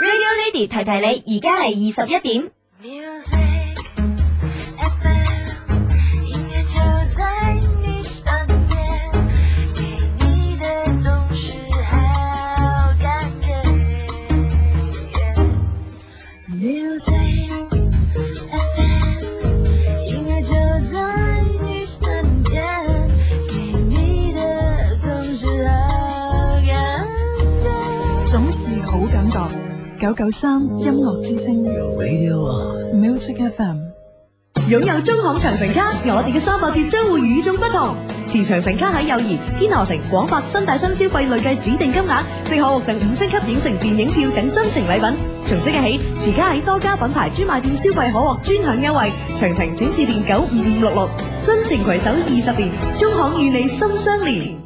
Mandy 提提你，而家係二十一點。 Music FM，音乐就在你身边，给你的总是好感觉。Music FM，音乐就在你身边，给你的总是好感觉。总是好感觉。九九三音樂之聲 Music FM。擁有中行長城卡，我哋嘅三百折將會與眾不同。持長城卡喺友誼、天河城、廣發新大新消費累計指定金額，即可獲贈五星級影城電影票等真情禮品。從即日起，持卡喺多家品牌專賣店消費可獲專享優惠。詳情請致電九五五六六。真情攜手二十年，中行與你心相連。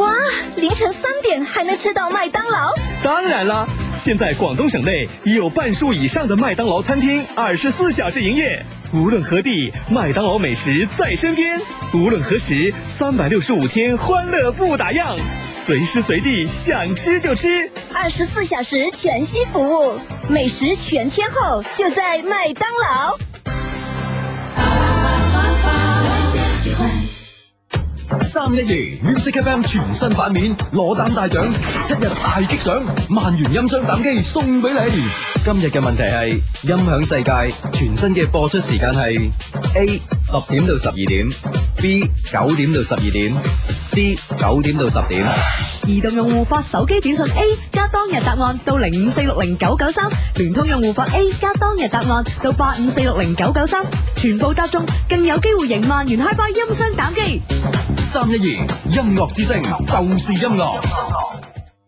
哇！凌晨三點還能吃到麥當勞，当然啦，现在广东省内已有半数以上的麦当劳餐厅二十四小时营业。无论何地，麦当劳美食在身边。无论何时，三百六十五天欢乐不打烊，随时随地想吃就吃。二十四小時全息服務，美食全天候就在麥當勞。三一二 Music FM 全新版面攞膽大獎，七日大激賞，萬元音箱膽機送俾你。今日嘅問題係音響世界全新嘅播出時間係 A 十點到十二點，B 九點到十二點，C 九點到十點。移動用戶發手機短信 A 加當日答案到零五四六零九九三，聯通用戶發 A 加當日答案到八五四六零九九三，全部答中更有機會贏萬元 HiFi 音箱膽機。三一二音樂之聲就是音樂。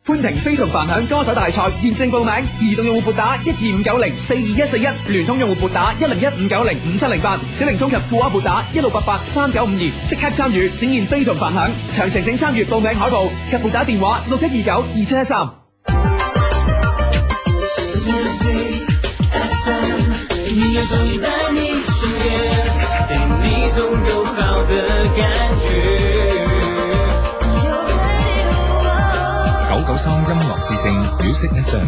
潘婷非同凡響歌手大賽現正報名，移動用戶撥打一二五九零四二一四一，聯通用戶撥打一零一五九零五七零八，小靈通及固話撥打一六八八三九五二，即刻參與展現非同凡響。詳情請參閱報名海報及撥打電話六一二九二七一三。九九三音樂之聲 Music FM。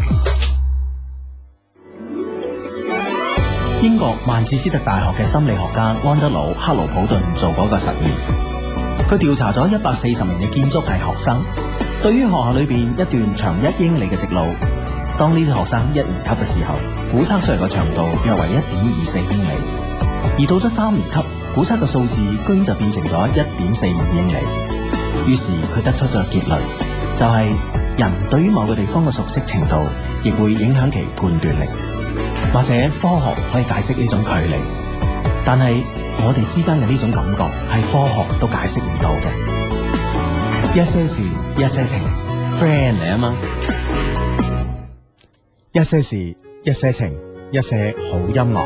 英國曼徹斯特大學嘅心理學家安德魯克勞普頓做過一個實驗，佢調查咗一百四十名嘅建築系學生，對於學校裏邊一段長一英里嘅直路，當呢啲學生一年級嘅時候，估測出嚟嘅長度約為一點二四英里，而到咗三年級，估測嘅數字居然就變成咗一點四五英里。於是佢得出咗結論，就係、人對於某個地方嘅熟悉程度，亦會影響其判斷力。或者科學可以解釋呢種距離，但係我哋之間嘅呢種感覺係科學都解釋唔到嘅。一些事，一些情，friend 嚟啊嘛！一些事，一些情，一些好音樂。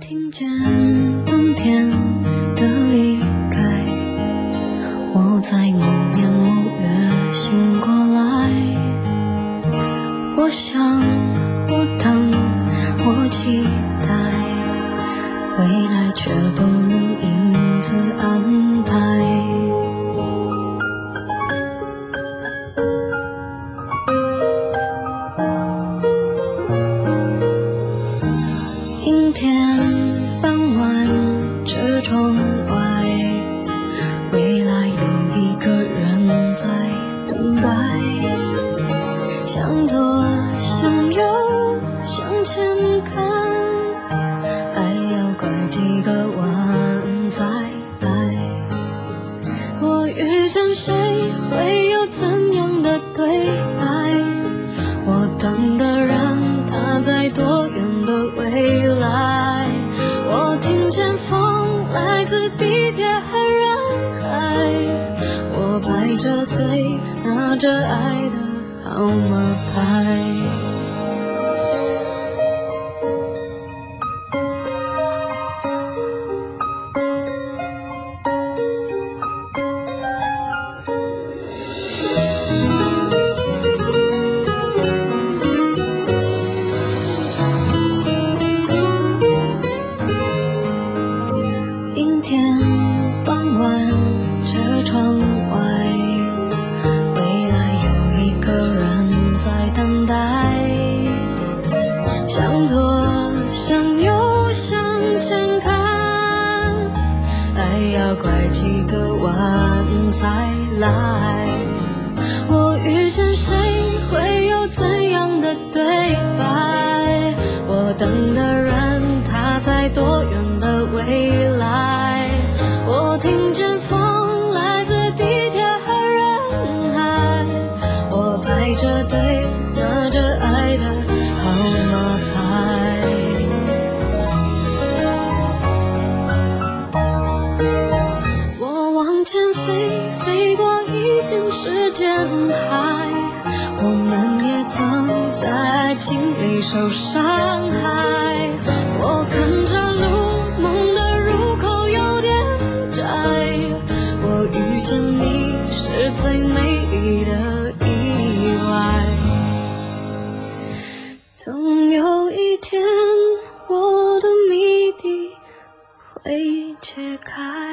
听见冬天的离开，我在某年某月醒过来。我想，我等，我期待，未来却不能因此安排。阴天傍晚车窗外，未来有一个人在等待。向左向右向前看，还要拐几个弯再来。我遇见谁会有怎样的对白？我等的人，他在多远的未来？我听见风来自地铁和人海，我排着队拿着爱的号码牌。看待，向左，向右，向前看，爱要拐几个弯才来。我遇见谁会有怎样的对白？我等的人他在多远的未来？我听见风来自地铁和人海，我排着队拿着爱的号码牌。我往前飞，飞过一片时间海，我们也曾在爱情里受伤害。我看着路，梦的入口有点窄，我遇见你是最美丽的意外。总有一天，我的谜底会揭开。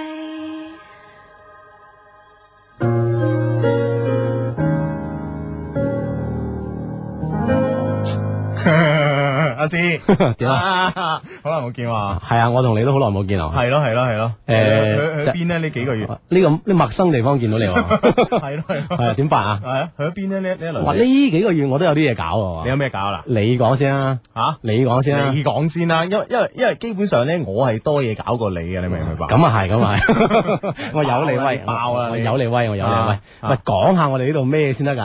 阿 芝點啊？好耐冇見話，系啊，我同你都好耐冇見啦。係咯係咯係咯。誒去去邊咧？呢幾個月哦係呢個呢陌生地方見到你喎，咯 係咯係啊點辦啊？係啊，去咗邊咧？呢呢一 哇！輪呢幾個月我都有啲嘢搞你喎。有咩搞啦？你講先啊，嚇！你講先啊。你講先啦，因為因為因為基本上咧，我係多嘢搞過你嘅，你明唔明白？咁啊係，咁啊 係。我有你威，爆啦我我你有你威，我有你威啊。喂，講下我哋呢度咩先得㗎？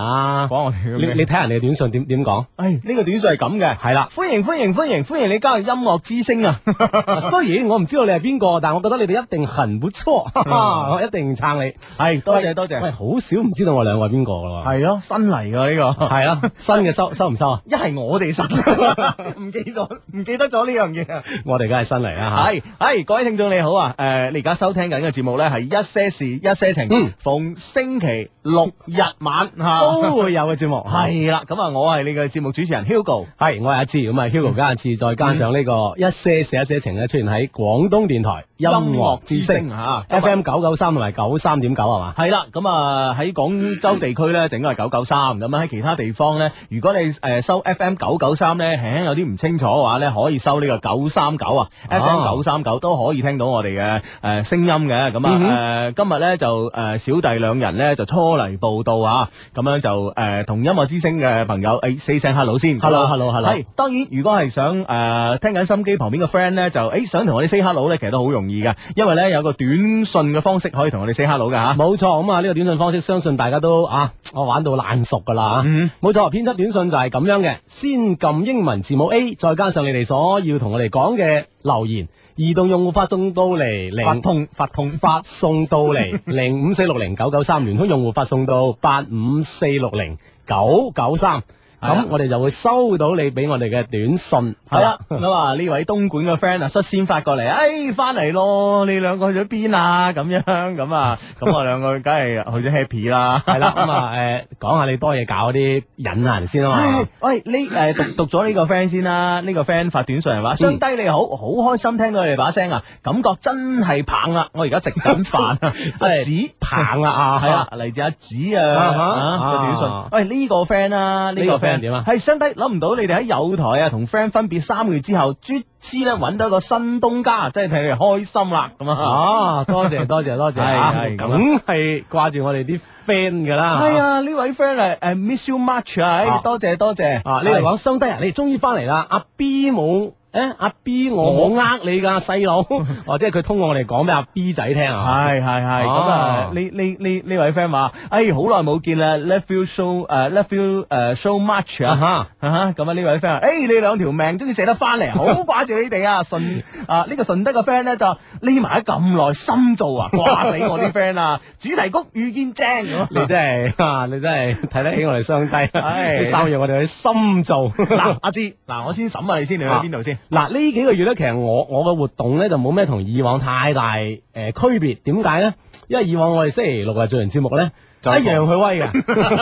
講我哋嘅你咩你睇人哋嘅短信點點講？唉，呢個短信係咁嘅，係啦，歡迎歡迎歡迎歡迎你加入音樂之聲啊！ 雖然我唔知道你係邊個，但我覺得你哋一定很不錯，哈哈我一定撐你。嗯係多謝多謝喂，好少唔知道我兩位邊個㗎喎。係咯，新嚟㗎呢個， 係啦，新嘅收收唔收啊？一係我哋新，唔記咗唔記得咗呢樣嘢啊！我哋梗係新嚟啦嚇。系系，各位听众你好啊！诶、你而家收听紧嘅节目咧系一些事一些情，嗯逢星期六日晚吓，都會有嘅節目。系啦。咁啊，我系你嘅节目主持人 Hugo。系，我係阿志，咁啊 Hugo 加阿志，再加上呢個一些事一些情咧，出現喺廣東電台音樂之音樂之聲聲啊，FM 九九三同埋九三點九係嘛？系啦，咁啊喺廣州地區咧，整個係九九三咁啊喺其他地方咧，如果你誒、呃收 FM 九九三咧，輕輕有啲唔清楚嘅話咧，可以收呢個九三九啊，FM 九三九都可以聽到我哋嘅誒聲音嘅。咁啊誒、呃今日咧就誒、呃小弟兩人咧就初嚟報道啊，咁樣就誒同、音樂之聲嘅朋友誒 say 聲 hello 先 Hello，hello，hello 係當然，如果係想誒、呃、聽緊心機旁邊嘅 friend 咧，就誒、欸想同我哋 say hello 咧，其實都好容易嘅，因為咧有個短信嘅方式可以同我哋 say hello 嘅嚇。冇錯，咁啊呢個短信方式，相信大家都啊，我玩到爛熟噶啦嗯吓。冇錯，編輯短信就係咁樣嘅，先撳英文字母 A，再加上你哋所要同我哋講嘅留言。移動用戶發送到嚟零發通發通發送到嚟 零五四六零九九三，聯通用戶發送到八五四六零九九三，咁我哋就會收到你俾我哋嘅短信。系啦，咁啊呢位東莞嘅 friend 啊，率先發過嚟，哎翻嚟咯，你兩個去咗邊啊？咁樣咁啊，咁我兩個梗係去咗 happy 啦。係啦，咁啊诶，講下你多嘢搞嗰啲引人先啊嘛唉。喂，呢诶讀哎读咗呢個 friend 先啦，呢個 friend 發短信嗯嚟話，相低你好，好開心聽到你哋把聲啊，感覺真係棒啊！我而家食緊飯啊， 係 子棒啦啊系啦，嚟自阿子啊啊哈啊個短信啊。喂，呢個 friend 啊，呢個呢個 friend friend 點啊係相低諗唔到你哋喺友台啊，同 friend 分別三個月之後，卒之咧揾到一個新東家，真係替你哋開心啦咁啊！哦，多謝多謝多謝啊係係咁啊梗係掛住我哋啲 friend 噶啦。係啊，呢位 friend 係誒 miss you much 啊啊哎，多謝多謝啊，你嚟講雙低啊，你哋終於翻嚟啦，阿 B 冇。誒阿 B，我冇呃你㗎細佬，哦，即係佢通過我哋講俾阿 B 仔聽啊，係係係咁啊啊！呢呢呢呢位 friend 話：，哎，好耐冇見啦，love you so 誒，love you 誒 so much 啊啊！哈，啊哈咁啊呢位 friend 啊，誒你兩條命終於捨得 翻嚟，好掛住你哋啊！順啊呢個順德嘅 friend 咧就匿埋咗咁耐，心做啊，掛死我啲 friend 啊！主題曲遇見正 咁你 真係啊，你真係睇得起我哋雙低，唉呢三樣我哋去深造。 嗱，阿志，嗱我先審下你先，你去邊度先？嗱呢幾個月咧，其實我我嘅活動咧就冇咩同以往太大誒、呃、區別。點解咧？因為以往我哋星期六日做完節目咧，一樣去 威嘅。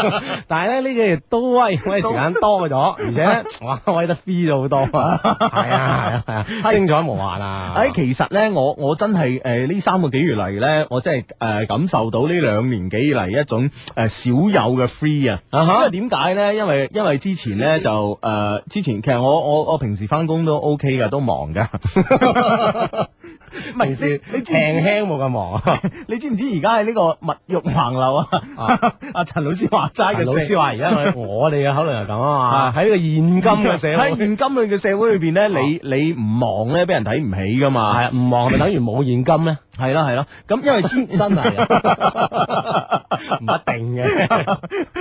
但係咧呢幾日都威，威時間多 咗，而且哇威得 free 咗好多啊！ 係啊係啊係啊，精彩無限啊！誒，其實咧我我真係誒呢三個幾月嚟咧，我真係誒感受到呢兩年幾以嚟一種誒少有嘅 free 啊！嗯因為點解咧？因為因為之前咧就誒之前其實我我我平時翻工都 OK 㗎，都忙㗎。平時你輕輕冇咁忙啊！ 你知唔知而家喺呢個物欲橫流啊？ 阿陳啊老師話齋嘅，陳老師話而家 我我哋嘅考慮係咁啊嘛。喺個現今嘅社會喺現今嘅社會裏邊 咧，你你唔忙咧，俾人睇唔起噶嘛。係啊，唔忙咪等於冇現金咧。係啦係啦， 咁因為之真係啊 唔一定嘅，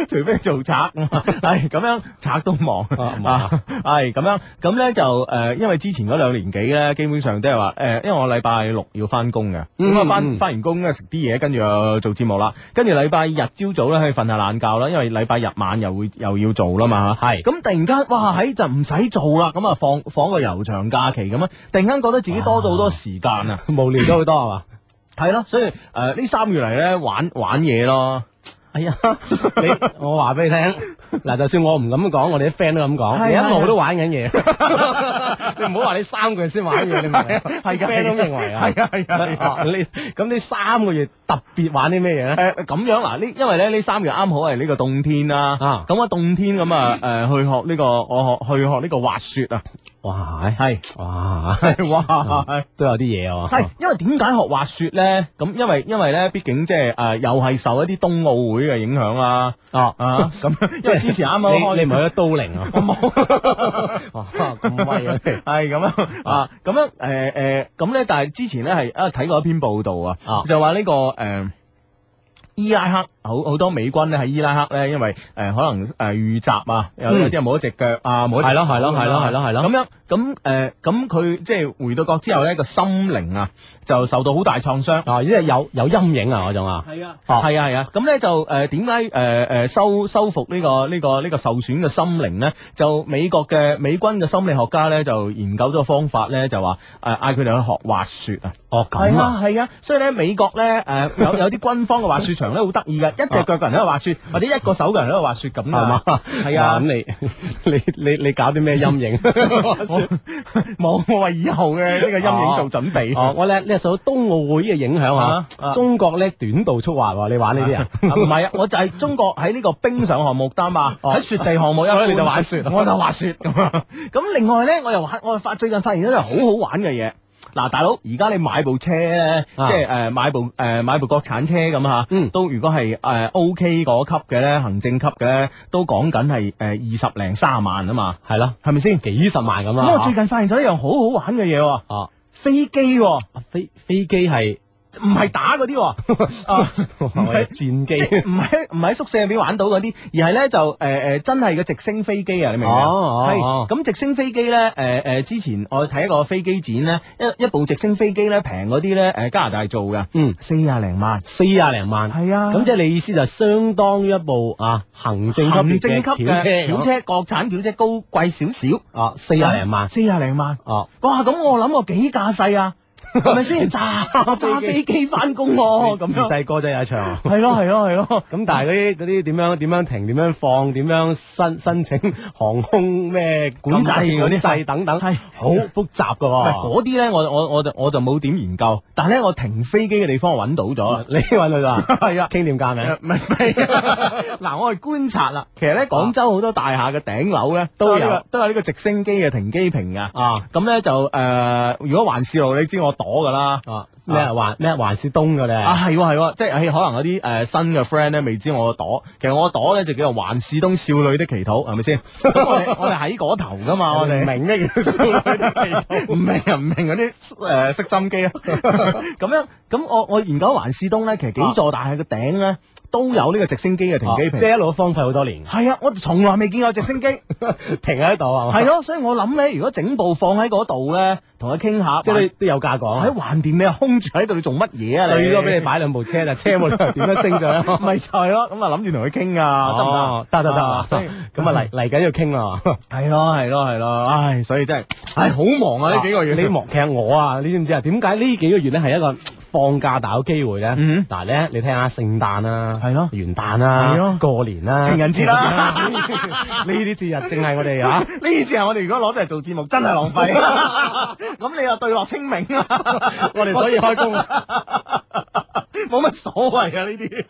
除非做賊啊嘛。係咁樣賊都忙啊，係咁樣咁咧就誒，因為之前嗰兩年幾咧，基本上都係話誒，因為我禮拜六要翻工嘅，咁啊翻翻完工咧食啲嘢，跟住又做節目啦，跟住禮拜日朝早咧去瞓下懶覺啦，因為禮拜日晚又會又要做啦嘛，係咁突然間哇喺就唔使做啦，咁啊放放個悠長假期咁啊，突然間覺得自己多咗好多時間 啊，無聊咗好多係嘛，係咯，所以誒呃呢三月嚟咧玩玩嘢咯。哎呀， 你我話俾你聽，嗱，就算我唔咁講，我哋啲 friend 都咁講，你一路都玩緊嘢。 你唔好話你三個月先玩嘢，你明唔明？係㗎 friend 咁認為啊，係啊係啊係啊哦你咁呢三個月特別玩啲咩嘢咧？誒咁樣嗱，呢因為咧呢三個月啱好係呢個凍天啦，咁啊凍天咁啊誒去學呢個我學去學呢個滑雪啊，哇係 哇哇都有啲嘢喎，係因為點解學滑雪咧？咁因為因為咧，畢竟即係誒又係受一啲冬奧會嘅影響啦，哦啊 咁，因為之前啱啱開你你唔係去刀靈啊？我冇。咁威啊！ 係咁樣啊，咁樣誒誒，咁咧，但係之前咧係啊睇過一篇報道啊，就話呢個誒。伊拉克好好多美軍咧喺伊拉克咧，因為誒、呃可能誒、呃、遇襲啊，有嗯有啲人冇一隻腳啊，冇一隻係咯手係咯咁樣係咯係咯係咯咁樣咁誒咁佢即係回到國之後咧個心靈啊就受到好大創傷啊，因為有有陰影啊嗰種啊，係啊，係啊係啊，咁咧就誒點解呃誒誒修修復呢個呢個呢個受損嘅心靈咧？就美國嘅美軍嘅心理學家咧就研究咗個方法咧，就話誒嗌佢哋去學滑雪啊，哦咁啊係啊，所以咧美國咧 誒有有啲軍方嘅滑雪場咧好得意嘅，一隻腳嘅人喺度滑雪，或者一個手嘅人喺度滑雪咁㗎係 嘛係啊，哇咁你 你你你搞啲咩陰影？冇，我為以後嘅呢個陰影做準備。哦，我咧呢受到冬奧會嘅影響啊啊，中國咧短道速滑喎，你玩呢啲啊？啊唔係啊，我就係中國喺呢個冰上項目得嘛，喺雪地項目一般，所以你就玩雪我就滑雪咁啊。咁另外咧，我又玩，我發最近發現一樣好好玩嘅嘢。嗱，大佬，而家你買部車咧，即啊係誒買部誒買部國產車咁嚇，都如果係誒 OK 嗰級嘅咧，行政級嘅咧，都講緊係誒二十零三萬啊嘛，係啦，係咪先幾十萬咁啊咁我最近發現咗一樣好好玩嘅嘢喎，啊，飛機喎，飛飛機係唔係打嗰啲 喎？啊我 戰機，唔喺唔喺宿舍入邊玩到嗰啲，而係咧就誒誒、呃真係嘅直升飛機啊！你明唔明啊？哦哦哦係咁直升飛機咧，誒、呃、誒，之前我睇一個飛機展咧，一一部直升飛機咧平嗰啲咧，誒加拿大做嘅，嗯，四廿零萬，四廿零萬，係啊咁即係你意思就相當於一部啊行政級行別政嘅級轎嘅車，轎車，國產轎車高貴少少，啊四廿零萬，四廿零萬，哦。哇！咁我諗我幾架勢 啊， 係咪先？揸揸飛機翻工喎，咁自樣。細歌仔有唱，係咯係咯係咯。 咁但係嗰啲嗰啲點樣點樣停點樣放點樣申 申請航空咩管制嗰啲管制等等，係好複雜噶唔係喎。嗰啲咧，我我我就我就冇點研究，但係咧我停飛機嘅地方我揾到咗啦。 你揾佢啦， 係啊，傾掂價名唔係唔係， 嗱我係觀察 啦。其實啊咧廣州好多大廈嘅頂樓咧都有呢個都有呢個直升機嘅停機坪噶。啊咁咧就誒，如果環市路你知我躲噶啦。啊咩環咩環市東嘅咧啊，係喎係喎，即係唉可能有啲誒新嘅 friend 咧未知我個朵，其實我個朵咧就叫做環市東少女的祈禱，係 咪先？咁我哋我哋喺嗰頭噶嘛，我哋唔明咩叫少女的祈 唔明啊，唔明嗰啲誒識心 機啊。咁樣咁我我研究環市東咧，其實啊幾座大廈嘅頂咧都有呢個直升機嘅停機哦即係坪。一路荒廢好多年，係啊，我從來未見過直升機， 停啊喺度係 嘛？係咯，所以我諗咧，如果整部放喺嗰度咧，同佢傾下，即係你都有價講，喺橫掂你又空住喺度，你做乜嘢啊？你最多俾你擺兩部車，但車冇理由點樣升上去。 咪就係咯，咁啊諗住同佢傾啊，得唔哦得？得得啊得所以， 咁啊嚟嚟緊要傾啦。 係咯係咯係咯，唉，所以真係唉好忙啊呢幾個月，你忙，其實我啊，你知唔知啊？點解呢幾個月咧係一個放假大有機會咧，嗱咧你聽下聖誕啊，係咯，元旦啊，嗯係咯過年啦，情人節啦，呢啲節日正係我哋啊。 呢次係我哋如果攞出嚟做節目，真係浪費。 咁你又對落清明啊？ 我哋所以開工，啊 冇乜所謂啊！呢啲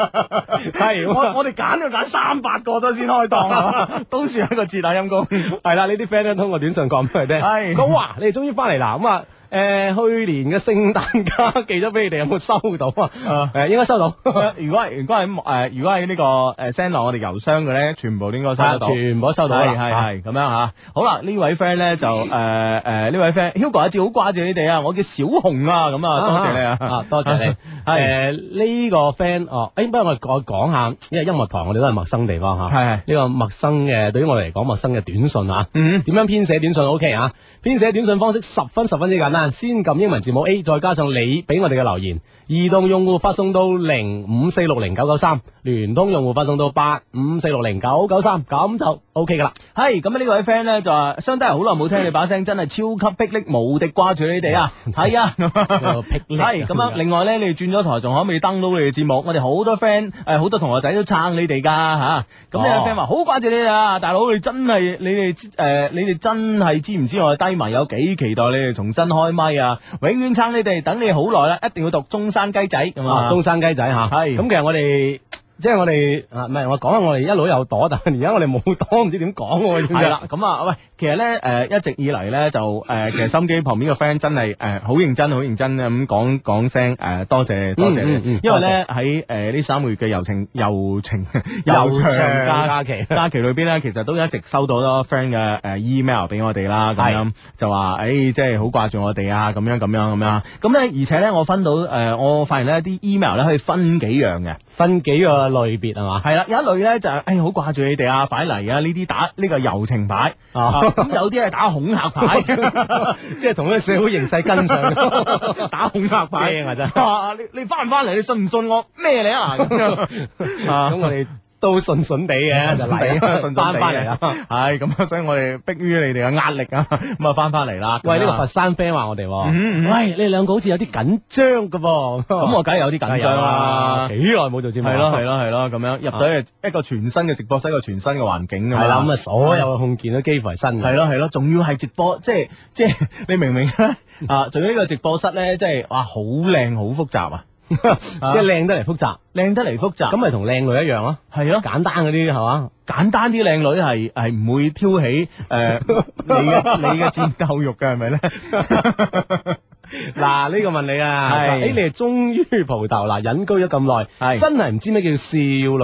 係我我哋揀就揀三百個都先開檔 啊，都算係一個節啊陰公。係啦，呢啲 friend 咧通過短信講俾佢聽，係佢話哇，你哋終於翻嚟啦，咁啊。誒、去年嘅聖誕卡寄咗俾你哋，有冇收到啊？誒、應該收到， 如果係如果喺誒、如果喺呢、個誒 send 落我哋郵箱嘅咧，全部都應該收得到，啊全部都收到啦係係係咁樣嚇。好啦，呢位 friend 咧就誒誒呢位 friend Hugo 一直好掛住你哋啊，我叫小紅啊，咁啊多謝你啊，啊多 謝你。誒、呢、個 friend 哦，誒、不如我我講下，因為音樂台我哋都係陌生地方嚇，係係嗯呢個陌生嘅對於我嚟講陌生嘅短信啊，點樣編寫短信 OK 啊？編寫短信方式十分十分之簡單，先撳英文字母 A，再加上你俾我哋嘅留言。移動用戶發送到零五四六零九九三，聯通用戶發送到八五四六零九九三，咁就 OK 噶啦。系咁呢位 friend 咧就話，相低好耐冇聽你把聲，真係超級霹靂無敵掛住你哋 啊！係啊， 霹係咁樣。另外咧，你哋轉咗台，仲可唔可以登到你哋節目？我哋好多 friend 誒，好多同學仔都撐你哋㗎吓。咁呢位 friend 話好掛住你哋啊，大佬你真係你哋誒，你哋真係知唔知我哋低迷有幾期待你哋重新開咪啊？永遠撐你哋，等你好耐啦，一定要讀中山雞仔咁啊，啊！中山雞仔吓，係咁其實我哋。即係我哋啊，唔係我講下我哋一路有朵，但係而家我哋冇朵，唔知點講喎。系啦，咁啊，喂，其實咧，诶、一直以嚟咧就诶、誒其實心機旁邊嘅 friend 真係诶好認真，好認真咁講講聲诶，誒多謝多謝嗯你嗯，因為咧喺诶呢三個月嘅友情友情悠 悠長長假假期 假期裏邊咧，其實都一直收到好多 friend 嘅诶 email 俾我哋啦，咁樣就話诶、即係好掛住我哋啊，咁樣咁樣咁樣，咁咧而且咧我分到诶、我發現呢啲 email 咧可以分幾樣嘅。分幾個類別係嘛？系啦，有一類咧就係，哎，好掛住你哋啊，快嚟啊！呢啲打呢個柔情牌，啊咁有啲係打恐嚇牌，哦 即係同啲社會形勢跟上。打恐嚇 牌驚啊 真係哇你你翻唔翻嚟？你信唔信我咩你啊？咁樣啊咁我哋都順 順地嘅，就嚟啦信翻翻嚟啦。 系咁啊，所以我哋迫於你哋嘅壓力啊，咁啊翻翻嚟啦。喂，呢個咁佛啊山 friend 話我哋嗯喎，喂，你兩個好似有啲緊張 嘅噃。咁我梗係有啲緊張啦幾。耐冇做節係目啦？啊咯係咯係咯，咁樣入到一個一個全新嘅直播室，一個全新嘅環境係啦，咁啊，所有嘅控件都幾乎係新系嘅。咯系咯，仲要係直播，即係即係你明唔明咧？啊，仲有呢個直播室咧，即係哇，好靚好複雜啊，即 係靚得嚟複雜，靚得嚟複雜。咁咪同靚女一樣咯。係咯，簡單嗰啲係嘛？簡單啲靚女係係唔會挑起 诶你嘅你嘅戰鬥欲嘅係咪咧？嗱，呢個問你啊，係誒，你係終於蒲頭啦，隱居咗咁耐，係真係唔知咩叫少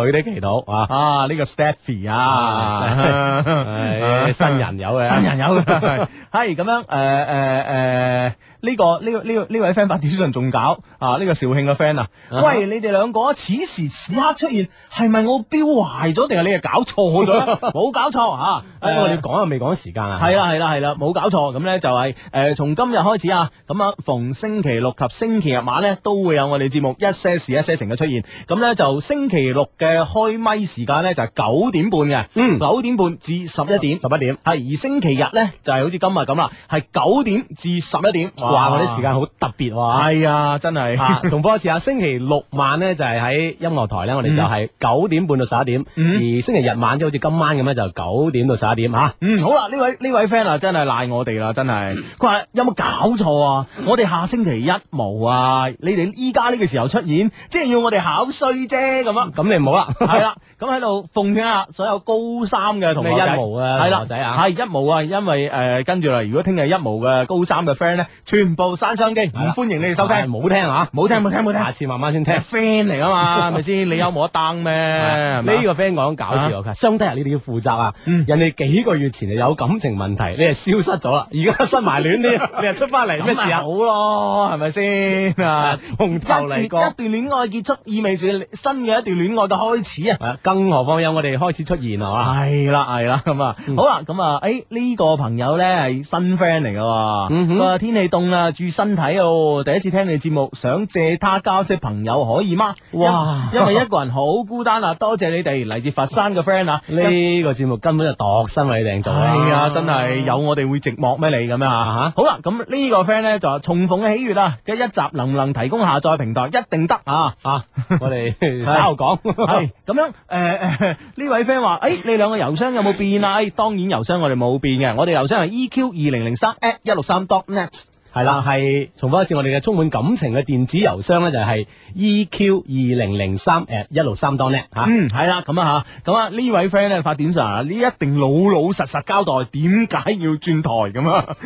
女的祈禱啊！啊，呢個 Stephy 啊，唉哎新人有嘅，新人 有嘅，係咁樣誒誒誒，呃呢個呢個呢個呢位 friend 發短信仲搞啊，呢個肇慶嘅 friend 啊，喂，你哋兩個此時此刻出現，係咪我標壞咗定係你係搞錯咗 呢？冇搞錯啊！哎我哋誒講又未講時間啊，係啦係啦係啦，冇搞錯，咁呢就係、诶誒，從、今日開始啊，咁啊，逢星期六及星期日晚呢，都會有我哋節目一些事一些情嘅出現。咁呢，就星期六嘅開咪時間呢，就係、九點半嘅，嗯，九點半至十一點，十一點係。而星期日呢，就係、好似今日咁啦，係九點至十一點。哇，我啲時間好特別喎。係啊，真係。啊，重播一次啊！星期六晚呢，就係喺音樂台呢，我嗯哋就係九點半到十一點，而星期日晚即係好似今晚咁咧，就九點到十一點吓。嗯，好啦，呢位呢位 friend 啊，真係賴我哋啦，真係。佢話有冇搞錯啊？我哋下星期一冇啊，你哋依家呢個時候出現，即係要我哋考衰啫咁啊。咁你唔好啦，係啦，咁喺度奉勸下所有高三嘅同學仔，咩一模啊係同學仔啦，啊係一模啊，因為誒跟住啦，如果聽日一模嘅高三嘅 friend 咧，全部閂收音機，唔啦歡迎你哋收聽，係冇聽啊，冇聽冇聽冇聽下次慢慢先聽。 friend 嚟啊 嘛，係咪先？你有冇得登咩？係咪啊嗯呢個 friend 講搞笑，佢話相低啊，你哋要負責啊！人哋幾個月前就有感情問題，你係消失咗啦，而家失埋戀添， 你又出翻嚟咩事啊好？咯，係咪先 啊？從頭嚟過一段戀愛結束，意味住新嘅一段戀愛嘅開始啊！啊更何況有我哋開始出現啊！嗯系啦系嗯啦咁啊，好啦咁啊，诶呢個朋友咧係新 friend 嚟噶，佢話天氣凍啦，注意身體哦。第一次聽你節目，想借他交些朋友可以嗎？哇因因為一個人好孤單啊！多謝你哋嚟自佛山嘅 friend 啊，呢個節目根本就度身為你訂做啦，係啊，真係有我哋會寂寞咩你咁樣啊吓？好啦，咁呢個 friend 咧就話重逢嘅喜悦啊，嘅一集能唔能提供下載平台？一定得啊啊！我哋稍後講。係咁樣，诶、誒 呢位 friend 話：，诶、你兩個郵箱有冇變啊？诶、當然郵箱我哋冇變嘅，我哋郵箱係 EQ 二零零三 at 一六三 dot net。系啦，係重複一次我哋嘅充滿感情嘅電子郵箱咧，就係 EQ 二零零三 at 一六三 dot net 吓。嗯，係啦，咁啊吓，咁啊呢位 friend 咧發短信啊，呢一定老老實實交代點解要轉台咁啊？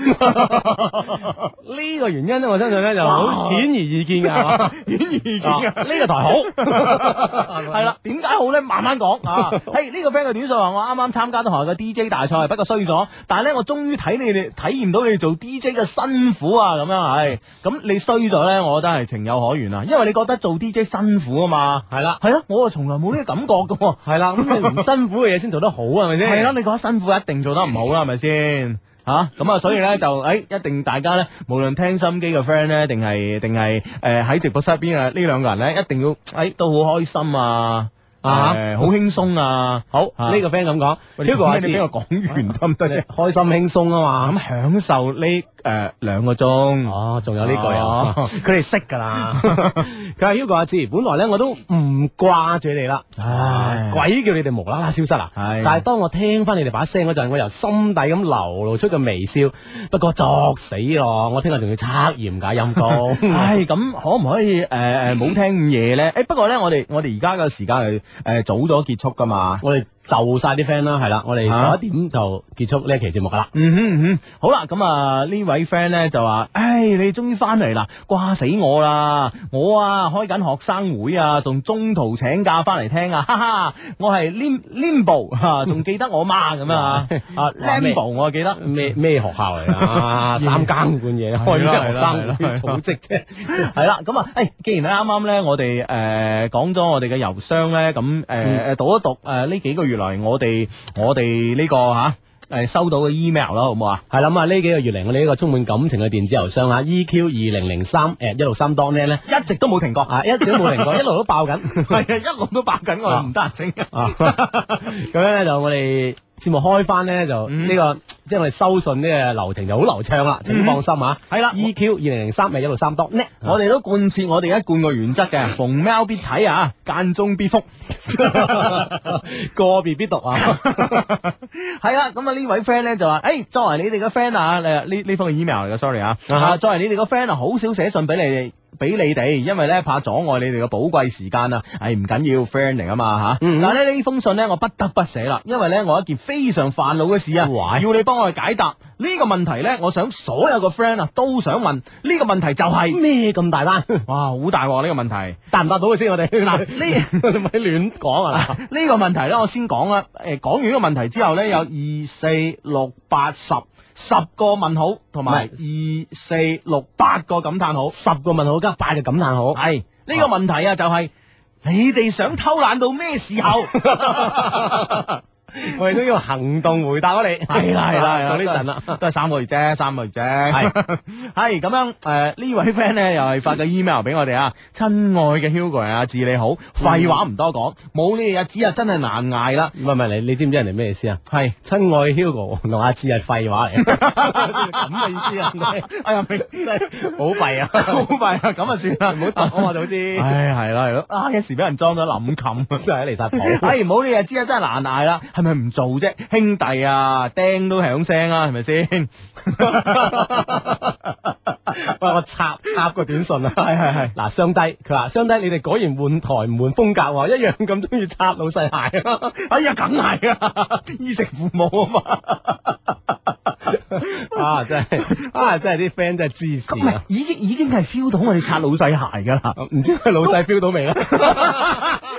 呢個原因咧，我相信咧就好顯而易見嘅，係嘛顯而易見啊啊！呢個台好，系啦，點解好咧？慢慢講啊！嘿，呢個 friend 嘅短信話：我啱啱參加咗學校嘅 DJ 大賽，不過衰咗。但係咧，我終於睇你哋體驗到你哋做 DJ 嘅辛苦啊！咁樣係，咁你衰咗咧，我覺得係情有可原啊，因為你覺得做 DJ 辛苦啊嘛。係啦，係咯，我啊從來冇呢個感覺嘅喎。係啦，咁你唔辛苦嘅嘢先做得好，係咪先？係咯，你覺得辛苦一定做得唔好啦，係咪先？吓咁啊，所以咧就诶、一定大家咧，無論聽心機嘅 friend 咧，定係定係诶喺直播室入邊嘅呢兩個人咧，一定要诶、都好開心啊！啊誒好輕鬆啊！好，啊呢個 friend 咁講喂你，Hugo 阿你俾志我講完得唔得啫？ 開心輕鬆啊嘛。咁享受呢诶兩個鐘。哦，仲有呢句 啊哦，佢哋識 㗎啦。佢話 Hugo 阿志，本來咧我都唔掛住你哋啦，唉鬼叫你哋無啦啦消失啊！係。但係當我聽翻你哋把聲嗰陣，我由心底咁流露出個微笑。不過作死咯，我聽日仲要測驗㗎，陰公 唉，咁可唔可以诶诶冇聽咁夜咧？诶，不過咧，我哋我哋而家嘅時間係诶早咗結束噶嘛。我哋就晒啲 friend 啦，係啦，我啊哋十一點就結束呢一期節目㗎啦。嗯哼嗯哼，好啦，咁啊呢位 friend 咧就話：，唉，你終於翻嚟啦，掛死我啦！我啊開緊學生會啊，仲中途請假翻嚟聽啊，哈哈！我係 Lim Limbo 啊仲記得我嘛咁啊？啊話 咩 Limbo 我記得。咩咩學校 嚟啊？三更半夜開咩學生會組織啫？系啦，咁啊，诶，既然啱啱咧，我哋诶講咗我哋嘅郵箱咧，咁诶诶讀一讀诶呢幾個月來我哋我哋呢個吓诶收到嘅 email 啦，好唔好啊？系啦，咁啊呢幾個月嚟，我哋呢個充滿感情嘅電子郵箱啊，EQ 二零零三诶一六三 dot net 咧， 一直都冇停過。啊一直都冇停過，一路都爆緊。 系啊，一路都爆緊我哋啊唔得人整嘅。 啊， 咁樣咧就我哋節目開翻咧就呢個，即係我哋收信呢個流程就好流暢啦，請放心啊。係啦，EQ 二零零三诶一六三 dot net，我哋都貫徹我哋一貫嘅原則嘅，逢貓必睇啊，間中必覆。 個別必讀 啊。係啦，咁啊呢位 friend 咧就話：，诶、作為你哋嘅 friend 啊，誒呢呢封係 email 嚟嘅，sorry 啊，啊哈啊作為你哋嘅 friend 啊，好少寫信俾你哋。俾你哋，因為咧怕阻礙你哋嘅寶貴時間啊！唉，唔緊要，friend 嚟啊嘛吓。嗯但係咧呢封信呢，我不得不寫啦，因為呢，我有一件非常煩惱嘅事啊，哇要你幫我去解答呢、個問題呢，我想所有嘅 friend 啊都想問呢、個問題就係、咩咁大單？ 哇，好大鑊呢個問題。答唔答到佢先？我哋嗱 呢你咪亂講啊！呢個問題呢，我先講啦。誒，講完呢個問題之後呢，有二四六八十十個問號，同埋二四六八個感嘆號。十個問號加八個感嘆號。係呢個問題啊，就係你哋想偷懶到咩時候？ 我哋都要行動回答我哋。係啦係 啦，係到呢陣啦。都係，都係三個月啫，三個月啫。係 係咁樣誒，呢位 friend 咧又係發個 email 俾我哋啊，親愛嘅 Hugo 啊，志你好，廢話唔多講，冇呢個日子啊，真係難捱啦。唔係唔係，你你知唔知人哋咩意思啊？係。親愛 Hugo 同阿志係廢話嚟，咁嘅意思啊？哎呀，明真係好弊啊，好弊啊，咁啊算啦，唔好答我啊，早知。唉，係啦係啦，啊一時俾人裝咗冧 冚，真係離晒譜。唉，唔好你啊，知啊，真係難捱啦，係咪唔做啫？兄弟啊，釘都響聲啊啦，係咪先？ 喂，我插插個短信啊，係係係。嗱，雙低，佢話雙低，你哋果然換台唔換風格喎，一樣咁中意插老細鞋啊！ 哎呀，梗係啊，衣食父母啊嘛。 啊，真係啊，真係啲 friend 真係支唔持係啊！已經啊已經係 feel 到我哋擦老細鞋㗎啦。唔知佢老細 feel 到未咧？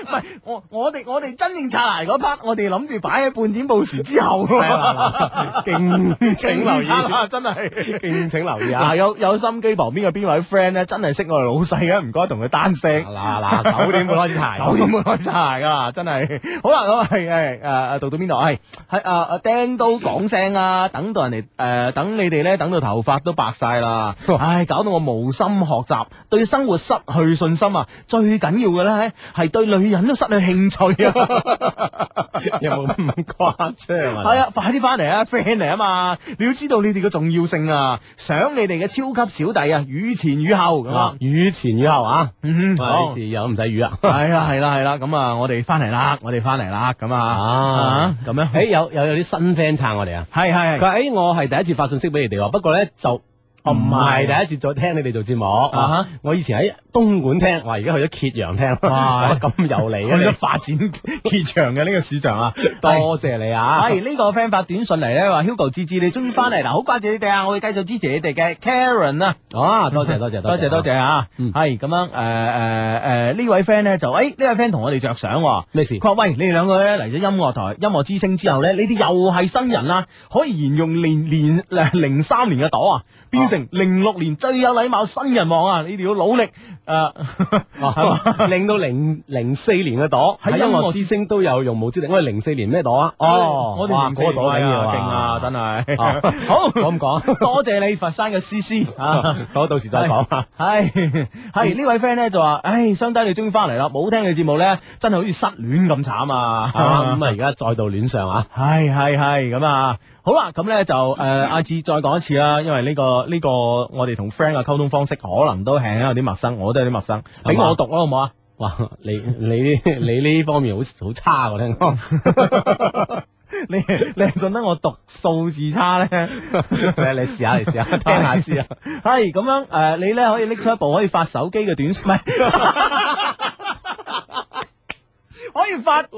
唔係，我我哋我哋真正刷牙嗰 part，我哋諗住擺喺半點報時之後㗎係嘛啦， 敬請留勁意刷啊牙 真係敬請留意啊嗱，有有心機旁邊嘅邊位 friend 咧，真係識我哋老細嘅，唔該同佢單聲。嗱嗱九點半開始排，排九點半開始排㗎啦，真係。 好啦，咁係誒誒誒，讀到邊度？係係誒誒，釘都講聲啊，等到人哋誒等你哋咧，等到頭髮都白晒啦，唉，搞到我無心學習，對生活失去信心啊！最緊要嘅咧係對女人都失去興趣啊！ 有冇咁誇張啊？系啊，快啲翻嚟啊，friend 嚟啊嘛！你要知道你哋嘅重要性啊，想你哋嘅超級小弟啊，雨前雨後咁啊啊，，雨前雨後啊，嗯哇好呢次又唔使雨啊。係啦係啦係啦，咁啊，我哋翻嚟啦，我哋翻嚟啦，咁啊啊，咁樣，诶，有有有啲新 friend 撐我哋啊！係係佢話：誒，我係第一次發信息俾你哋喎，不過咧就我唔係第一次再聽你哋做節目啊哈啊！我以前喺東莞聽，哇，而家去咗揭陽聽， 哇咁 有理啊！去咗你發展揭長嘅呢個市場啊，多謝你啊！係呢個 friend 發短信嚟咧，話 Hugo 芝芝，你終於翻嚟啦，好掛住你哋啊！我會繼續支持你哋嘅 Karen 啊。啊，多謝多謝多謝多謝啊，嗯係咁樣誒誒誒呢位 friend 咧就哎誒呢位 friend 同我哋着相喎，咩事佢話喂你哋兩個咧嚟咗音樂台音樂之星之後咧，你哋又係新人啦，可以沿用連連呃零三年嘅朵啊，變哦成零六年最有禮貌新人王啊！你哋要努力呃誒，啊 令到零零四年嘅朵喺喺音音樂樂之星都有用武之地，我哋零四年咩朵啊？哦，我哋哇零四嗰個朵緊要勁啊，真啊係 好我咁講。多謝你佛山嘅 C C 啊。我到時再講嗯啊！係係呢位 friend 咧就話，唉，相低你終於翻嚟啦，冇聽你節目咧，真係好似失戀咁慘啊啊！咁啊，而家再度戀上啊！係係係咁啊！好啦，咁咧就誒阿志再講一次啦，因為呢、個呢、個我哋同 friend 嘅溝通方式可能都係有啲陌生，我都有啲陌生，係嘛俾我讀啦好唔好啊？哇！你你呢你呢方面好好差我聽講，你你係覺得我讀數字差咧？你你試下你試下聽聽下下先先啊啊！。係咁樣誒、呃你咧可以拎出一部可以發手機嘅短信，唔係可以發短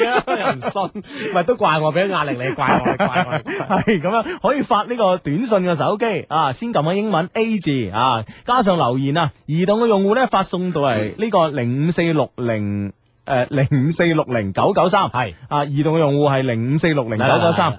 啊！又唔信，咪都怪我俾壓力你，怪我，怪我，係咁樣，可以發呢個短信嘅手機啊，先撳個英文 A 字啊，加上留言啊，移動嘅用戶咧發送到嚟呢個零五四六零。誒零五四六零九九三係啊，移動嘅用戶係零五四六零九九三啊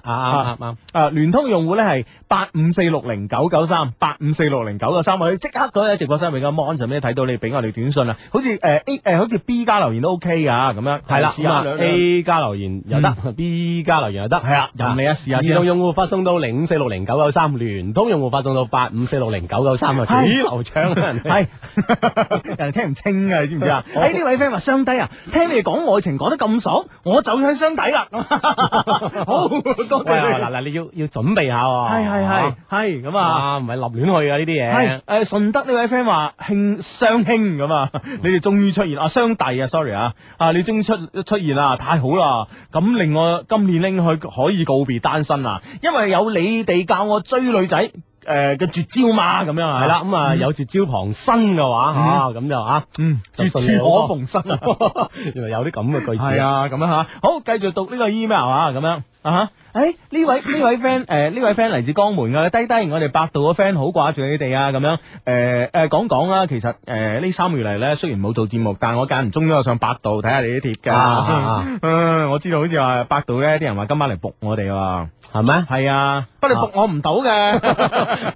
啊啱啱。啊，聯通用戶咧係八五四六零九九三，八五四六零九九三，我哋即刻嗰喺直播室入面嘅 mon 上面睇到你俾我哋短信啦，好似誒呃 A 誒好似 B 加留言都 OK 噶咁樣，係啦，試咁下啊兩兩 A 加留言又得，B 加留言又得，係啊任你啊試下先移動用戶發送到零五四六零九九三，聯通用戶發送到八五四六零九九三啊，係幾流暢啊！人哋哦系 人哋聽唔清啊，你知唔知啊？喺呢位 friend 話雙低啊，聽你哋講愛情講得咁爽，我就要去雙底啦。 好多喂謝嗱你。嗱，你要要準備下喎，係係係係咁啊！啊，唔係立亂去啊呢啲嘢係。誒順德呢位 friend 話慶雙兄咁啊，嗯你哋終於出現啊雙弟啊，sorry 啊，啊你終於出出現啦，太好啦！咁令我今年拎去可以告別單身啦，因為有你哋教我追女仔誒嘅絕招嘛，咁樣啊，系啦，咁啊有絕招傍身嘅話吓，咁就啊，嗯，就絕順利處好可多逢生啊！ 原來有啲咁嘅句子係啊，啊，咁樣吓，好，繼續讀呢個 email 啊，咁樣啊吓，誒呢位呢位 friend 誒呢位 friend 嚟自江門嘅，低低，我哋百度嘅 friend 好掛住你哋啊，咁樣誒誒講講啦，其實誒呢三個月嚟咧，雖然冇做節目，但我間唔中都有上百度睇下你啲貼啊啊 啊㗎，嗯，我知道好似話百度咧啲人話今晚嚟仆我哋喎，係咪？係啊，不過你仆我唔到 嘅。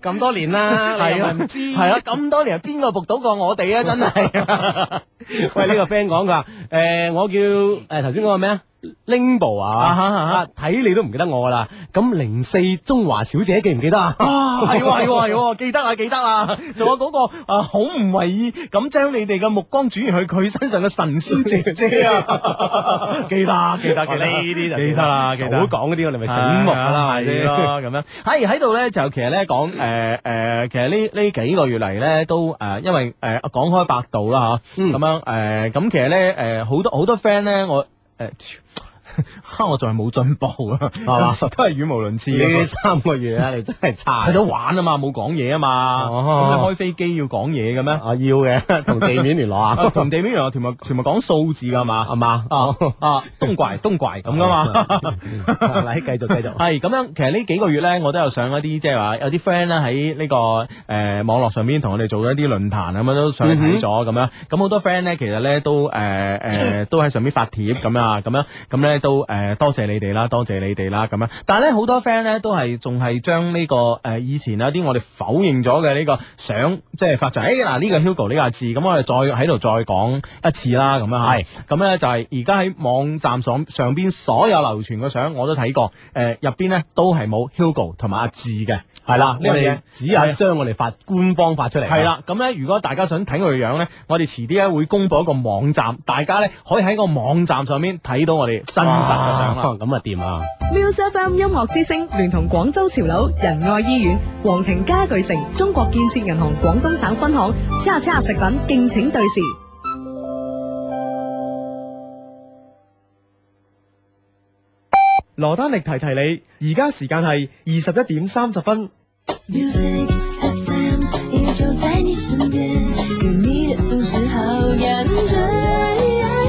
咁多年啦係啊，係啊，咁多年邊個仆到過我哋啊？真 係喂，呢個 friend 講佢話，誒，我叫誒頭先嗰個咩啊？Limbo 啊啊哈啊哈啊，睇你都唔記得我啦。咁零四中華小姐記唔記得啊？啊，係喎係喎係 喎，記得啦記得啦，仲有嗰、個啊好唔為意咁將你哋嘅目光轉移去佢身上嘅神仙姐姐 啊，記得記得記得呢啲就記得啦記得早。講嗰啲我哋咪醒目㗎啦，係啊咪係先？咯咁樣。哎喺喺度咧就其實咧講誒誒，其實呢呢幾個月嚟咧都誒，因為誒講開嗯呃百度啦嚇，咁樣誒咁其實咧誒好多好多 friend 咧我誒。哈，我仲係冇進步啊，系嘛都係語無倫次啊。呢三個月 啊，你真係差。喺度玩啊嘛，冇講嘢啊嘛，哦咁你開飛機要講嘢嘅咩？，啊，要嘅， 同地面聯絡 啊同地面原來全部全部講數字噶嘛，係嘛啊啊，東拐東拐咁噶 啊嘛。嚟繼 續繼續。系咁樣，其實呢幾個月咧，我都有上一啲即係話有啲 friend 咧喺呢個诶、呃、网络上邊同我哋做咗一啲論壇咁樣都上嚟睇咗咁樣，咁好多 friend 咧其實咧都诶诶、呃都喺上邊發帖咁啊，咁樣咁咧都诶、呃多謝你哋啦，多謝你哋啦咁樣。但係咧好多 friend 咧都係仲係將呢個诶、呃以前有啲我哋否認咗嘅呢個相，即係發上诶嗱呢個 Hugo 呢個阿志，咁我哋再喺度再講一次啦咁樣吓。系咁咧就係而家喺網站上上邊所有流傳嘅相我都睇過，诶入邊咧都係冇 Hugo 同埋阿志嘅，係啦呢我樣哋嘢只有將我哋發官方發出嚟。啊系啦，咁咧如果大家想睇佢嘅樣咧，我哋遲啲咧會公佈一個網站，大家咧可以喺個網站上面睇到我哋真實嘅相啦。哇咁啊掂啊！ Music FM 音樂之聲聯同廣州潮樓仁愛醫院、皇庭家具城、中國建設銀行廣東省分行、叉叉食品敬請對時。羅丹力提提你，而家時間係二十一點三十分。 Music FM 依旧在你身边，给你的总是好感觉。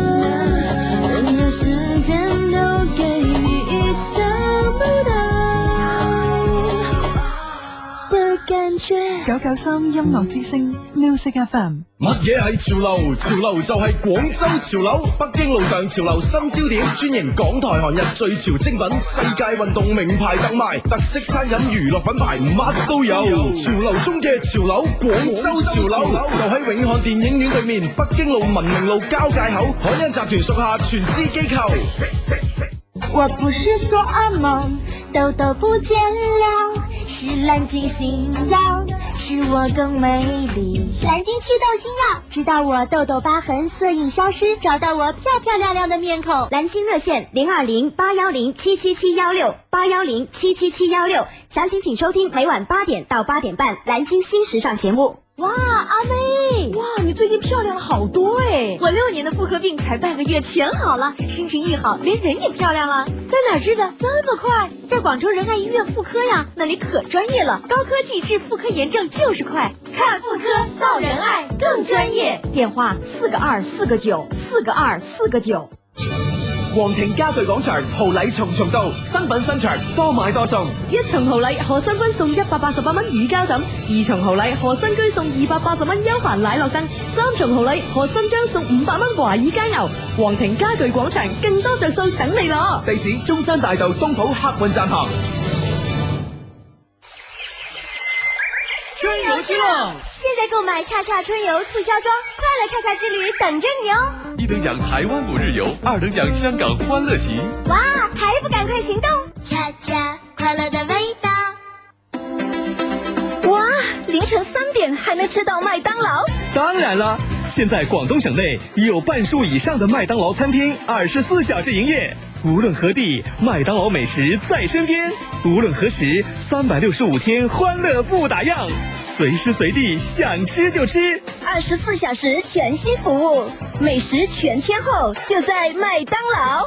人的时间都给你意想不到的感觉。九九三音樂之聲 Music FM。乜嘢啊系潮流？潮流就系广州潮流，北京路上潮流新焦点，专营港台韓日最潮精品，世界運動名牌特賣，特色餐飲娛樂品牌乜都有。潮流中嘅潮流，廣州潮流就喺永漢電影院對面，北京路文明路交界口，海欣集團屬下全資機構。我不是做噩梦，痘痘不见了，是蓝鲸新药，使我更美丽。蓝鲸祛痘新药，直到我痘痘疤痕色印消失，找到我漂漂亮亮的面孔。蓝鲸热线零二零八幺零七七七幺六八幺零七七七幺六，详情请收听每晚八点到八点半蓝鲸新时尚节目。哇，阿妹！哇，你最近漂亮了好多哎！我六年的妇科病才半个月全好了，心情一好，连人也漂亮了。在哪儿治的？这么快？在广州仁爱医院妇科呀，那里可专业了，高科技治妇科炎症就是快。看妇科造仁爱更专业，电话四个二四个九四个二四个九。皇庭家具廣場豪禮重重到，新品新場多買多送。一重豪禮何新君送一百八十八蚊乳膠枕，二重豪禮何新居送二百八十蚊休閒奶酪凳，三重豪禮何新章送五百蚊華爾街牛。皇庭家具廣場更多着數等你攞。地址中山大道東圃客運站旁。春游去了！现在购买叉叉春游促销装，快乐叉叉之旅等着你哦！一等奖台湾五日游，二等奖香港欢乐行。哇，还不赶快行动！恰恰快乐的味道。哇，凌晨三点还能吃到麦当劳，当然了，现在广东省内已有半数以上的麦当劳餐厅二十四小时营业。无论何地，麦当劳美食在身边。无论何时，三百六十五天欢乐不打烊，随时随地想吃就吃。二十四小时全新服务，美食全天候就在麦当劳。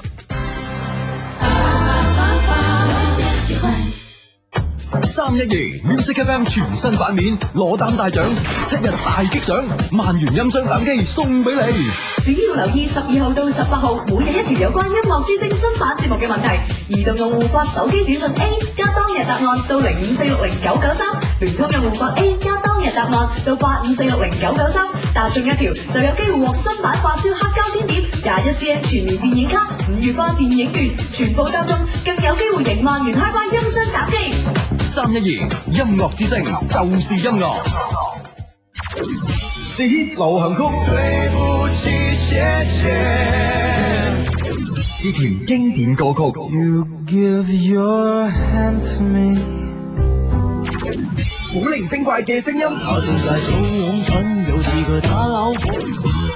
三一二 Music FM 全新版面，攞膽大獎，七日大激賞，萬元音箱膽機送俾你。只要留意十二號到十八號每日一條有關音樂之聲新版節目嘅問題，移動用戶發手機短信 A 加當日答案到零五四六零九九三，聯通用戶發 A 加當日答案到八五四六零九九三，答中一條就有機會獲新版發燒黑膠經典、廿一 CM 全年電影卡、五月花電影券，全部答中更有機會贏萬元開關音箱打機。三一二音樂之聲就是音樂，最 hit 流行曲。對不起，謝謝。呢段經典歌曲。You give your hand to me。古靈精怪嘅聲音。我正在慫恿蠢，又是個打扭。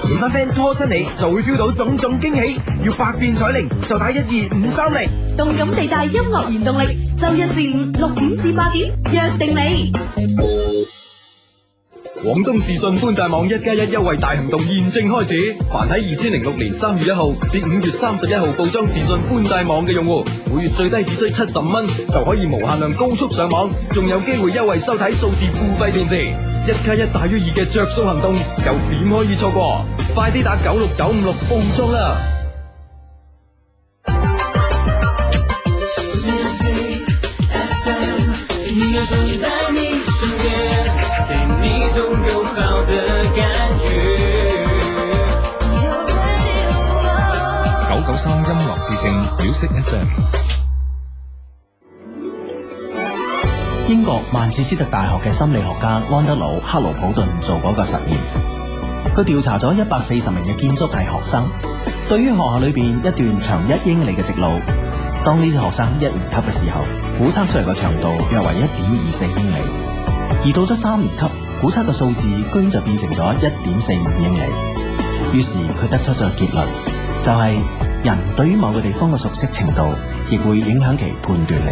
你班 friend 拖親你，就會 feel 到種種驚喜。要百變彩鈴，就打一二五三零。動感地帶音樂原動力，周一至五六點至八點，約定你。廣東視訊寬帶網一加一優惠大行動現正開始，凡喺二千零六年三月一號至五月三十一號報裝視訊寬帶網嘅用戶，每月最低只需七十蚊就可以無限量高速上網，仲有機會優惠收睇數字付費電視。一加一大於二嘅着數行動，又點可以錯過？快啲打九六九五六報裝啦！音乐总是在你身边，对你总有好的感觉。九九三音樂之聲 Music FM。英國曼徹斯特大學嘅心理學家安德魯克勞普頓做過一個實驗，佢調查咗一百四十名嘅建築系學生，對於學校裏邊一段長一英里嘅直路，當呢啲學生一年級嘅時候，估測出嚟嘅長度約為一點二四英里，而到咗三年級，估測嘅數字居然就變成咗一點四五英里。於是佢得出咗結論，就係、人對於某個地方嘅熟悉程度，亦會影響其判斷力。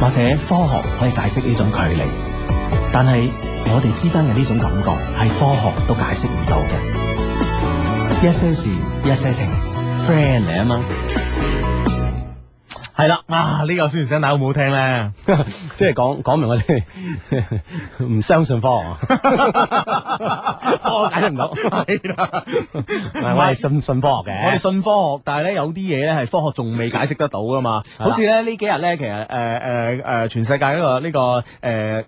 或者科學可以解釋呢種距離，但係我哋之間嘅呢種感覺係科學都解釋唔到嘅。一些事，一些情，friend 嚟啊嘛。系啦，啊呢、個个宣傳聲帶好唔好 聽咧？即係講講明我哋唔相信科 學，科學解釋唔到，係啦，我哋信信科學嘅。我哋信科學，但係咧有啲嘢咧係科學仲未解釋得到噶嘛。係啦好似咧呢幾日咧，其實誒誒誒，全世界呢、個呢、個誒、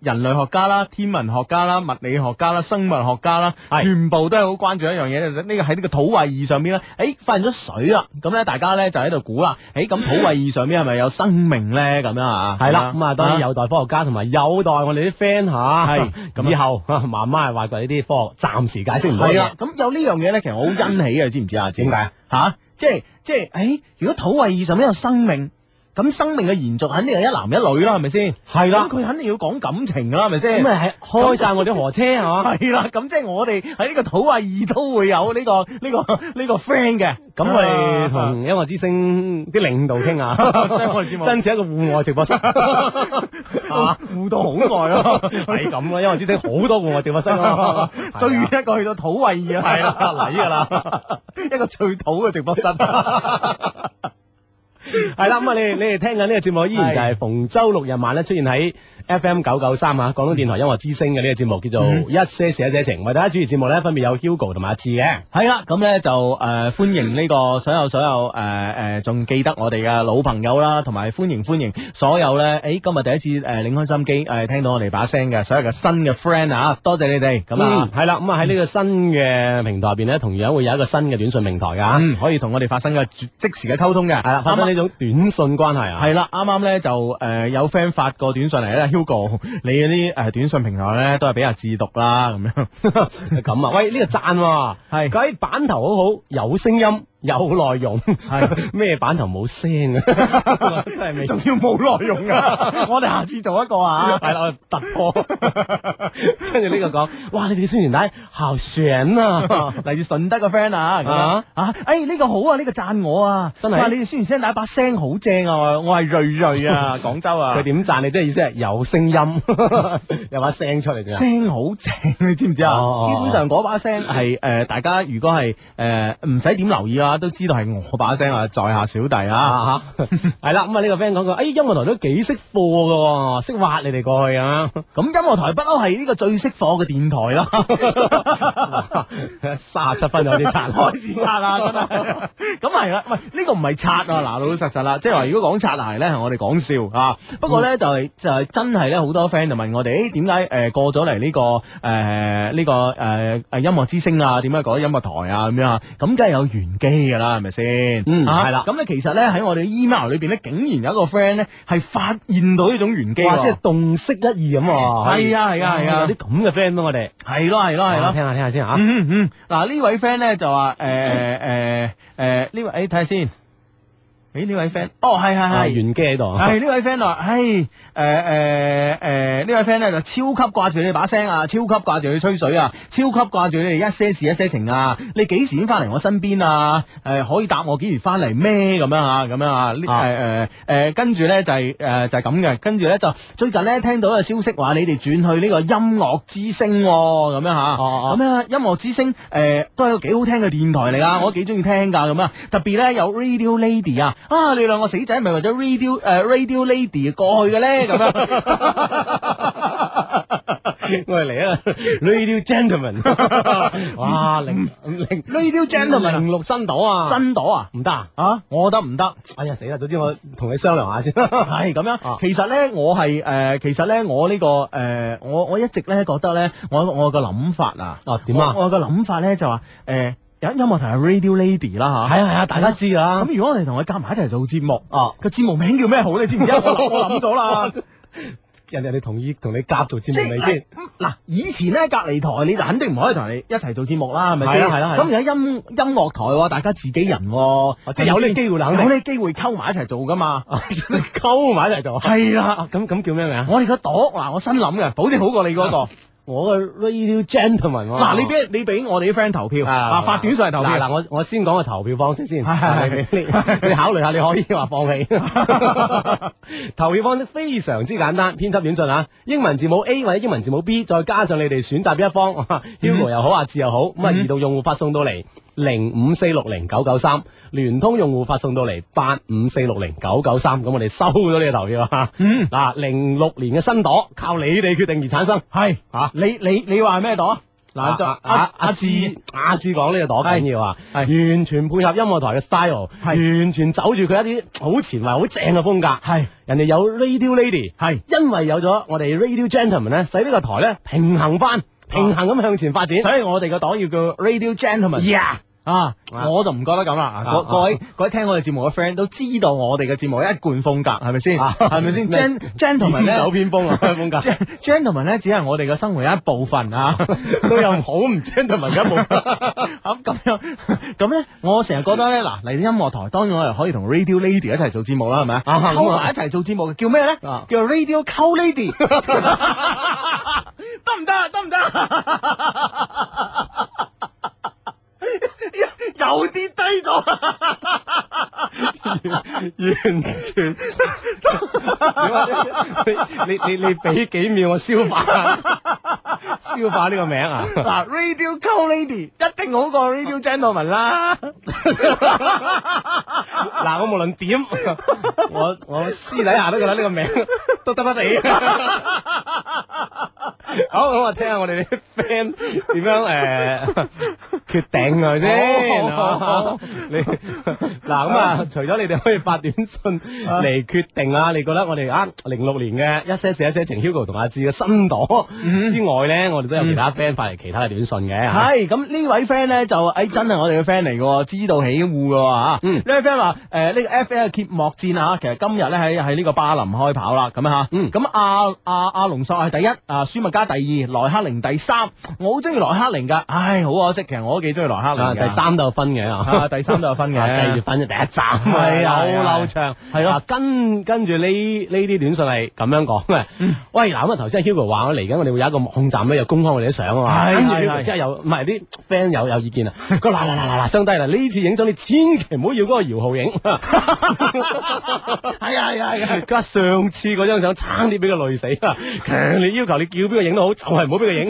人類學家啦、天文學家啦、物理學家啦、生物學家啦，全部都係好關注一樣嘢，就係呢、個喺呢個土衛二上邊咧，誒、發現咗水啦，咁咧大家咧就喺度估啦，誒、咁土衛二上邊係咪有生命咧？咁樣啊？嗯係啦，咁啊當然有待科學家同埋有待我哋啲 friend 吓，係咁以後啊慢慢係挖掘呢啲科學暫時解釋唔到嘅係啊嘢，。咁有呢樣嘢咧，其實我好欣喜啊，知唔知啊？點解吓？即係即係，誒，如果土衛二上面有生命，咁生命嘅延續肯定係一男一女啦，係咪先？係啦咁佢肯定要講感情啦，係咪先？咁咪係開晒我啲河車係嘛？係啦，咁即係我哋喺呢個土衛二都會有呢個呢個呢個 friend 嘅。啊咁我哋同音樂之星啲領導 傾下，將我哋節目啊真似一個戶外直播室， 啊，互到好外 咯，係啊咁咯。音樂之星好多戶外直播室啊 咯，最遠一個去到土衛二啊，係啦嚟 㗎啦，一個最土嘅直 播室。係啦。咁啊，你哋你哋聽緊呢個節目，依然就係逢周六日晚咧出現喺 FM 九九三啊，廣東電台音樂之星嘅呢個節目叫做嗯一些事一些情。為大家主持節目咧，分別有 Hugo 同埋阿志嘅。系啦，咁咧就誒、呃、歡迎呢個所有所有誒誒仲記得我哋嘅老朋友啦，同埋歡迎歡迎所有咧，誒、今日第一次誒、呃、擰開心機誒、呃、聽到我哋把聲嘅所有嘅新嘅 friend 啊，多謝你哋咁啊嗯，，系啦，咁啊喺呢個新嘅平台入边咧，同樣會有一個新嘅短信平台噶，嗯可以同我哋發生嘅即時嘅溝通嘅，係啦發生呢種短信關係啊，系啦，啱啱咧就誒、呃有 friend 發個短信嚟咧，Hugo，你嗰啲誒短信平台咧都係俾人自讀啦，咁樣咁啊，喂呢、個讚喎，係佢喺版頭好好，有聲音有內容，係 咩版頭冇聲啊， 真係 未，仲要冇內容啊！ 我哋下次做一個啊，係啦，我突破，跟住呢個講，哇你哋嘅宣傳帶好旋 啊，嚟自順德嘅 friend 啊，咁樣啊啊，誒呢個好啊，呢個讚我啊，真係哇你哋宣傳聲帶把聲好正啊，我我係瑞瑞啊，廣州啊，佢點讚你，即係意思係有聲音， 有把聲出嚟啫。聲好正，你知唔知啊？哦基本上嗰把聲係誒，大家如果係誒唔使點留意啊，都知道係我把聲啊，在下小弟啊， 啊吓，系啦，咁啊呢個 friend 講過，哎音樂台都幾識貨噶，識挖你哋過去啊，咁音樂台不嬲係呢個最識貨嘅電台啦， 三十七分有啲 殘害開始擦啦，真係。咁係啦，喂，呢個唔係擦啊，嗱老老實實啦，即係話如果講擦鞋咧，係我哋講笑啊。不過咧就係就係真係咧，好多 friend 就問我哋，誒點解誒過咗嚟呢個誒呢個誒誒音樂之星啊，點解改音樂台啊咁樣啊？咁梗係有玄機㗎啦，係咪先？嗯啊係啦咁咧其實咧喺我哋 email 裏邊咧，竟然有一個 friend 咧係發現到呢種玄機哇！喎即係洞悉一二咁喎。係啊係啊係啊有啲咁嘅 friend 咯，我哋係咯係咯係啊咯聽。下聽下先嚇。嗯嗯嗯，嗱呢位 friend 咧就話誒誒誒呢位，誒睇下先。诶呢位 friend，哦系啊系系，原機喺度啊系呢位 friend 話，唉，誒誒誒，呢位 friend 咧就超級掛住你把聲啊，超級掛住你吹水啊，超級掛住你哋一些事一些情啊，你幾時先翻嚟我身邊啊？誒、可以答我幾時翻嚟咩？咁樣啊，咁樣啊，呢誒誒誒，跟住咧就係、誒、就係咁嘅，跟住咧就最近咧聽到個消息話你哋轉去呢個音樂之聲喎、咁樣嚇、啊咁咧、音樂之聲誒、都係一個幾好聽嘅電台嚟嗯啊，我都幾中意聽㗎咁啊，特別咧有 Radio Lady 啊，啊你兩個死仔咪為咗 Radio 誒、Radio Lady 過去嘅咧咁 樣。 我哋嚟啊 ，Radio Gentleman，哇，啊零嗯零 Radio Gentleman 零六新朵啊，新朵啊，唔得啊，啊，我覺得唔得。哎呀死啦，總之我同你商量下先， 啊係咁樣，其實咧，我係誒、呃其實咧，我呢、個誒、呃我我一直咧覺得咧，我我有個諗法啊，哦點啊我我有個諗法咧就話誒。有音樂台係 Radio Lady 啦嚇，係啊係啊大家知㗎啦咁如果我哋同佢夾埋一齊做節目，哦，個節目名叫咩好？你知唔知啊？我諗我諗咗啦。人哋你同意同你夾做節目未先？嗱，以前咧隔離台你就肯定唔可以同你一齊做節目啦，係咪先？係啊啦係啦係咁啦而家音音樂台喎，大家自己人喎，即係有呢個機會啦肯定有呢個機會溝埋一齊做噶嘛。 溝埋一齊做，係啦啊，咁咁叫咩名啊？啊我哋個朵嗱，我新諗嘅，保證好過你嗰個。我個 Radio Gentleman 喎嗱，你俾你俾我哋啲 friend 投票啊，發短信嚟投票。嗱嗱，我我先講個投票方式先，係係你你你考慮下，你可以話放棄。投票方式非常之簡單，編輯短信啊，英文字母 A 或者英文字母 B，再加上你哋選擇邊一方 嗯，Hugo 又好，阿志又好，咁啊移動用戶發送到嚟。零五四六零九九三，聯通用戶發送到嚟八五四六零九九三，咁我哋收咗呢個投票啊！嗯 嗱，零六年嘅新朵靠你哋決定而產生，係啊，你你你話咩朵？嗱，就啊阿阿志志阿志講呢個朵緊要啊，係完全配合音樂台嘅 style，完全走住佢一啲好前衞、好正嘅風格。係人哋有 Radio Lady，係因為有咗我哋 Radio Gentleman 咧，使呢個台咧平衡翻，平衡咁向前發展。啊所以我哋個朵要叫 Radio Gentleman。 Yeah 啊！啊我就唔覺得咁啦，啊各啊各位各位聽我哋節目嘅 friend 都知道我哋嘅節目一貫風格係咪先？啊係咪先咩？Gen gentleman 咧 有偏鋒啊風格 Gen-，gentleman 咧只係我哋嘅生活一部分 啊，都有好唔 gentleman 嘅一部 分。咁咁樣咁咧，我成日覺得咧，嗱嚟到音樂台，當然我哋可以同 Radio Lady 一齊做節目啦，係咪？啊溝埋一齊做節目嘅叫咩咧？啊叫 Radio 溝 Lady，得唔得？得唔得？有啲低咗， 完全， 你你你你俾幾秒我消化消化呢個名啊！嗱，Radio 溝 Lady 一定好過 Radio Gentleman 啦。嗱，我無論點，我我私底下都覺得呢個名都得不地。好，咁我聽下我哋啲 friend 點樣诶、呃、決定佢先。好好啊你嗱咁啊，除咗你哋可以發短信嚟決定啊，你覺得我哋啊零六年嘅一些事一些情 Hugo 同阿志嘅新朵之外咧，我哋都有其他 friend 發嚟其他嘅短信嘅。嚇系咁呢位 friend 咧就诶真係我哋嘅 friend 嚟嘅喎，知道起户嘅喎啊嗯呢位 friend 話诶呢個 F1 嘅揭幕戰啊，其實今日咧喺喺呢個巴林開跑啦，咁啊嗯吓，咁阿阿阿隆索係第一，啊舒密加第二，萊克寧第三，我好中意萊克寧㗎，唉好可惜，其實我都幾中意萊克啊，寧嘅第。三都有分嘅啊啊，第三都有分嘅 啊繼住分咗第一站，係啊係啊好流暢，係咯啊。跟跟住呢呢啲短信係咁樣講嘅。嗯喂，嗱咁啊，頭先 Hugo 話我嚟緊，我哋會有一個網站咧，有公開我哋啲相啊嘛。係跟住係 Hugo 係之後有唔係啲 friend 有有意見啊？佢話嗱嗱嗱嗱嗱，相低啦！呢次影相你千祈唔好要嗰個姚浩影。 係啊係啊係啊佢話上次嗰張相差啲俾佢累死啊！強烈要求你叫邊個影都好，就係唔好俾佢影。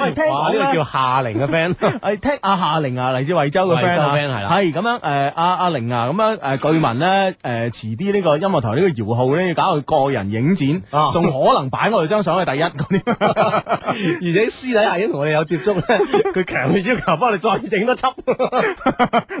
喂聽哇講呢個咧叫夏玲嘅 friend。 系哎聽阿夏玲啊，嚟自惠州嘅惠 friend 州啊， friend 係啦係咁樣诶，阿阿玲啊，咁樣诶，據聞咧诶，遲啲呢個音樂台呢個搖號咧，要搞佢個人影啊展，仲可能擺我哋張相去第一嗰啲。 而且私底下已經同我哋有接觸咧，佢強烈要求幫我哋再整多輯，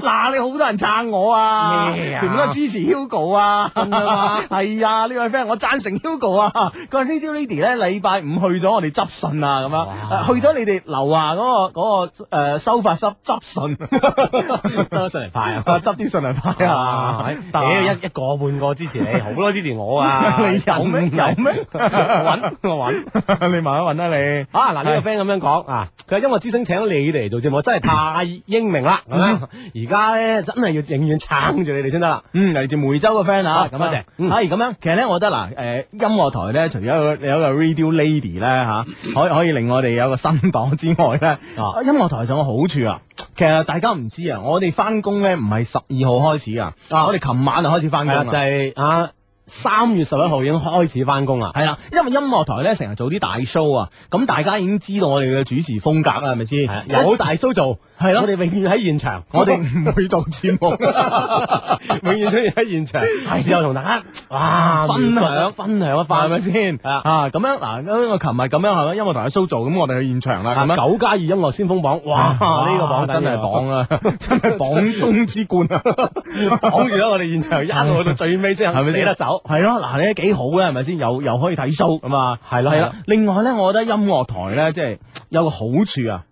嗱，你好多人撐我啊，咩啊全部都支持 Hugo 啊， 係啊，呢位 friend 我贊成 Hugo 啊，佢話 Radio Lady 咧禮拜五去咗我哋執信啊，咁樣哇呃去咗你哋樓下嗰個嗰個诶收發室執 信，執信嚟派啊，執啲信嚟派啊，屌得一一個半個支持你，好多支持我啊！ 你有咩有咩？ 揾我揾，你慢慢揾啦你。啊嗱，呢個 friend 咁樣講啊，佢話音樂之星請咗你哋嚟做節目，真係太英明啦！嗯咁樣而家咧真係要永遠撐住你哋先得啦。嗯，嚟自梅州嘅 friend 啊，咁多謝啊，係咁樣。其實咧，我覺得嗱，誒音樂台咧，除咗有個有一個 Radio Lady 咧嚇，可以可以令我哋有個新檔之外咧，音樂台仲有好處啊。其實大家唔知啊，我哋翻工咧唔係十二號開始啊，我哋琴晚就開始翻工係啊啦，就係啊。三月十一號已經開始翻工啦，係啦，因為音樂台咧成日做啲大 show 啊，咁大家已經知道我哋嘅主持風格啊啦，係咪先？有大 show 做，係咯我哋永遠喺現場，我哋唔會做節 目，啊永遠出現喺 現場，哎事後同大家哇分享分享一係番咪先？啊，咁樣嗱，因為我琴日咁樣係咪音樂台嘅 show 做，咁我哋去現場啦，啊咁樣九加二音樂先鋒榜，哇呢個榜 真係榜啊，真係 榜中之冠啊！ 講住啦，我哋現場一路到最尾先係咪肯先捨得走，係咯，嗱，你都幾好嘅，係咪先？又又可以睇 show 咁啊，係咯係係啦啦。另外咧，我覺得音樂台咧，即係有個好處啊，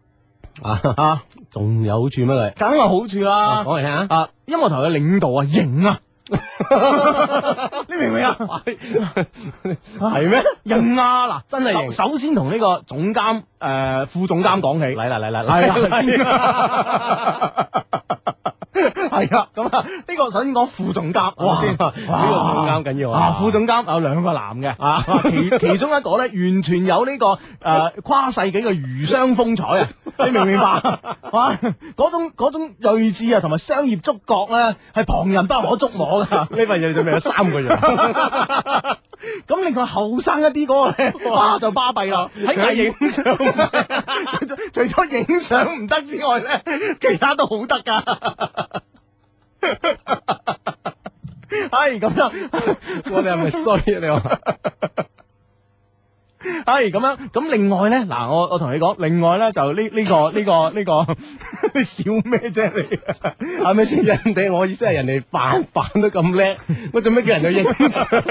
啊啊，仲有好處咩佢？梗有好處啦。講嚟聽下啊，音樂台嘅領導啊，型啊，你明唔明啊？係咩？型啊，嗱，真係型首先同呢個總監誒副總監講起，嚟啦嚟啦係嚟啦先。啦，係啊，咁啊，呢個首先講副總監，係咪先哇呢個副總監緊要啊啊，副總監有兩個男嘅，啊，其其中一個咧完全有呢個誒跨世紀嘅魚商風 采啊，你明唔明白？哇，嗰種嗰種睿智啊，同埋商業觸覺咧，係旁人不可捉摸噶。呢份嘢準備有三個月，咁另外後生一啲嗰個咧，哇就巴閉啦！喺藝影上，除咗 除咗影相唔得之外咧，其他都好得噶。 係咁樣，我哋係咪衰啊？你話係咁樣。咁另外咧，嗱，我我同你講，另外咧就呢呢個呢個呢個， 你笑咩啫你？係咪先？人哋我意思係人哋扮扮得咁叻，我做咩叫人哋影相？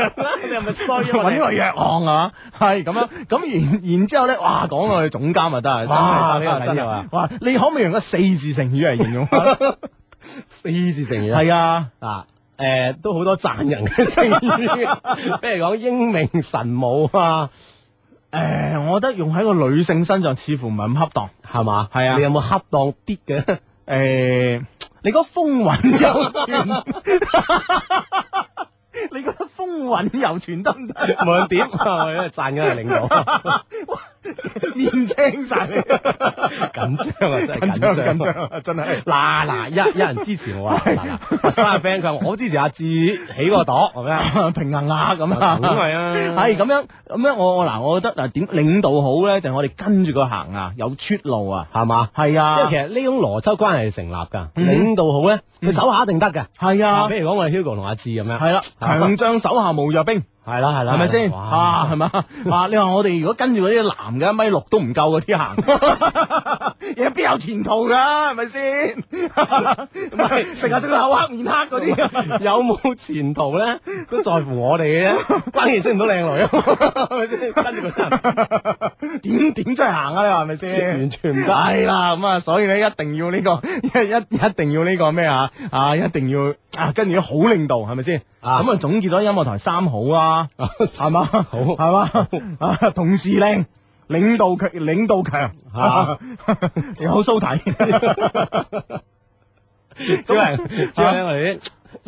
你 係咪衰啊？揾個弱項啊， 係咁樣，咁然然之後咧，哇，講我哋總監啊得啊，哇真係呢個真係緊要啊哇，你可唔可以用個四字啊成語嚟形容下？ 四字成語啊係啊。啊，誒、都好多讚人嘅成 語，譬如講英明神武啊，诶、我覺得用喺個女性身上似乎唔係咁恰當。係嘛？係啊你有冇恰當啲嘅？诶、你嗰風韻猶 存，你嗰風韻猶存得唔得？無論點，啊我哋都係讚緊係領導， 面青晒你， 緊張啊，真係緊張。張，啊真係。嗱嗱，一有人支持我啊！嗱嗱，佛山嘅 friend 佢話我支持阿志起個朵，咁 樣平衡下咁啊，梗係啊係咁樣咁樣，我我嗱，我覺得嗱，點領導好咧，就係我哋跟住佢行啊，有出路啊，係嘛？係即係啊其，實呢種邏輯關係係成立㗎，嗯領導好咧，佢手下一定得㗎。係啊，啊，譬如講我哋 Hugo 同阿志咁樣，係啦，強將手下無弱兵。係啦係啦，系咪先？哇啊，系嘛？ 啊，你話我哋如果跟住嗰啲男嘅一米六都唔夠嗰啲 行，嘢邊有前途噶？係咪先？唔係成 日食到口黑面黑嗰啲， 有冇前途咧，都在乎我哋嘅啫。 關鍵識唔到靚女啊，係咪先？跟住佢 點點出去行啊？你話係咪真先？完全唔得。係啦，咁啊，所以咧一定要呢、個 一一一定要呢個咩啊啊，一定要啊，跟住要好領導係咪先？啊咁啊，總結咗音樂台三好 啊，係嘛？好係嘛？啊，同事靚，領導強，領導強， 啊 有須睇。啊主要係主要係我哋啲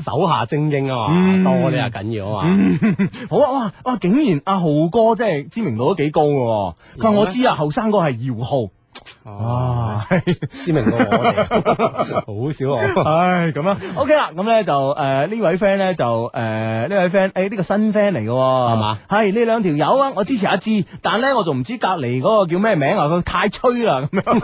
手下精英啊嘛，多啲啊緊要啊嘛。嗯 好啊！哇哇！竟然阿浩哥即係知名度都幾高嘅喎。佢話有咩我知啊，後生哥係姚浩。 哇，知名過我哋，好少我。唉，咁啊，OK 啦，咁咧就誒、呃呢位 friend 咧就誒呢、位 friend，誒呢哎個新 friend 嚟嘅喎，係嘛？係呢兩條友啊，我支持阿志，但咧我仲唔知隔離嗰個叫咩名啊，佢太吹啦咁樣。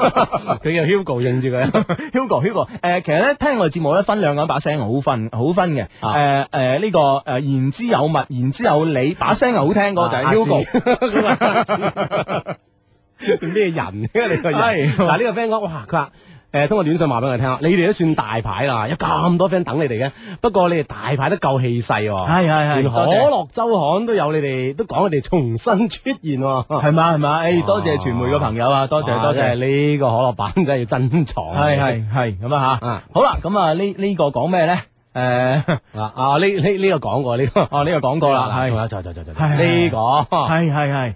佢叫 Hugo 應住 佢， Hugo Hugo，誒、呃其實咧聽我哋節目咧分兩個人把聲好分好分嘅，啊誒誒呢個誒、呃言之有物，言之有理，把聲係好聽嗰個就係啊 Hugo。咩人呢？你個人 係 嗱呢個 friend 講，哇，佢話誒誒通過短信話俾我哋聽啦，你哋都算大牌啦，有咁多 friend 等你哋嘅。不過你哋大牌都夠氣勢喎，係係係連可多謝樂周刊都有你哋，都講你哋重新出現喎，係嘛係 嘛？誒多謝傳媒嘅朋友啊，多謝哇多謝真係呢個可樂版 真係要珍藏啊，係係係咁啊吓，好啦，咁啊呢呢個講咩咧？诶，啊啊！呢呢呢個講過，呢個哦呢個講過啦，係仲有仲有仲有仲有係呢個係係係。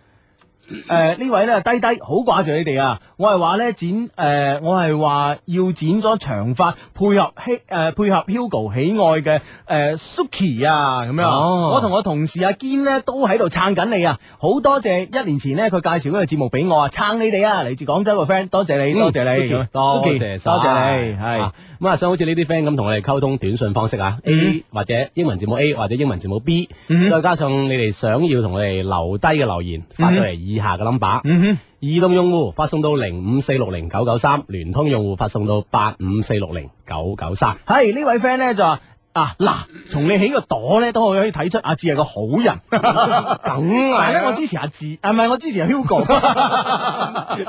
诶，呃呢位咧低低好掛住你哋啊！我係話咧剪诶，我係話要剪咗長髮，配合希诶配合 Hugo 喜愛嘅诶 Suki 啊，咁樣。哦我同我同事阿堅咧都喺度撐緊你啊！好多謝一年前咧佢介紹嗰個節目俾我啊，撐你哋啊！嚟自廣州嘅 friend，多謝你，多謝你，嗯 Suki，多 Suki，謝晒多謝你，係。啊咁啊，想好似呢啲 friend 咁同我哋溝通短信方式啊嗯，A 或者英文字母 A 或者英文字母 B，再加上你哋想要同我哋留低嘅留言，發到嚟以下嘅 number。移嗯動用戶發送到零五四六零九九三，聯通用戶發送到八五四六零九九三。系呢位 friend 咧就話啊嗱，從你起個朵咧都可以睇出阿志係個好人， 梗但係咧係我支持阿志，啊唔係我支持阿 Hugo，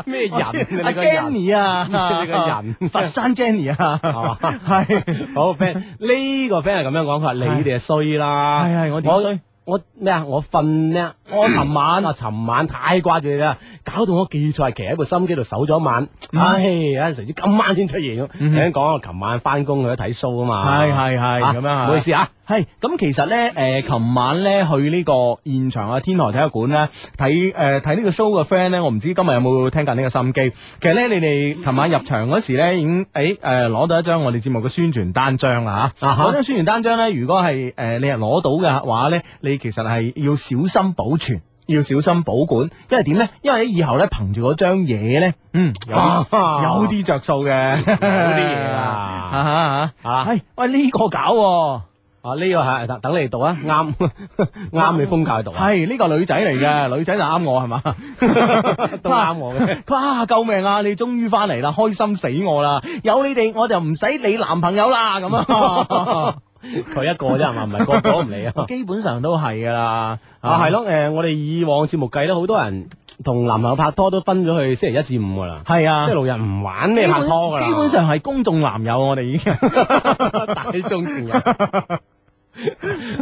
咩人？阿 Jenny 啊，你個人佛山 Jenny 啊，係好 friend 呢個 friend 係咁樣講，佢話你哋係衰啦，係係我點衰？嗯我咩啊？我瞓咩啊？我尋晚啊，尋晚太掛住你啦，搞到我記錯日期喺部心機度搜咗一晚，唉，啊，誰知今晚先出現咁。嗯有人講我琴晚翻工去咗睇 show 啊嘛，係係係啊咁樣啊唔好 意思啊。系咁，其實咧，诶、琴晚咧去呢個現場啊，天河體育館咧睇诶睇呢個 show 嘅 friend 咧，我唔知今日有冇聽緊呢個心機。其實咧，你哋琴晚入場嗰時咧，已經诶诶攞到一張我哋節目嘅宣傳單張啦吓。啊哈嗰張宣傳單張咧，如果係诶、呃你係攞到嘅話咧，你其實係要小心保存。要小心保管，因為點咧？因為以後咧，憑住嗰張嘢咧，嗯，有啲啊有啲着數嘅，有啲嘢 啊，啊，係喂呢個搞喎。啊！呢個係等等你讀啊，啱 啱你風格去讀啊，嗯系呢個女仔嚟嘅，女仔就啱我係嘛， 都啱我 嘅。佢話啊救命啊！你終於翻嚟啦，開心死我啦！有你哋我就唔使你男朋友啦咁 啊！佢一個啫係嘛，唔 係個個都唔理啊。基本上都係噶啦，啊，系咯，诶、我哋以往節目計咧，好多人同男朋友拍拖都分咗去星期一至五噶啦，係啊即係六日唔玩咩拍拖噶啦，基本上係公眾男友，我哋已經大眾情人。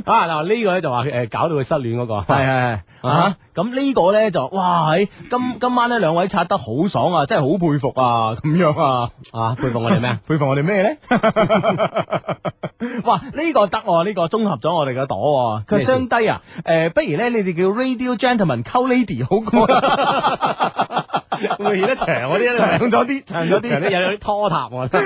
啊，嗱呢個咧就話诶，搞到佢失戀嗰、個，係係係啊啊！咁呢個咧就哇，喺今今晚呢兩位刷得好爽啊，真係好佩服啊，咁樣啊啊，佩服我哋咩啊？佩服我哋咩咧？哇！呢、個得喎，呢、個綜合咗我哋嘅朵喎，佢咩事相低啊！诶、不如咧，你哋叫 Radio Gentleman 溝 Lady 好 過啦，會而家長嗰啲長咗啲，長咗長啲啲。有有啲拖沓我覺得，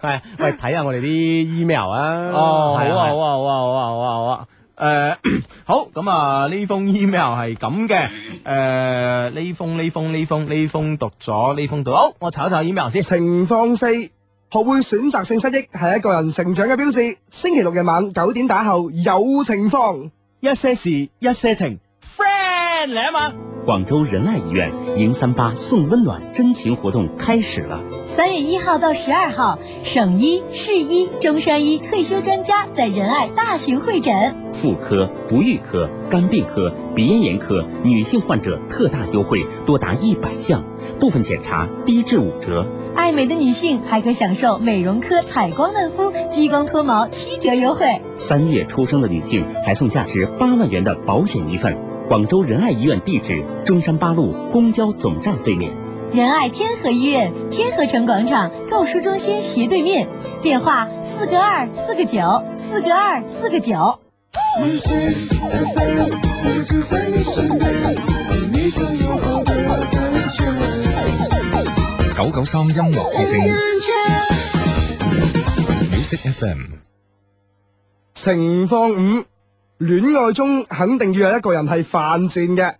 係喂睇下我哋啲 email 啊，哦，好係啊，好啊，好啊，好啊，好啊，好啊。诶、 好咁啊！呢封 email 係咁嘅，诶、呢封呢封呢封呢封讀咗，呢封讀好，我查一查 email 先。情況四，學會選擇性失憶係一個人成長嘅標誌。星期六日晚九點打後有情況。一些事，一些哎情。friend 嚟啊嘛！ 广州仁爱医院迎三八送温暖真情活动开始了。三月一号到十二号，省医、市医、中山医退休专家在仁爱大型会诊。妇科、不育科、肝病科、鼻咽炎科女性患者特大优惠多达一百项，部分检查低至五折。爱美的女性还可享受美容科采光嫩肤、激光脱毛七折优惠。三月出生的女性还送价值八万元的保险一份。广州仁爱医院地址：中山八路公交总站对面。仁爱天河医院天河城广场购书中心斜对面，电话四个二四个九四个二四个九。九九三音樂之聲，music FM。情況五，戀愛中肯定要有一個人係犯賤嘅。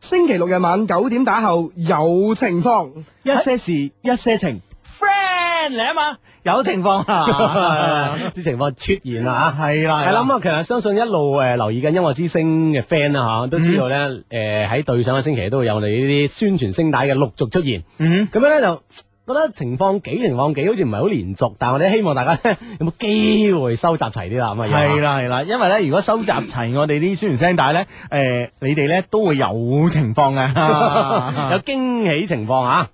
星期六日晚九點打後有情況。一些事，一些情。friend 嚟啊嘛，有情況啊， 啲情況出現啦嚇，係啦係啦咁啊，其實相信一路誒留意緊音樂之星嘅 friend 啦嚇，都知道咧誒喺對上嘅星期都會有我哋呢啲宣傳聲帶嘅陸續出現，咁樣咧就。覺得情況幾情況幾好似唔係好連續，但係我哋希望大家咧有冇機會哎收集齊啲啦，咁啊要啊係啦係啦，因為咧，如果收集齊我哋啲宣傳聲帶咧，诶、你哋咧都會有情況嘅， 有驚喜情況啊！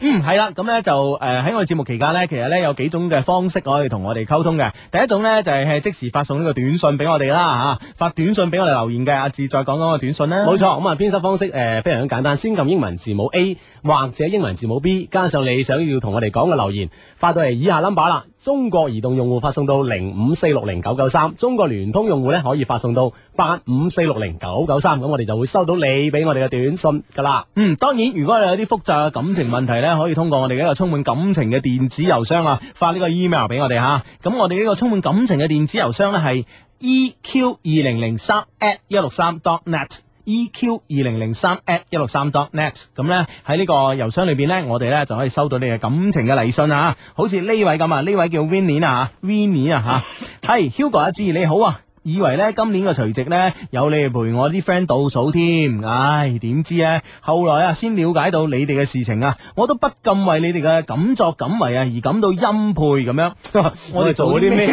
嗯，系啦，咁咧就诶喺、我哋節目期間咧，其實咧有幾種嘅方式可以同我哋溝通嘅。第一種咧就係即時發送呢個短信俾我哋啦吓，發短信俾我哋留言嘅。阿志再講講個短信啦。冇錯，咁啊編輯方式誒、呃非常之簡單，先撳英文字母 A 或者英文字母 B，加上你想要同我哋講嘅留言，發到嚟以下 number 啦。中國移動用戶發送到零五四六零九九三，中國聯通用戶咧可以發送到八五四六零九九三，咁我哋就會收到你俾我哋嘅短信噶啦。嗯，當然，如果你有啲複雜嘅感情問題咧，可以通過我哋嘅一個充滿感情嘅電子郵箱啊，發呢個 email 俾我哋吓。咁我哋呢個充滿感情嘅電子郵箱咧係 eq 二零零三 at 一六三 dot net。EQ E 二零零三 at 一六三 dot net，咁咧喺呢個郵箱裏邊咧，我哋咧就可以收到你嘅感情嘅嚟信啊，好似呢位咁啊，呢位叫 Winnie 啊，Winnie 啊吓，係 Hugo 阿志你好啊。以為咧今年嘅除夕咧有你哋陪我啲 friend 倒數添，唉，點知咧後來啊先了解到你哋嘅事情啊，我都不禁為你哋嘅敢作敢為啊而感到欽佩咁 樣。我哋做咗啲咩？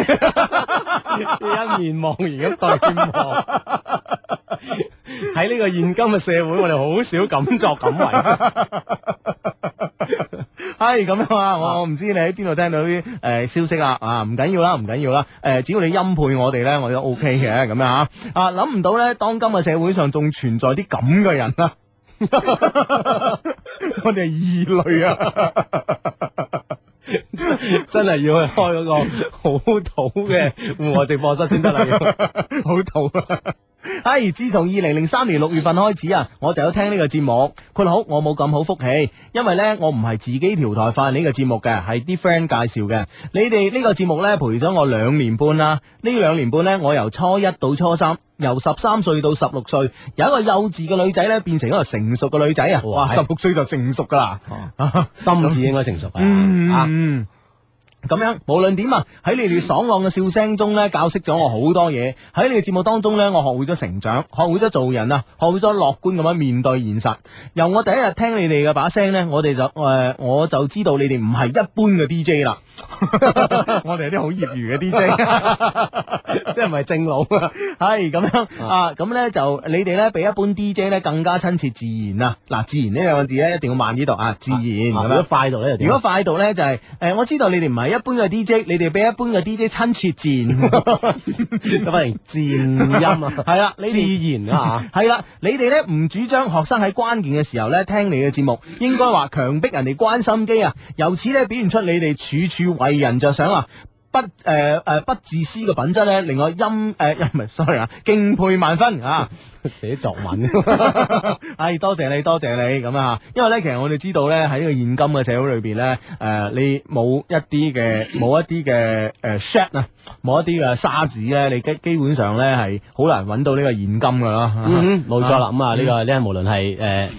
一面望而咁對望。喺呢個現今嘅社會，我哋好少敢作敢為。系咁樣啊！我我唔知你喺邊度聽到啲诶、呃消息啦啊，唔緊要啦，唔緊要啦，诶、只要你欽佩我哋咧，我都 O K 嘅咁樣啊！啊，諗唔到咧，當今嘅社會上仲存在啲咁嘅人啊！ 我哋係異類啊！ 真係要去開嗰個好土嘅户外直播室先得啦， 好土啊！ 系，自從二零零三年六月份開始啊，我就有聽呢個節目。佢好，我冇咁好福氣，因為呢，我唔係自己調台發現呢個節目嘅，係啲 friend 介紹嘅。你哋呢個節目呢，陪咗我兩年半啦。呢兩年半呢，我由初一到初三，由十三歲到十六歲，由一個幼稚嘅女仔呢，變成一個成熟嘅女仔啊！哇，十六歲就成熟噶啦， 心智應該成熟啊！嗯。咁樣，無論點啊，喺你哋爽朗嘅笑聲中咧，教識咗我好多嘢。喺你哋節目當中咧，我學會咗成長，學會咗做人啊，學會咗樂觀咁樣面對現實。由我第一日聽你哋嘅把聲咧，我哋就誒、呃我就知道你哋唔係一般嘅 DJ 啦。我哋係啲好業餘嘅 DJ，即係 唔係正路啊？係咁樣啊，咁咧就你哋咧比一般 DJ 咧更加親切自然啊！嗱，自然呢兩個字咧一定要慢呢度啊，自然啊咁如果樣。快度咧，如果快度咧就係、誒、我知道你哋唔係一般嘅 DJ，你哋比一般嘅 DJ 親切自 然，咁反而自然音啊係啦，你哋自然啊，係啦，你哋咧唔主張學生喺關鍵嘅時候咧聽你嘅節目，應該話強迫人哋關心機啊，由此咧表現出你哋處處為人着想啊。不誒誒、呃不自私嘅品質咧，令我欽誒唔係 sorry 啊，敬佩萬分啊！寫作文。唉、多謝你，多謝你咁啊！因為咧，其實我哋知道咧，喺呢個現今嘅社會裏邊咧，誒、你冇一啲嘅冇一啲嘅誒 shed 啊，冇一啲嘅沙子咧，你基基本上咧係好難揾到呢個現金噶啦。嗯哼冇錯啦咁啊呢個咧無論係誒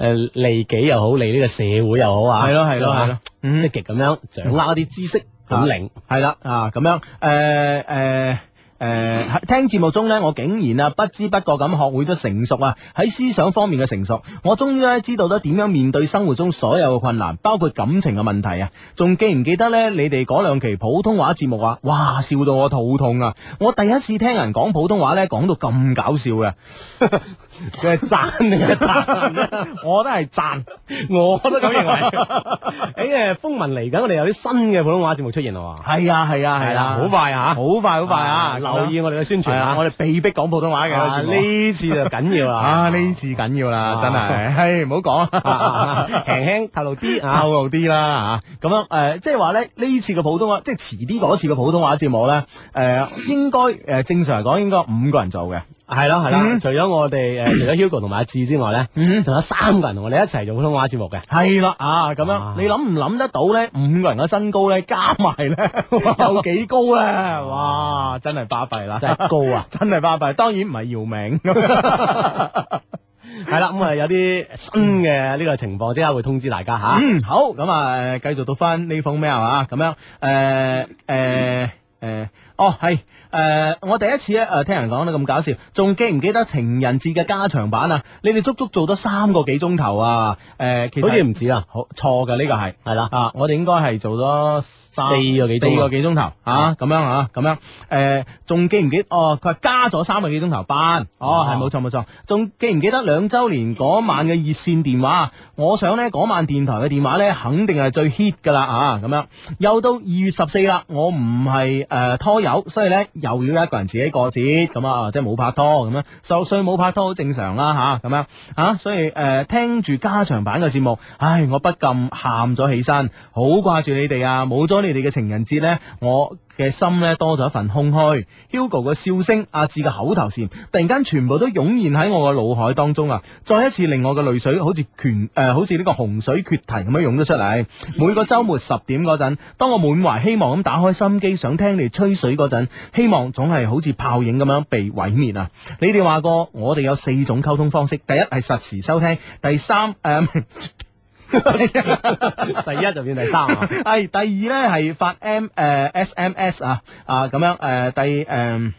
誒利己又好，利呢個社會又好啊，係咯係咯係咯，積極咁樣掌握一啲知識本領，嗯係啦啊咁樣誒誒。誒、喺聽節目中呢，我竟然啊不知不覺咁學會咗成熟啊，喺思想方面嘅成熟，我終於咧知道咗點樣面對生活中所有嘅困難，包括感情嘅問題啊。仲記唔記得呢？你哋嗰兩期普通話節目啊，哇，笑到我肚痛啊！我第一次聽人講普通話呢，講到咁搞笑 嘅，佢係讚你啊， 我都係讚， 我都咁 認為。喺誒風聞嚟緊，我哋有啲新嘅普通話節目出現啦喎。係啊係啊係係啊啦，好快啊，好快好快啊！留意我哋嘅宣傳係啊，我哋被逼講普通話嘅啊節目呢次就緊要 啦啊啊呢次緊要啦，真係，唉唔好講啊，輕輕透露啲啊透露啲啦啊，咁樣誒，即係話咧呢次嘅普通話，即係遲啲嗰次嘅普通話節目咧，誒應該誒正常嚟講應該五個人做嘅，係咯係啦，嗯除咗我哋誒，呃除咗 Hugo 同埋阿志之外咧，仲有三個人同我哋一齊做普通話節目嘅。係啦啊，咁樣你諗唔諗得到咧？五個人嘅身高咧加埋 咧有幾高啊咧？哇，真係巴閉啦，真係高啊， 真係巴閉，當然唔係姚 明。係啦，咁啊有啲新嘅呢個情況，即刻會通知大家吓。嗯，好，咁啊，誒繼續讀翻呢封 mail 啊，咁樣，誒誒誒。哦，系诶、誒我第一次咧诶、誒聽人講得咁搞笑，仲記唔記得情人節嘅加長版啊？你哋足足做咗三個幾鐘頭啊！誒、其實好似唔止啊，好錯嘅呢個係係啦啊，我哋應該係做咗三四個幾鐘啊四個幾鐘頭啊，咁樣啊，咁樣誒，仲、記唔記哦？佢話加咗三個幾鐘頭班，哦，係冇錯冇錯，仲記唔記得兩週年嗰晚嘅熱線電話？我想呢嗰晚電台嘅電話呢，肯定係最 hit 噶啦啊，咁樣又到二月十四啦，我唔係誒拖友，所以呢又要一個人自己過節咁啊，即係冇拍拖咁樣，所所以冇拍拖好正常啦吓，咁樣啊，所以誒、呃、聽住加長版嘅節目，唉，我不禁喊咗起身，好掛住你哋啊！冇咗你哋嘅情人節呢，我。嘅心咧多咗一份空虛，Hugo 嘅笑聲，阿志嘅口頭禪，突然間全部都湧現喺我嘅腦海當中啊！再一次令我嘅淚水好似拳誒、 呃好似呢個洪水決堤咁樣湧咗出嚟。每個週末十點嗰陣，當我滿懷希望咁打開心機想聽你吹水嗰陣，希望總係好似泡影咁樣被毀滅啊！你哋話過，我哋有四種溝通方式，第一係實時收聽，第三誒。呃 第一就變第三 啊，系第二咧係發 M 诶、SMS 啊啊咁樣诶、呃第诶。呃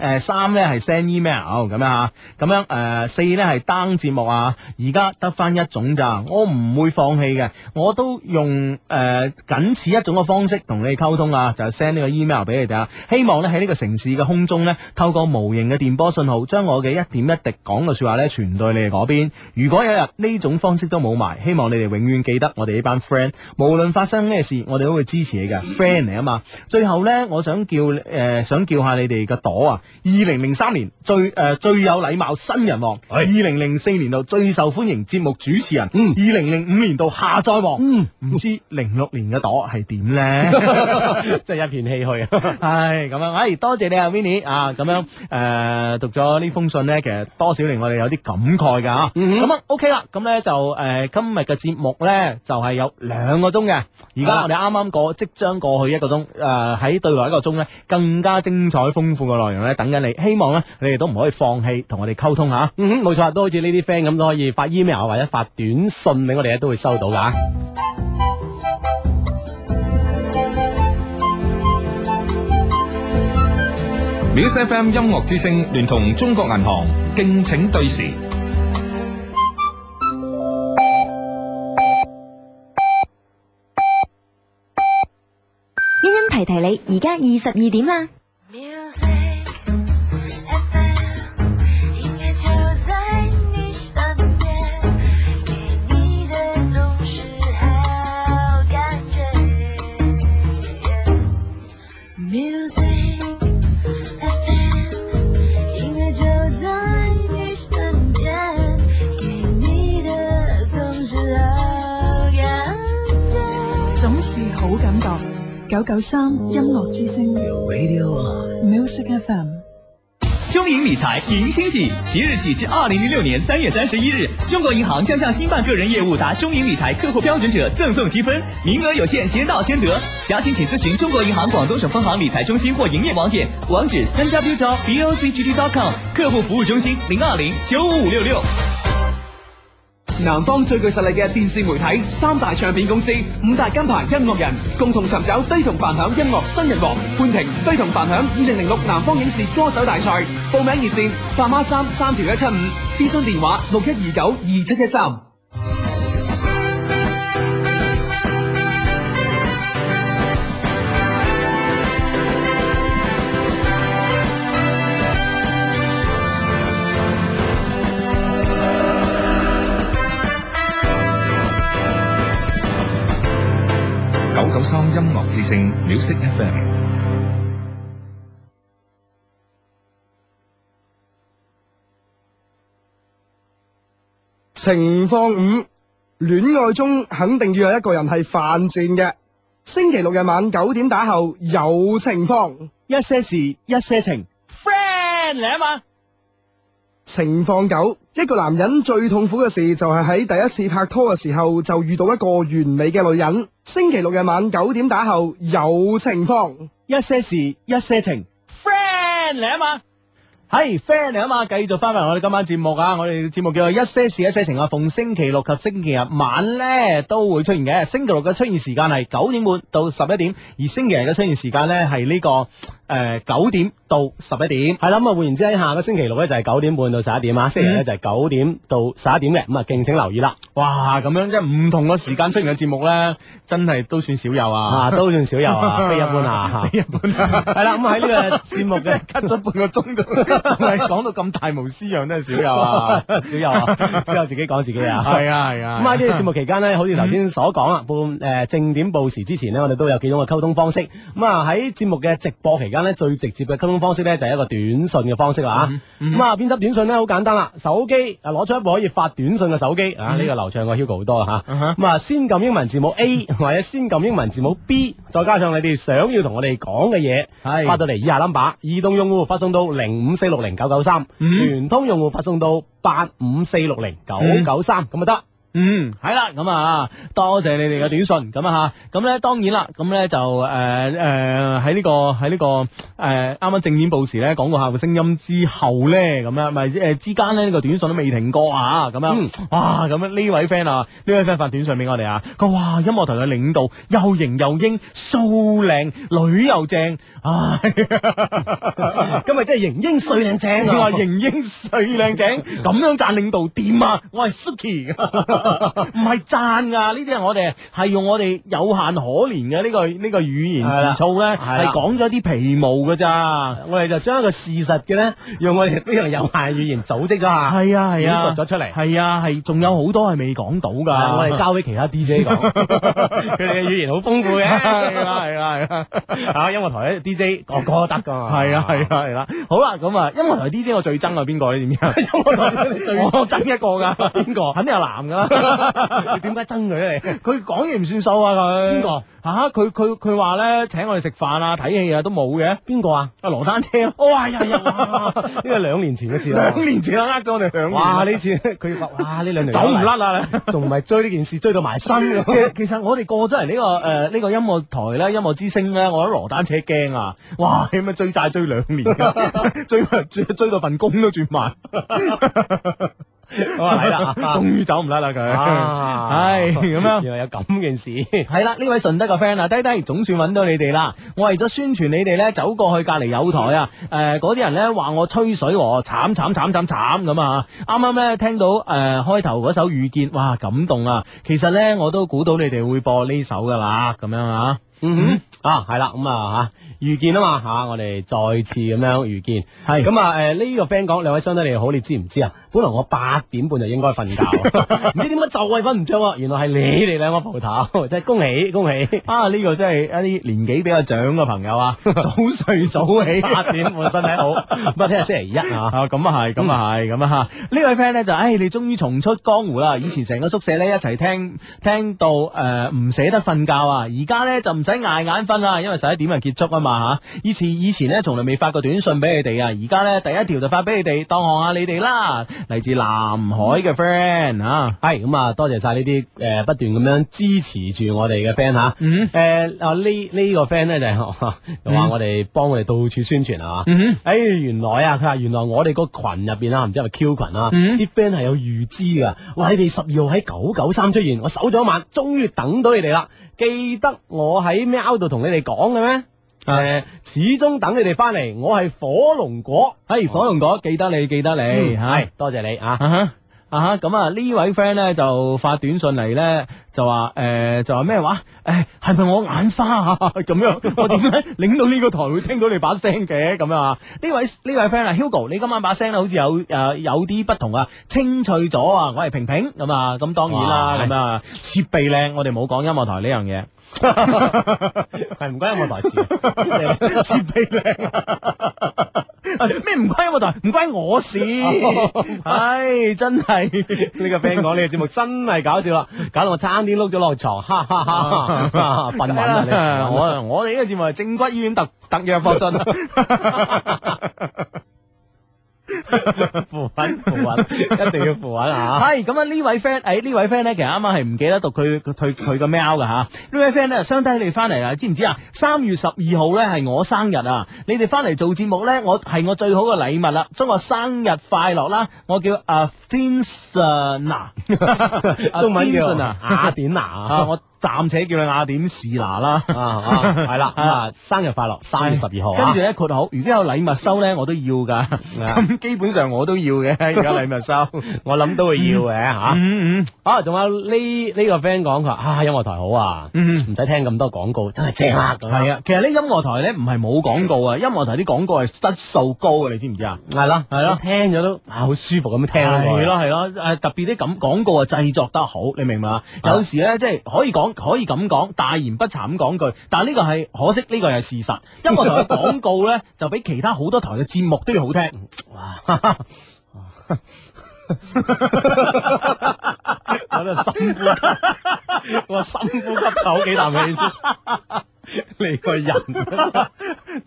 誒、三咧係 send email 咁樣啊，咁樣誒、四咧係 down 節目啊，而家得翻一種咋，我唔會放棄嘅，我都用誒、僅此一種嘅方式同你哋溝通啊，就係 send 呢個 email 俾你哋啊，希望咧喺呢個城市嘅空中咧，透過無形嘅電波信號，將我嘅一點一滴講嘅説話咧傳到你哋嗰邊。如果有一日呢種方式都冇埋，希望你哋永遠記得我哋呢班 friend，無論發生咩事，我哋都會支持你嘅 friend 嚟啊嘛。最後呢，我想叫誒、呃想叫下你哋嘅朵啊！二零零三年最誒、呃最有禮貌新人王，二零零四年度最受歡迎節目主持人，二零零五年度下載王，唔、知零六年嘅朵係點 呢？真係一片唏噓啊！唉，咁樣，唉，多謝你啊，Vinny 啊，咁樣誒、呃、讀咗呢封信呢，其實多少令我哋有啲感慨㗎啊！咁啊，OK 啦，咁呢就誒、呃今日嘅節目呢，就係、有兩個鐘嘅，而家我哋啱啱過即將過去一個鐘，誒、喺對來一個鐘呢，更加精彩豐富嘅內容呢，等緊你，希望呢，你哋都唔可以放棄同我哋溝通嚇。嗯哼，冇錯，都好似呢啲 friend 咁都可以發 email 或者發短信俾我哋咧，都會收到噶。 Music FM 音樂之聲聯同中國銀行敬請對時。欣欣提提你，而家二十二点啊啦。音乐就在你身边，给你的总是好感觉。Music FM，音乐就在你身边，给你的总是好感觉。总是好感觉。九九三音乐之声，Music FM。中银理财迎新喜，即日起至二零零六年三月三十一日，中国银行将向新办个人业务达中银理财客户标准者赠送积分，名额有限，先到先得。详情请咨询中国银行广东省分行理财中心或营业网点，网址三 w 招 b o c g d com 客户服务中心零二零九五五六六。南方最具實力嘅電視媒體、三大唱片公司、五大金牌音樂人，共同尋找非同凡響音樂新人王。潘婷非同凡響二零零六南方影視歌手大賽，報名熱線八孖三三條一七五，諮詢電話六一二九二七一三。九九三音樂之聲 Music FM。情況五，戀愛中肯定要有一個人係犯賤嘅。星期六日晚九點打後有情況，一些事，一些情，friend 嚟啊嘛。情況九，一個男人最痛苦嘅事就係喺第一次拍拖嘅時候就遇到一個完美嘅女人。星期六日晚九點打後有情況，一些事，一些情，friend 嚟啊嘛。系 friend 嚟啊嘛，继续翻翻我哋今晚节目啊！我哋节目叫做一些事一些情啊，逢星期六及星期日晚咧都会出现嘅。星期六嘅出现时间系九点半到十一点，而星期日嘅出现时间咧系呢個诶九、點点嗯到十一点。系啦，咁啊换言之喺下個星期六咧就係九點半到十一點啊，星期日咧就係九點到十一點嘅，咁啊敬請留意啦。哇，咁樣即係唔同嘅時間出現嘅節目咧，真係都算少有啊！啊都算少 有啊非一般啊非一般啊！係啦，咁喺呢個節目嘅 cut 咗半個鐘 度，係講到咁大無私樣，真係少有 啊！少有啊，少有自己講自己啊。係啊係啊咁喺呢個節目期間呢，好似頭先所講啦，報誒正點報時之前呢，我哋都有幾種嘅溝通方式。咁啊喺節目嘅直播期間呢，最直接嘅溝通方式呢，就係一個短信嘅方式嗯啦嚇。咁啊編輯短信呢，好簡單啦，手機啊攞出一部可以發短信嘅手機嗯啊，呢個流暢過 Hugo 好多嚇。咁啊先撳英文字母 A 或者先撳英文字母 B，再加上你哋想要同我哋講嘅嘢，發到嚟以下 number，移動用戶發送到零五四六零九九三，嗯聯通用戶發送到八五四六零九九三咁 就得。嗯，系啦，咁啊，多谢你哋嘅短信，咁啊吓，咁咧當然啦，咁咧就诶诶喺呢個喺呢、個诶啱啱正點報時咧廣告客嘅聲音之後咧，咁啊樣咪诶之間咧呢、個短信都未停過啊，咁樣、哇，咁樣呢位 friend 啊，呢位 friend 發短信俾我哋啊，佢話哇音樂台嘅領導又型又英，素靚女又正，啊唉， 今日真係型英帥靚正啊我話型英帥靚 正，咁樣讚領導掂啊，我係 Suki。唔係讚噶，呢啲係我哋係用我哋有限可憐嘅呢個呢個語言時操咧，係啦係講咗啲皮毛噶咋。 我哋就將一個事實嘅咧，用我哋非常有限嘅語言組織咗下，係啊係演啊，述咗出嚟。係啊係，仲有好多係未講到係噶。我哋交俾其他 DJ 講， 佢哋嘅語言好豐富嘅，係啦係啦係啦，啊啊音樂台咧 DJ 個個都得噶嘛，係啊係啊係啦，好啦咁啊，音樂台 DJ 我最憎係邊 個你知唔知啊？音樂最我憎一個噶，邊個？肯定係男噶 啦。你點解憎佢咧？你佢講嘢唔算數啊！佢邊個吓？佢佢佢話咧請我哋食飯啊、睇戲啊都冇嘅。邊個啊？啊羅丹車，哇呀呀！哇呢個兩年前嘅事啦。 兩年前啊，呃咗我哋兩年。哇！呢次佢話哇呢兩 年走唔甩啊！仲唔係追呢件事追到埋身其咁？其實我哋過咗嚟呢個诶呢個音樂台咧，音樂之星咧，我覺得羅丹車驚啊！哇，咁咪追債追兩年㗎追追追到份工都轉 埋，好啊，嚟啦，終於走唔甩啦佢。啊 唉，咁樣。原來有咁件事。系啦，呢位順德嘅 friend 啊，低低總算揾到你哋啦。我為咗宣傳你哋咧，走過去隔離有台啊，诶、嗰啲人咧話我吹水喎，慘慘慘慘慘咁啊！啱啱咧聽到诶、呃、開頭嗰首遇見，哇感動啊！其實咧我都估到你哋會播呢首噶啦，咁樣啊。嗯哼，啊系啦，咁啊吓遇見啊嘛吓，我哋再次咁樣遇見，系咁啊呃诶呢個 friend 講兩位相低你好，你知唔知啊？本來我八點半就應該瞓覺， 啊唔知點解就係瞓唔着喎，原來係你哋兩個蒲頭，真係恭喜恭喜！啊！呢、個真係一啲年紀比較長嘅朋友啊，早睡早起，八點半身體好，不過聽日星期一啊， 嗯啊，咁啊係，咁啊係，咁啊吓，呢位 friend 咧就，唉，你終於重出江湖啦！以前成個宿舍咧一齊聽聽到诶唔捨得瞓覺啊，而家咧就唔使捱眼瞓啦，因為十一點就結束啊嘛吓。以前以前咧從來未發過短信俾你哋啊，而家咧第一條就發俾你哋，當行下你哋啦。嚟自南海嘅 friend 啊，係咁啊，多謝晒呢啲呃誒不斷咁樣支持住我哋嘅 friend 嚇。嗯誒啊呢呢個 friend 咧就係哦就話我哋幫我哋到處宣傳啊嘛。嗯誒原來啊，佢話原來我哋個群入邊啊，唔知係咪 Q 群啊，嗯啲 friend 係有預知㗎。哇！你哋十二號喺九九三出現，我守咗一晚，終於等到你哋啦。記得我喺喵度同你哋講嘅咩？啊誒、始終等你哋翻嚟，我係火龍果，係火龍果，記得你，記得你，嗯係係。多謝你啊！啊哈啊哈，咁啊呢位 friend 咧就發短信嚟咧，就話诶、誒就話咩話？诶係咪我眼花啊？ 咁樣我點解領到呢個台會聽到你把聲嘅咁樣啊？呢位呢位 friend 啊，Hugo，你今晚把聲咧好似有诶、誒有啲不同啊，清脆咗啊！我係平平咁啊，咁當然啦，哇咁啊設備靚，我哋冇講音樂台呢樣嘢。係唔關音樂台事， 設備靚啊！咩唔關音樂台，唔關我 事。唉，真係呢個 friend 講呢個節目真係搞笑啦，啊搞到我差啲碌咗落床，哈哈哈 哈！笨穩啊你！我我哋呢个节目系正骨医院特特约霍進。扶穩扶 穩，一定要扶穩啊！係咁啊，呢位 friend，誒呢位 friend 咧，其實啱啱係唔記得讀佢佢佢佢個 mail 噶嚇。呢位 friend 咧，相低你翻嚟啦，知唔知啊？三月十二號咧係我生日啊！你哋翻嚟做節目咧，我係我最好嘅禮物啦，祝我生日快樂啦！我叫阿 Vincent 啊，中文叫 Vincent 啊雅典娜 啊，我暫且叫你雅典士拿啦，啊係啦咁啊生日快樂， 3月12號啊跟住咧括號，如果有禮物收咧，我都要啊噶，咁基本上我都要 嘅，有禮物收，我諗都會要嘅吓。嗯嗯，啊，仲有呢呢個 friend 講佢話啊，音樂台好啊，唔使聽咁多廣告，真係正啊！咁樣系嗯啊，其實呢音樂台咧唔係冇廣告啊，音樂台啲廣告係質素高嘅，你知唔知啊？係啦，係咯聽咗都啊好舒服咁聽咯，係咯係咯，诶特別啲咁廣告啊製作得好，你明唔明啊？有時咧即係可以講可以咁講，大言不慚咁講句，但系呢個係可惜呢個係事實。音樂台嘅廣告咧 就比其他好多台嘅節目都要好聽。 我喺度深呼吸，我深呼吸唞幾啖氣先。你個人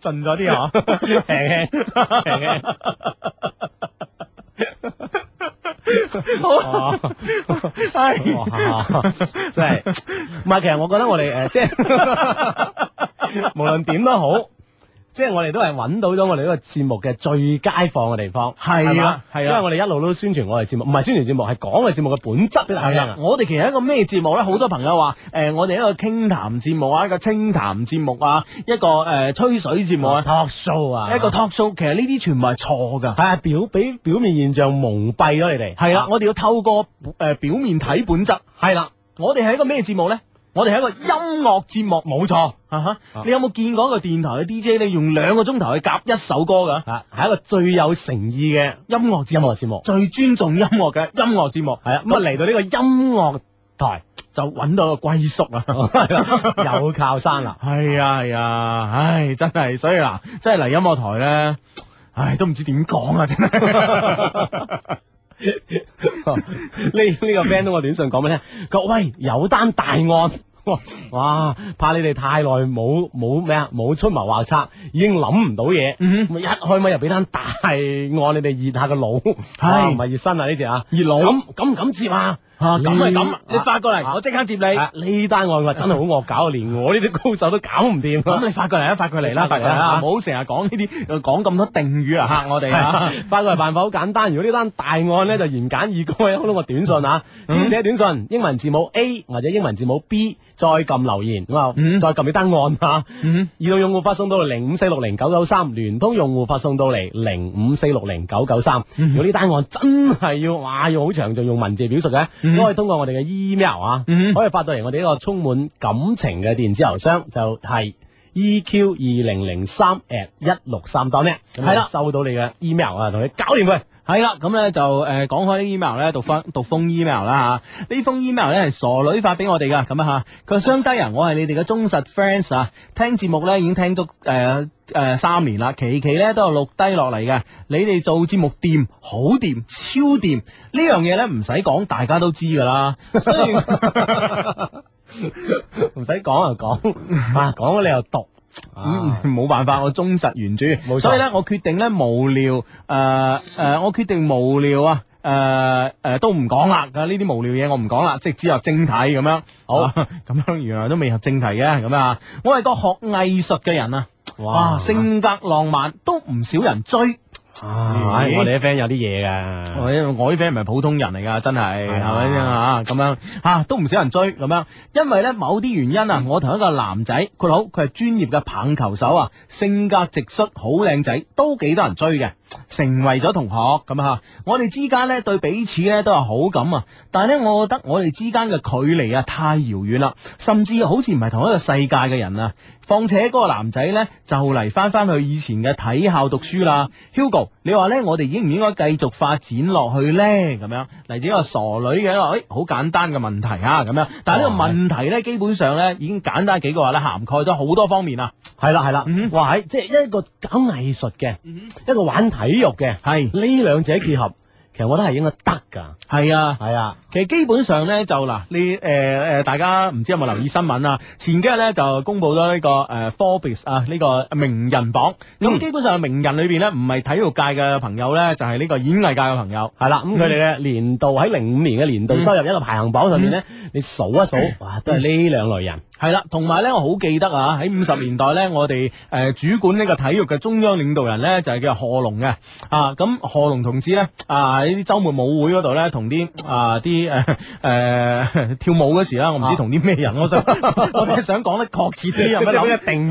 盡咗啲啊，輕輕輕輕。好，哦哇， 真係唔係？其實我覺得我哋诶，呃即係 無論點都好。即係我哋都係揾到咗我哋呢個節目嘅最佳放嘅地方，係啊係嘛係啊因為我哋一路都宣傳我哋節目，唔係宣傳節目，係講我哋節目嘅本質俾大家係聽啊啊，。我哋其實一個咩節目咧？好多朋友話诶、誒我哋一個傾談節目啊，一個清談節目啊，一個诶、誒吹水節目啊，talk show 啊一個 talk show，其實呢啲全部係錯㗎。系啊，表俾表面現象蒙蔽咗你哋。系啦，我哋要透過诶、呃表面睇本質。系啦，我哋係一個咩節目呢？我哋係一個音樂節目，冇錯。啊哈！你有冇見過一個電台嘅 DJ 咧，用兩個鐘頭去夾一首歌㗎？啊，係一個最有誠意嘅音樂節音樂節目。最尊重音樂嘅音樂節目。係啊，咁啊嚟到呢個音樂台就揾到個歸宿啦。 有靠山啦。係啊係啊，唉，真係，所以嗱，真係嚟音樂台呢，唉，都唔知點講啊，真 係。呢呢個 friend 通過短信講俾你聽，佢話喂有單大案。 哇哇！怕你哋太耐冇冇咩啊，冇出謀劃策，已經諗唔到嘢。嗯咪一開咪又俾單大案，你哋熱下個腦，哇唔係熱身啊呢只啊，熱腦咁敢唔敢接啊？啊咁係咁你發過嚟啊我即刻接你啊呢單案我真係好惡搞，啊連我呢啲高手都搞唔掂。咁你發過嚟啊，發過嚟啦，發過嚟啦，唔好成日講呢啲，呃講咁多定語啊，嚇我哋啊！ 發過嚟辦法好簡單，如果呢單大案咧就言簡意赅，喺通過短信啊，編寫短信，英文字母 A 或者英文字母 B，再撳留言咁啊，再撳呢單案啊，移動用戶發送到嚟零五四六零九九三，聯通用戶發送到嚟零五四六零九九三。如果呢單案真係要哇要好詳盡用文字表述嘅，都可以通過我哋嘅 email 啊，可以發到嚟我哋呢個充滿感情嘅電子郵箱，就係。EQ 二零零三 at 一六三 dot net，咁係啦啊收到你嘅 email 啊，同你搞掂佢。嗯系啦，咁啊咧就誒講開啲 email 咧，讀封讀封 email 啦啊嚇。呢封 email 咧係傻女發俾我哋噶，咁啊嚇。佢話雙低人，我係你哋嘅忠實 fans 啊，聽節目咧已經聽足誒誒三年啦，期期咧都有錄低落嚟嘅。你哋做節目掂，好掂，超掂，呢樣嘢咧唔使講，大家都知噶啦。雖然 唔使講就講， 啊講咗你又讀，啊嗯，冇辦法，我忠實原著， 冇錯所以咧，我決定咧無聊，誒、誒、我決定無聊啊，誒、誒、都唔講啦，啊呢啲無聊嘢我唔講啦，即係只入正題咁樣。好，咁樣原來都未入正題嘅，咁啊，我係個學藝術嘅人啊，哇，性格浪漫，都唔少人追。啊咦我哋啲 friend 有啲嘢嘅，我我啲 friend 唔係普通人嚟㗎，真係係係啊咪先啊？咁樣啊，都唔少人追咁樣，因為咧某啲原因啊，我同一個男仔，佢好佢係專業嘅棒球手啊，性格直率，好靚仔，都幾多人追嘅，成為咗同學咁啊。我哋之間咧對彼此咧都有好感啊，但係咧我覺得我哋之間嘅距離啊太遙遠啦，甚至好似唔係同一個世界嘅人啊。況且嗰個男仔呢，就嚟翻翻去以前嘅體校讀書啦。Hugo，你話呢，我哋應唔應該繼續發展落去呢？咁樣嚟自一個傻女嘅一個，誒好簡單嘅問題啊，咁樣。但係呢哦個問題呢，基本上呢已經簡單幾個話呢，涵蓋咗好多方面啦。嗯係啦係啦，哇係即係一個搞藝術嘅，一個玩體育嘅，係呢兩者結合。其實我覺得係應該得㗎。係啊，係啊。其實基本上咧就嗱，你诶诶，大家唔知有冇留意新聞啊？前幾日咧就公布咗呢個诶 Forbes 啊呢個名人榜，嗯咁基本上名人裏边咧唔係體育界嘅朋友咧，就係呢個演藝界嘅朋友。係啦，咁佢哋嘅年度喺零五年嘅嗯年度收入一個排行榜上面咧，你啊數一數，哇，都係呢兩類人。系嗯啦，同埋咧，我好記得啊，喺五十年代咧，我哋誒、呃主管呢個體育嘅中央領導人咧，就係、叫賀龍嘅啊。咁賀龍同志咧啊，喺啲週末舞會嗰度咧，同啲啊啲 誒誒跳舞嗰時啦，我啊唔知同啲咩人， 我想我真係想講得確切啲，有即乜係好諗一定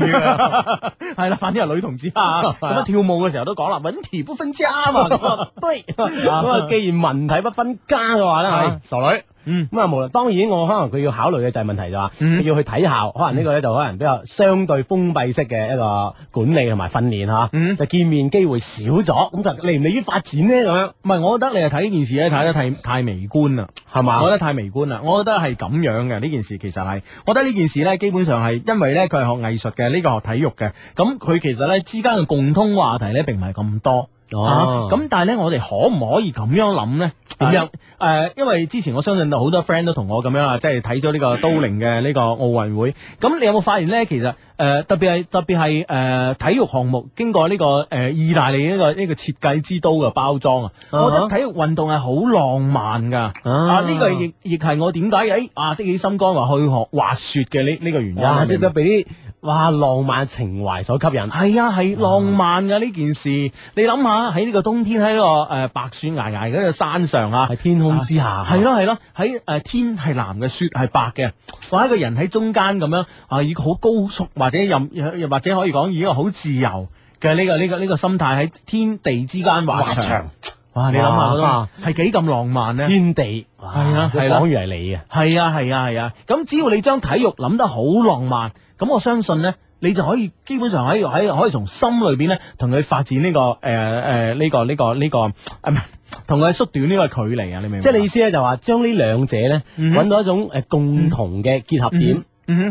語係啦，反正係女同志 啊。咁啊跳舞嘅時候都講啦，揾題不分家嘛，咁啊對啊咁 啊，既然文體不分家嘅話咧，係係傻女。嗯咁啊，無論當然，我可能佢要考慮嘅就係問題就話，佢要去睇校，可能呢個咧就可能比較相對封閉式嘅一個管理同埋訓練嗯嚇，就見面機會少咗，咁就利唔利於發展呢？咁樣？唔係，我覺得你係睇呢件事咧睇得太太微觀啦，係嘛我覺得太微觀啦，我覺得係咁樣嘅呢件事其實係，我覺得呢件事咧基本上係因為咧佢係學藝術嘅，呢、個學體育嘅，咁佢其實咧之間嘅共通話題咧並唔係咁多。哦啊咁、但係咧，我哋可唔可以咁樣諗咧？點樣誒、呃因為之前我相信到好多 friend 都同我咁樣啊，即係睇咗呢個都靈嘅呢個奧運會。咁你有冇發現咧？其實誒、呃特別係特別係誒體育項目經過呢、個誒、呃意大利呢、個呢、個設計之都嘅包裝啊我覺得體育運動係好浪漫㗎。啊，呢、個亦亦係我點解誒啊的起心肝話去學滑雪嘅呢呢個原因哇！啊。即係都俾啲哇浪漫情懷所吸引。嗯系啊，系浪漫噶呢件事。你諗下喺呢個冬天喺呢個诶白雪皑皑嗰個山上啊，喺天空之下係咯係咯，喺诶天係藍嘅，雪係白嘅，哇！一個人喺中間咁樣啊，以好高速或者任又或者可以講以一個好自由嘅呢個呢個呢個心態喺天地之間滑滑翔翔。哇！你諗下嗰哇種係幾咁浪漫呢？天地係係啊係啦講如係你啊，系啊系啊系啊，咁、只要你將體育諗得好浪漫，咁我相信呢，你就可以基本上喺喺可以從心裏邊呢，同佢發展呢、個誒誒呢個呢、個呢、個啊唔係同佢縮短呢個距離啊！你明唔明？嗯即係你意思咧就話將呢兩者咧揾到一種誒共同嘅結合點。嗯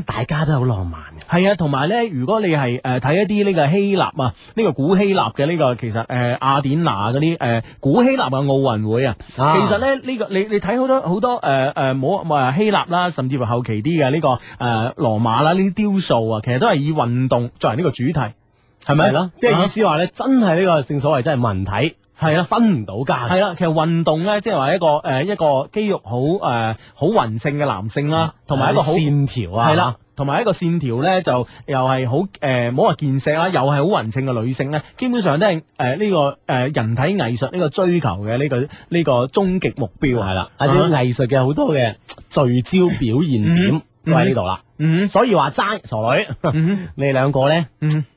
大家都好浪漫嘅。系啊，同埋咧，如果你係诶睇一啲呢個希臘啊，呢、個古希臘嘅呢、個其實诶、呃雅典娜嗰啲诶古希臘嘅奧運會啊，啊其實咧呢、個你你睇好多好多诶诶冇冇話希臘啦，甚至乎後期啲嘅呢個诶羅馬啦呢啲雕塑啊，其實都係以運動作為呢個主題，係咪？係咯即係意思話咧，真係呢個正所謂真係文體係啊，分唔到家嘅。系啦，其實運動咧，即係話一個诶、呃一個肌肉好诶好匀性嘅男性啦，同埋一個好啊線條啊系啦，同埋一個線條咧就又係好诶，冇、話健碩啦，又係好匀性嘅女性咧，基本上都係诶呢個诶、呃人體藝術呢個追求嘅呢、個呢、個終極目標係啦，啊啲藝術嘅好多嘅聚焦表現點嗯都喺呢度啦。所以話齋傻女， 你哋兩個咧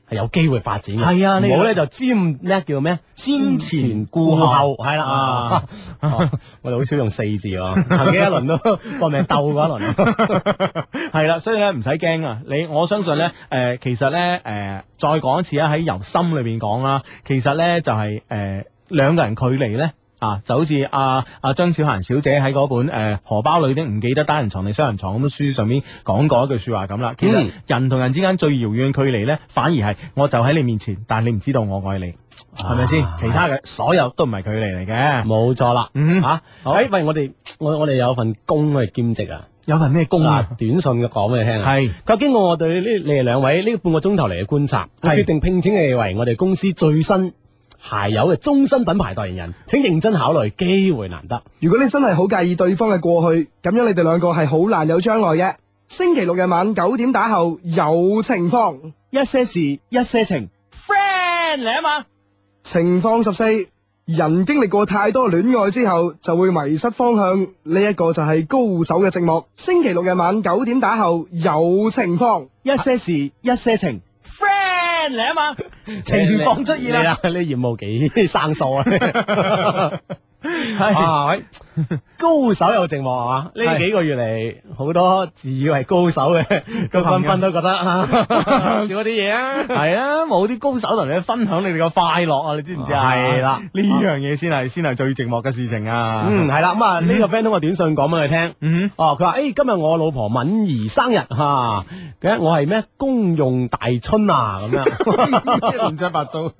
係有機會發展嘅。係嗯啊呢個唔好咧就瞻咩叫咩瞻前顧後係啦啊啊！ 哦我哋好少用四字喎， 曾經一輪都搏命鬥過一輪。 系啦，所以咧唔使驚啊！你我相信咧，诶、其實咧，诶、再講一次啊，喺由心裏边講啦，其實咧就係诶两个人距離咧。啊，就好似阿阿張小娴小姐喺嗰本誒、呃荷包裏的唔記得單人床定雙人床咁嘅書上面講過一句説話咁啦。其實嗯人同人之間最遙遠嘅距離咧，反而係我就喺你面前，但你唔知道我愛你，係咪先？其他嘅所有都唔係距離嚟嘅。冇錯啦，嗯吓，誒喂，我哋我我哋有份工係兼職啊。有份咩工啊嗱？短信嘅講俾你聽啊，係佢話經過我對呢你哋兩位呢半個鐘頭嚟嘅觀察，我係決定聘請你哋為我哋公司最新鞋友嘅終身品牌代言人，請認真考慮，機會難得。如果你真係好介意對方嘅過去，咁樣你哋兩個係好難有將來嘅。星期六日晚九點打後有情況，一些事，一些情，friend 嚟啊嘛！情況十四，人經歷過太多戀愛之後，就會迷失方向，呢、一個就係高手嘅寂寞。星期六日晚九點打後有情況，一些事，一些情。friend 嚟啊嘛， 情況出現啦。你啊，呢業務幾 生疏 啊！啊，喂，高手有寂寞啊！呢係幾個月嚟，好多自以為高手 嘅，佢紛紛都覺得啊少咗啲嘢啊！系啊，冇啲高手同你分享你哋嘅快樂啊，你知唔知啊？係啦呢樣嘢先係先係最寂寞嘅事情啊。嗯，係啦，咁啊呢個 friend 通過短信講俾佢聽，嗯，哦，佢話誒今日我老婆敏兒生日嚇，佢話我係咩公用大春啊咁樣，亂七八糟。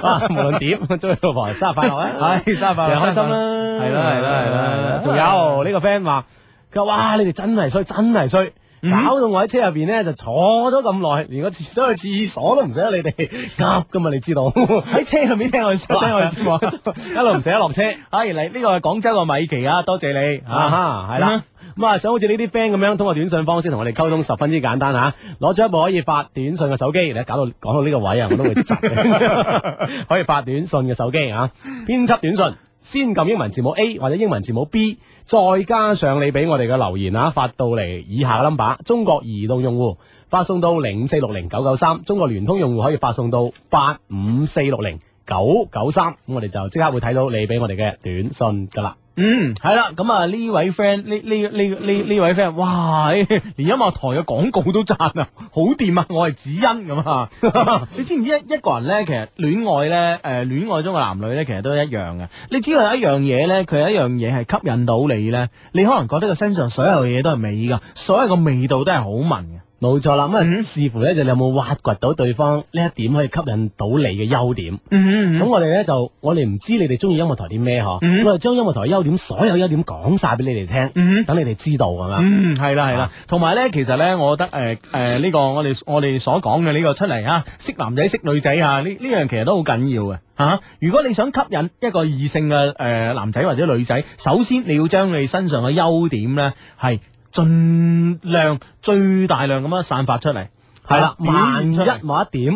啊 無論點，祝你老婆生日快樂啊！係生日快樂開心啦！係啦係啦係啦仲有呢個 friend 話，佢話哇，你哋真係衰，真係衰。搞到我喺車入邊咧就坐咗咁耐，連個廁所去廁所都唔捨得你哋夾噶嘛，你知道？喺車入面聽我哋聽我哋節目，一路唔捨得落車。啊，原嚟呢個係廣州嘅米奇啊，多謝你啊哈，係啦。咁啊，想好似呢啲 friend 咁樣，通過短信方式同我哋溝通，十分之簡單嚇。攞咗一部可以發短信嘅手機，你搞到講到呢個位啊，我都會窒。可以發短信嘅手機啊，編輯短信。先撳英文字母 A 或者英文字母 B，再加上你俾我哋嘅留言啊，發到嚟以下嘅 number，中國移動用戶發送到零五四六零九九三，中國聯通用戶可以發送到八五四六零九九三，咁我哋就即刻會睇到你俾我哋嘅短信噶啦。嗯，係啦，咁啊呢位 friend 呢呢呢呢呢位 friend，哇，哎 連音樂台嘅廣告都讚啊， 好掂啊，我係子欣咁啊， 你知唔知一一個人咧，其實戀愛咧，誒、呃、戀愛中嘅男女咧，其實都一樣嘅，你只要有一樣嘢咧，佢有一樣嘢係吸引到你咧，你可能覺得佢身上所有嘢都係美噶，所有嘅味道都係好聞嘅。冇錯啦，咁嗯啊視乎咧就你有冇挖掘到對方呢一點可以吸引到你嘅優點。嗯咁我哋咧就我哋唔知你哋中意音樂台啲咩嗬，嗯我哋將音樂台嘅優點所有優點講晒俾你哋聽，等你哋知道咁嘛。嗯，系啦系啦，同埋咧，其實咧，我覺得誒誒呢個我哋我哋所講嘅呢個出嚟啊，識男仔識女仔啊，呢呢樣其實都好緊要嘅嚇、如果你想吸引一個異性嘅誒、呃男仔或者女仔，首先你要將你身上嘅優點咧係盡量最大量咁樣散發出嚟，係啦，表現萬出嚟一某一點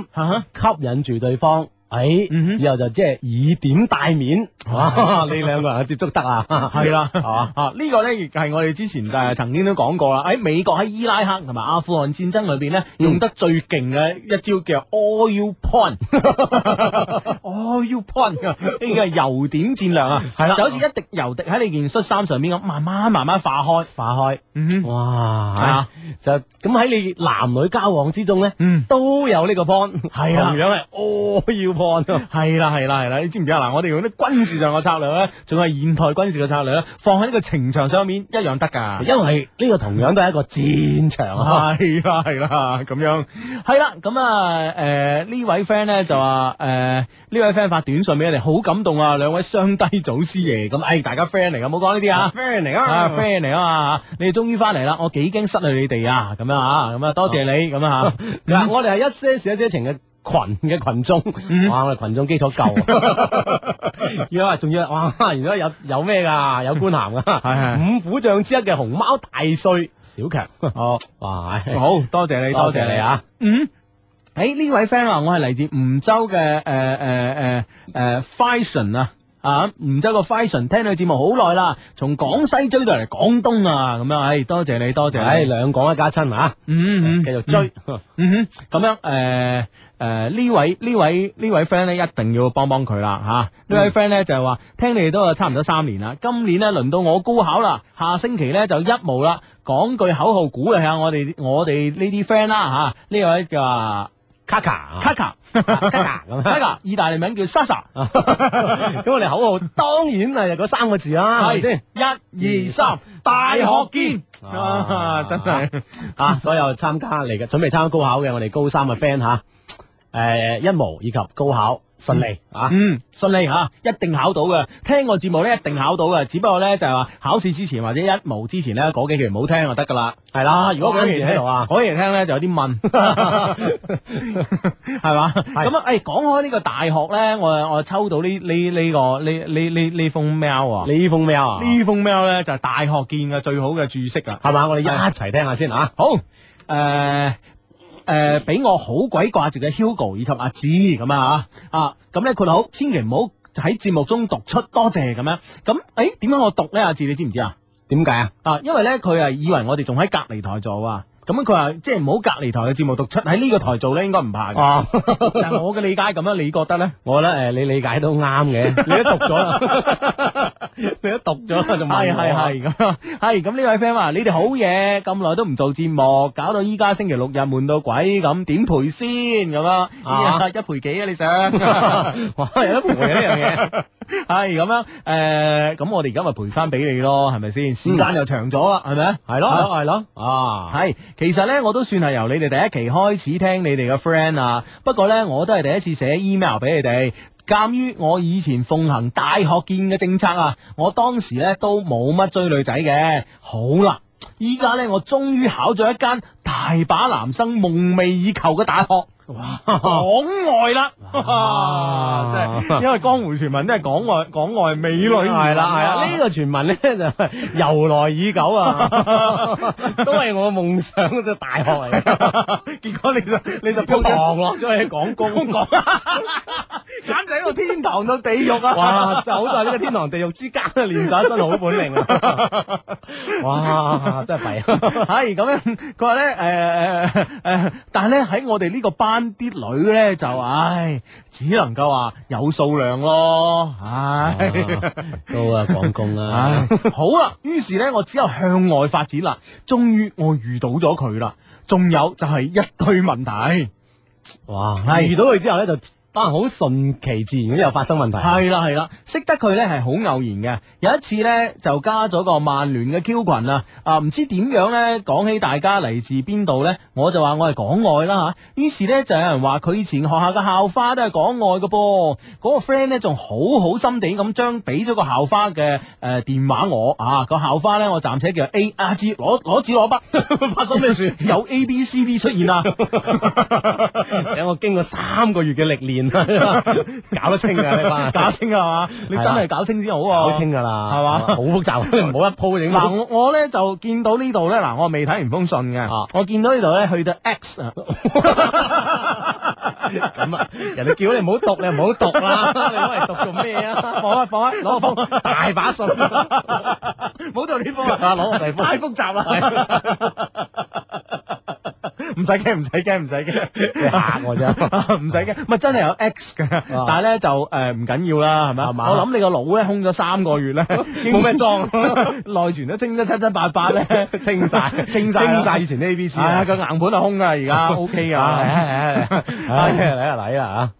吸引住對方，哎，以後就即係以點帶面， 哇！你兩個人嘅接觸得啊，係啦，係嘛？啊呢個呢，亦係我哋之前誒曾經都講過啦。喺哎美國喺伊拉克同埋阿富汗戰爭裏邊呢，用得最勁嘅一招叫 all you point，all you point 啊呢個係油點戰略啊，係啦，就好似一滴油滴喺你件恤衫上面咁，慢慢慢慢化開，化開，哇！係啊，就咁喺你男女交往之中咧，都有呢個 point，係啦同樣係哦 all you point，係啦係啦係啦，你知唔知啊？嗱，我哋用啲軍事上嘅策略呢，仲係現代軍事嘅策略呢，放喺呢個情場上面一樣得㗎，因為呢個同樣都係一個戰場啊。係啦係啦，咁樣係啦，咁啊誒呢位 friend 咧就話誒呢位 friend 發短信俾我哋，好感動啊！兩位雙低祖師爺咁，誒大家 friend 嚟噶，唔好講呢啲 啊，friend 嚟啊 friend 嚟啊嘛，你哋終於翻嚟啦，我幾驚失去你哋啊，咁樣啊，咁啊多謝你咁啊， 嗱，我哋係一些事一些情嘅群嘅群眾，嗯哇！我哋群眾基礎啊夠，要啊，仲要哇！原來有有咩噶，有官銜噶，五虎將之一嘅熊貓大帥小強，哦，哇！好多謝你，多多謝謝你你啊啊！嗯。誒呢位 friend 話我係嚟自梧州嘅誒誒誒誒 fashion 啊啊梧州個 fashion 聽你節目好耐啦，從廣西追到嚟廣東啊咁樣，誒、多謝你多謝唉，你，兩港一家親啊，嗯嗯繼續追，嗯哼，咁樣誒誒呢位呢位呢位 friend 咧一定要幫幫佢啦嚇，呢、嗯位 friend 咧就係話聽你哋都有差唔多三年啦，今年咧輪到我高考啦，下星期咧就一模啦，講句口號鼓勵下我哋我哋呢啲 friend 啦嚇，呢、位叫啊。卡卡卡卡 卡卡咁卡卡，意大利名叫 Sasa，咁我哋口號當然係嗰三個字啦，係咪先？一二三，大學見啊 啊！真係啊，所有參加嚟嘅，準備參加高考嘅，我哋高三嘅 friend 吓，誒一模以及高考順利啊！嗯，順利吓，一定考到嘅。聽我節目咧，一定考到嘅。只不過咧就係話考試之前或者一模之前咧，嗰幾期唔好聽就得噶啦。係啦，如果嗰期關鍵喺度啊嗰期聽咧就有啲問， 係嘛？咁啊，誒講開呢個大學咧，我我抽到呢呢呢個呢呢呢呢封 mail 啊，呢封 mail 啊，呢封 mail 咧就係大學見嘅最好嘅注釋啊，係嘛？我哋一齊聽下先啊！好，诶、诶，呃俾、我好鬼掛住嘅 Hugo 以及阿子咁啊啊，咁咧佢好，千祈唔好喺節目中讀出，多謝咁樣。咁诶，點、解我讀咧？阿志你知唔知啊？點解啊？啊，因為咧佢係以為我哋仲喺隔離台做啊。咁佢話即係唔好隔離台嘅節目讀出，喺呢個台做咧應該唔怕嘅。哦，但啊係我嘅理解咁樣，你覺得咧？ 我覺得誒、呃你理解都啱嘅，你都讀咗啦。 你一讀咗就問系我啊系系咁系咁呢位 friend 話：你哋好嘢，咁耐都唔做節目，搞到依家星期六日悶到鬼咁，點賠先咁啊？啊 一賠幾啊？你想？ 哇，有得賠啊 呢樣嘢，係咁樣诶，咁我哋而家咪賠翻俾你咯，係咪先？時間又長咗啦，啊係咪？嗯係咯係咯係咯啊，系，其實呢，我都算係由你哋第一期開始聽你哋嘅 friend 啊，不過呢，我都係第一次寫 email 俾你哋。鑑於我以前奉行大學見嘅政策啊，我當時呢都冇乜追女仔嘅。好啦，依家呢，我終於考咗一間大把男生夢寐以求嘅大學，哇，港外啦，哇，真係，因為江湖傳聞都係港外港外美女，啊係啊啦係啦，呢個傳聞咧就 係由來已久 啊，都係我夢想嘅大學嚟嘅。 結果你就你就飄蕩落咗去廣工， 簡直喺個天堂到地獄哇！啊！就好在呢個天堂地獄之間練咗一身好本領啊！哇！真係弊啊！系咁樣，佢話咧，诶诶诶，但係咧喺我哋呢個班啲女咧就，唉，只能夠話有數量咯，唉，都啊廣工啦 唉，，好啦，於是咧我只有向外發展啦，終於我遇到咗佢啦，仲有就係一堆問題，哇！係遇到佢之後咧就。啊，好順其自然咁又發生問題，係啦係啦，識得佢咧係好偶然嘅。有一次咧就加咗個曼聯嘅 Q 群啊，啊唔知點樣咧講起大家嚟自邊度咧，我就話我係港外啦吓。於是咧就有人話佢以前學校嘅校花都係港外嘅噃。嗰、個 friend 咧仲好好心地咁將俾咗個校花嘅诶、呃、電話我啊，個校花咧我暫且叫 A 啊阿志攞攞紙攞筆，發生咩事？ 有 A B C D 出現啊！ 有我經過三個月嘅歷練，啊 搞得清㗎呢班， 搞清啊㗎係嘛？你真係搞清先好啊！搞清㗎啦，係嘛 好複雜，你唔好一鋪 嗱，整到。我我咧就見到呢度咧，嗱，我未睇完封信啊嘅，我見到呢度咧去到 X 啊， 咁啊，人哋叫你唔好讀，你唔好讀啦，你攞嚟讀做咩啊？放啊放啊，攞個封大 把信，冇到呢封啊攞個地方太複雜啊啦， 唔使驚，唔使驚，唔使驚，你嚇我啫。 唔使驚，咪真係有 X 嘅，但係咧就誒唔緊要啦，啊係咪嘛我諗你個腦咧空咗三個月 咧，冇咩裝， 內存都清得七七八八咧，清晒 清晒啦清晒以前啲 A B C 係 啊，個硬盤係空㗎，而家 OK 啊㗎。 哎唉唉唉，嚟啊嚟啊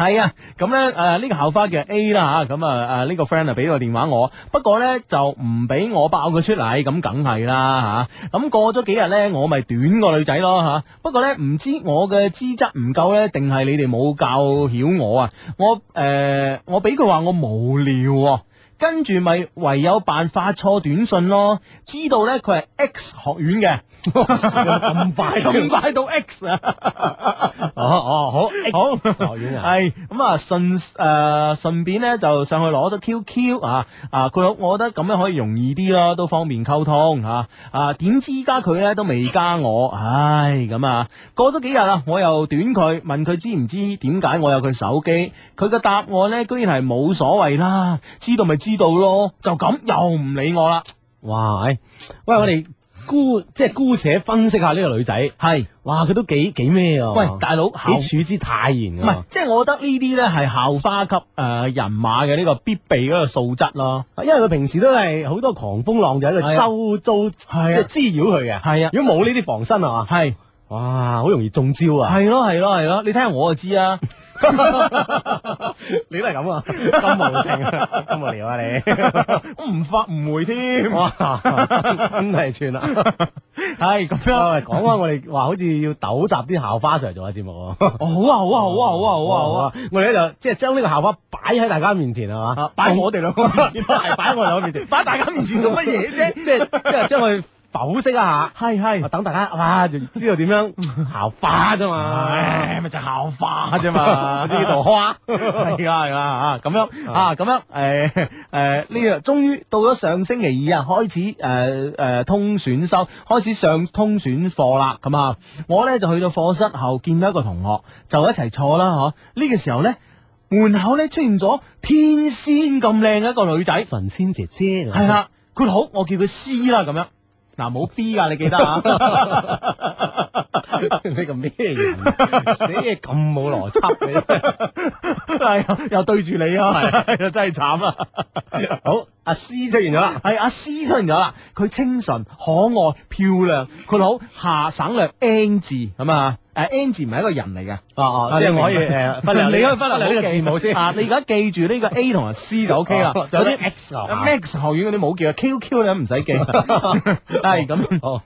系啊，咁咧诶呢個校花叫 A 啦吓，咁啊诶呢個 friend 啊俾個電話我，不過咧就唔俾我爆佢出嚟，咁梗係啦吓。咁、過咗幾日咧，我咪短個女仔咯吓、不過咧唔知我嘅資質唔夠咧，定係你哋冇教曉我啊？我诶、呃我俾佢話我無聊、喎。跟住咪唯有辦法錯短信咯，知道咧佢係 X 學院嘅， 咁 快咁快到 X 啊！啊！哦好哦，學院啊，系咁啊，順诶順便咧就上去攞咗 QQ 啊啊，佢話我覺得咁樣可以容易啲咯，都方便溝通吓啊。點、知依家佢咧都未加我，唉咁啊，過咗幾日啦，我又短佢，問佢知唔知點解我有佢手機，佢嘅答案咧居然係冇所謂啦，知道咪知道咯，就咁又唔理我啦。哇！唉喂，我哋姑即係姑且分析下呢個女仔，係哇，佢都幾幾咩啊？喂，大佬，校幾處之泰然唔係啊！，即係我覺得呢啲咧係校花級誒、呃人馬嘅呢個必備嗰個素質咯。啊因為佢平時都係好多狂風浪就喺係啊度周遭啊即係滋擾佢嘅。係啊如果冇呢啲防身啊，係哇，好容易中招啊！係咯係咯係咯，你睇下我就知啊。你都係咁啊，咁無情啊，咁無聊啊你，我唔發唔回添。哇，真係串啦！係咁樣。喂，講翻我哋話好似要糾集啲校花上嚟做下節目喎。哦，好啊好啊好啊好啊好啊好啊！！我哋咧就即係將呢個校花擺喺大家面前係嘛，擺我哋兩個面前，係擺喺我哋兩個面前，擺大家面前做乜嘢啫？即係即係將佢剖析一下。係係啊。等大家哇，就知道點樣校花啫嘛，唉，咪就校花啫嘛，呢度花係啦係啦啊，咁樣啊，咁樣誒誒呢個終於到咗上星期二啊，開始誒誒通選修，開始上通選課啦，咁啊，我咧就去到課室後見到一個同學，就一齊坐啦嗬，呢個時候咧。門口咧出現咗天仙咁靚嘅一個女仔，神仙姐姐系啦，佢好，我叫佢 C 啦咁樣。嗱，冇 B 噶，你記得啊？你個咩人？寫嘢咁冇邏輯嘅。 係啊又對住你啊，又真係慘啊！好，誒、阿 C 出現咗啦，哎係阿 C 出現咗啦，佢清純、可愛、漂亮，佢好下省略 N 字咁啊。誒 N 字唔係一個人嚟嘅，哦即係可以誒忽略 呢你可以忽略忽略呢個字母先 啊！你而家記住呢個 A 同埋 C 就 OK 啦哦，仲有有啲啲 X 啊 Max 學院嗰啲冇叫啊，QQ 你都唔使 記，係咁。哦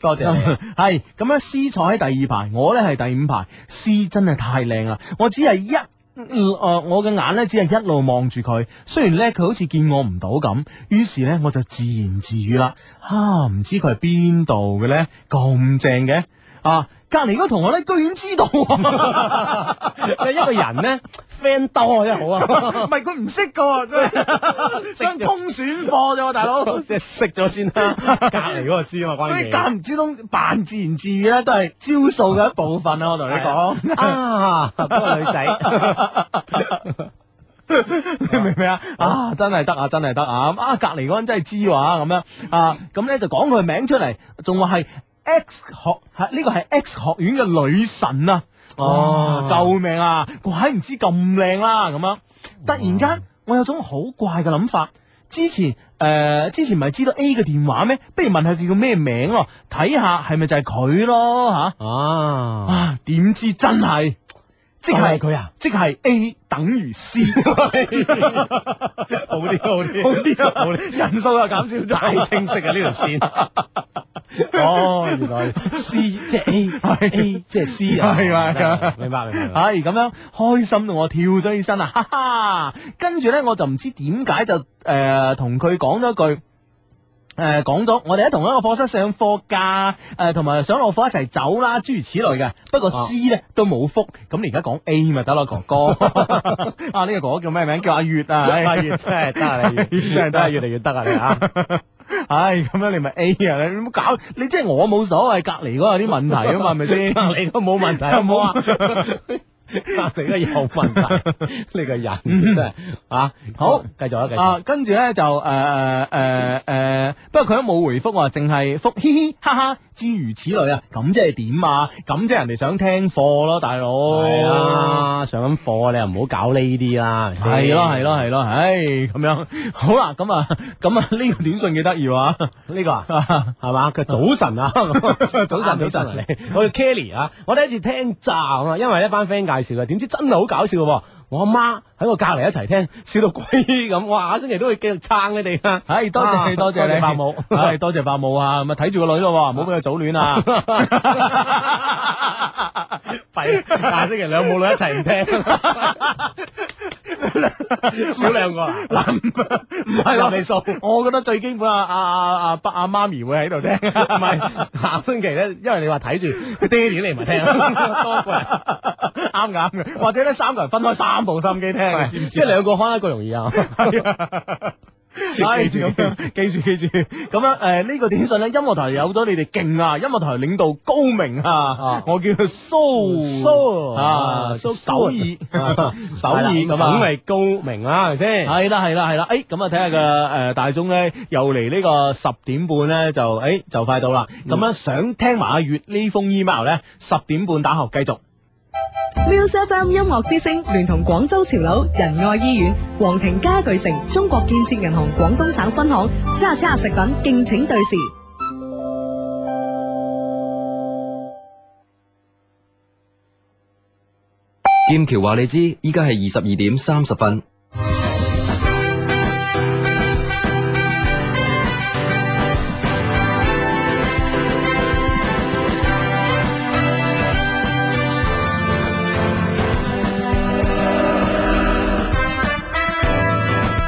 多謝你。 係咁樣，C 坐喺第二排，我咧係第五排。C 真係太靚啦，我只係一。嗯呃我嘅眼咧只係一路望住佢，雖然咧佢好似見我唔到咁，於是咧我就自言自語啦，啊，唔知佢係邊度嘅咧，咁正嘅，啊，隔離嗰個同學咧居然知道啊， 你一個人咧 friend 多真好啊， 唔係佢唔識噶， 佢想通選課啫，大佬，即係識咗先啦，隔離嗰個知啊嘛，關鍵 所以間唔之中扮自言自語咧，都係招數嘅一部分啊，我同你講啊，不過女仔。你明唔 明啊？啊，真系得啊，真系得啊！咁啊，隔篱嗰個人真系知話咁樣啊，咁咧就講佢名出嚟，仲話係 X 學係呢個係 X 學院嘅女神啊！哦，救命啊！怪唔知咁靚啦，咁樣突然間我有種好怪嘅諗法，之前。誒、之前咪知道 A 嘅電話咩？不如問下佢叫咩名咯，睇下係咪就係佢咯吓，啊啊！點知真係即係佢啊！即係 A 等於 C，好啲 好啲啊好啊啲好啲，人數又減少咗，太清晰啊呢條 線。哦，原來 C 即係 A，A 即係 C 啊，係啊係啊明白明白。係咁樣開心到我跳咗起身啊，哈哈！跟住咧我就唔知點解就誒同佢講咗一句。誒講咗，我哋喺同一個課室上課㗎，誒同埋上落課一齊走啦，諸如此類嘅。不過啊 C 咧都冇覆，咁你而家講 A 咪得咯，哥 哥。啊呢個哥哥叫咩名？叫阿月啊，阿月真係得啊你真係得啊越嚟越得啊你啊！ 唉，咁樣你咪 A 啊！你唔好搞，你即係我冇所謂，隔離嗰個有啲問題 啊嘛，係咪先？隔離個冇 問題啊冇啊！ 隔離個有問 題，你個人真係啊！好，繼續啊，繼續。啊，跟住咧就誒誒誒，呃不過佢都冇回覆喎，淨係覆嘻嘻哈哈，諸如此類啊。咁即係點啊？咁即係人哋想聽課咯，大佬。係啊，上緊課你又唔好搞呢啲啦，係咯係咯係咯，唉咁樣好啦，咁啊咁啊呢個短信幾得意啊，呢 個啊係嘛？佢 早晨啊， 早晨早晨你，我叫 Kelly 啊，我第一次聽站啊，因為一班 friend 介紹嘅，點知真係好搞笑嘅喎。我阿媽喺我隔離一齊聽，笑到鬼咁，哇！下星期都會繼續撐你哋啊！唉，多謝你，啊多謝你，伯母，唉，多謝伯母啊，咁啊睇住個女咯喎，唔好俾佢早戀啊， 弊，下星期兩母女一齊唔 聽，少兩個啊嗱，唔 係嗱你數，我覺得最基本啊啊啊啊爸阿媽咪會喺度聽， 唔係下星期咧，因為你話睇住佢爹哋都嚟埋聽，多個人啱嘅啱嘅，或者咧三個人分開三部心機聽，你知唔知啊即係兩個開一個容易啊！ 唉，咁樣記住記住，咁樣誒呢個短信咧，音樂台有咗你哋勁啊！音樂台領導高明啊，我叫佢蘇蘇啊，蘇首爾啊首爾咁啊，梗係高明啦，係咪先？係啦係啦係啦，誒咁啊睇下個誒大鐘咧，又嚟呢個十點半咧就誒就快到啦，咁樣想聽埋阿月呢封 email 咧，十點半打後繼續。 Music FM 音樂之聲聯同廣州潮樓仁愛醫院、皇庭家具城、中國建設銀行廣東省分行、叉叉食品敬請對視。剑桥话你知，依家系二十二点三十分。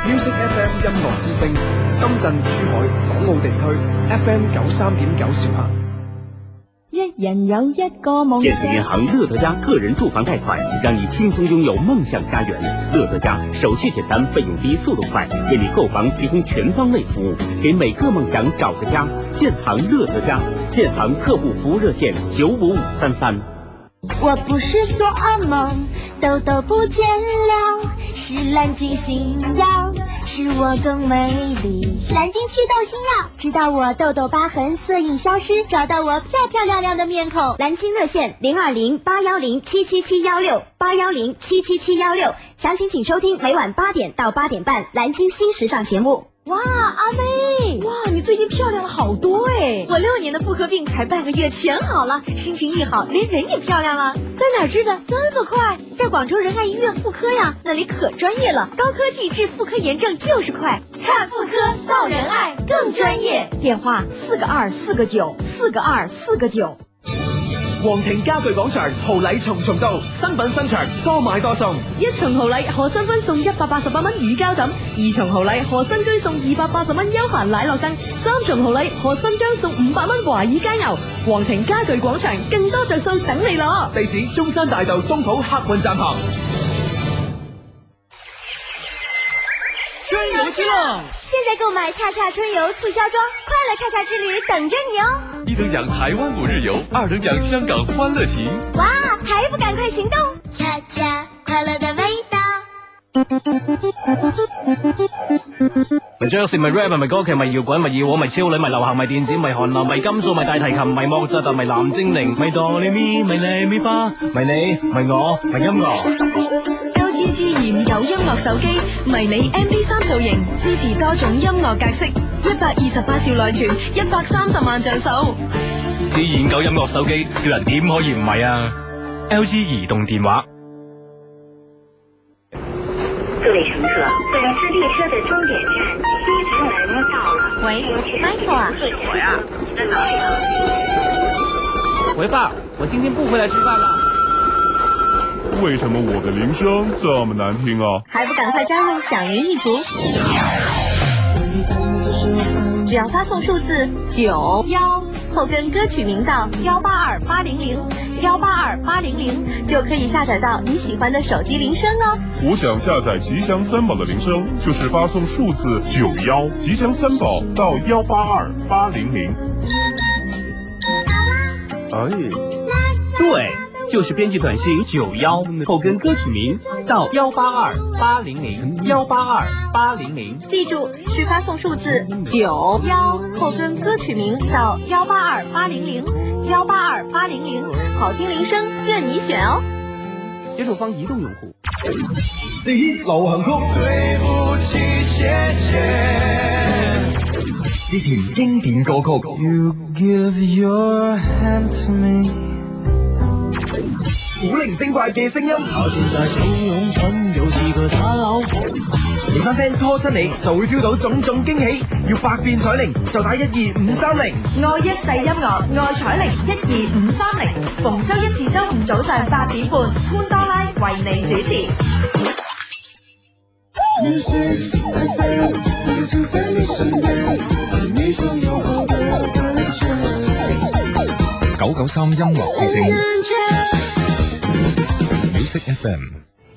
Music FM 音樂之聲，深圳、珠海、港澳地區 FM 九三點九兆赫。一人有一个梦建设银行乐德家个人住房贷款，让你轻松拥有梦想家园。乐德家手续简单，费用低，速度快，为你购房提供全方位服务，给每个梦想找个家。建行乐德家，建行客户服务热线九五五三三。我不是做噩梦，痘痘不见了，是蓝鲸新药，使我更美丽。蓝鲸祛痘新药，直到我痘痘疤痕色印消失，找到我漂漂亮亮的面孔。蓝鲸热线零二零八幺零七七七幺六八幺零七七七幺六，详情请收听每晚八点到八点半蓝鲸新时尚节目。哇，阿妹！哇，你最近漂亮了好多哎！我六年的妇科病才半个月全好了，心情一好，连人也漂亮了。在哪儿治的这么快？在广州仁爱医院妇科呀，那里可专业了，高科技治妇科炎症就是快。看妇科到仁爱更专业，电话四个二四个九四个二四个九。皇庭家具广场豪礼重重到，新品新场多买多送。一重豪礼何新歡送一百八十八蚊乳膠枕，二重豪禮何新居送二百八十蚊休閒奶酪凳，三重豪禮何新章送五百蚊華爾街牛。皇庭家具廣場更多着數等你攞。地址中山大道東圃客運站旁。春游去了！现在购买叉叉春游促销装，快乐叉叉之旅等着你哦！一等奖台湾五日游，二等奖香港欢乐行。哇，还不赶快行动！恰恰快乐的味道。爵士咪 rap 咪歌劇咪搖滾咪二胡咪超女咪流行咪電子咪韓流咪金屬咪大提琴咪莫扎特咪藍精靈咪哆唻咪咪唻咪花咪你咪我咪音樂。 LGG 現有音樂手機，迷你 MV 三造型，支持多種音樂格式，一百二十八兆內存，一百三十萬像素。至研究音樂手機，叫人點可以唔係啊？LG 移動電話。各位乘客，本次列车的终点站西直门到了。喂，Michael 啊，我呀，在哪里呢？喂爸，我今天不回来吃饭了。为什么我的铃声这么难听啊？还不赶快加入响铃一族！只要发送数字九幺后跟歌曲名到幺八二八零零幺八二八零零，就可以下载到你喜欢的手机铃声哦。我想下载吉祥三宝的铃声，就是发送数字九幺吉祥三宝到幺八二八零零。哎，对，就是编辑短信九幺后跟歌曲名到幺八二八零零幺八二八零零。记住，是发送数字九幺后跟歌曲名到幺八二八零零幺八二八零零，好听铃声任你选哦。接受方移动用户。 C 流行曲，對不起，謝謝。呢段經典歌曲。 You give your hand to me。古靈精怪嘅聲音，他現在好勇蠢，又是個打老婆。你班 friend 拖親你就會 feel 到種種驚喜，要百變彩鈴就打一二五三零。愛一世音樂，愛彩玲一二五三零，逢周一至周五早上八點半，潘多拉為你主持。九九三音樂之聲，Music FM。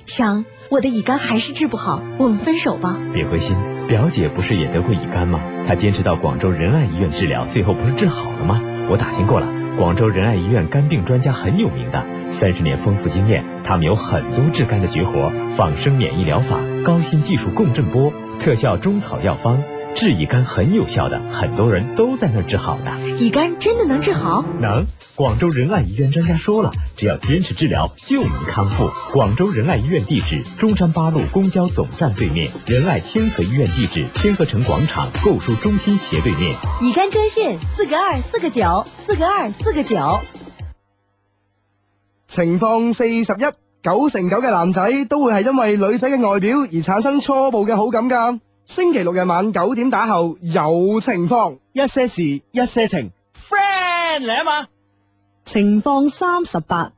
强，我的乙肝还是治不好，我们分手吧。别灰心，表姐不是也得过乙肝吗？她坚持到广州仁爱医院治疗，最后不是治好了吗？我打听过了，广州仁爱医院肝病专家很有名的，三十年丰富经验，他们有很多治肝的绝活，仿生免疫疗法、高新技术共振波、特效中草药方，治乙肝很有效的，很多人都在那儿治好的。乙肝真的能治好？能，广州仁爱医院专家说了，只要坚持治疗就能康复。广州仁爱医院地址：中山八路公交总站对面；仁爱天河医院地址：天河城广场购书中心斜对面。乙肝专线四个二四个九四个二四个九。情況四十一，九成九嘅男仔都會係因為女仔嘅外表而產生初步嘅好感㗎。星期六日晚九點打後有情況，一些事，一些 情。friend 嚟啊嘛。情況三十八，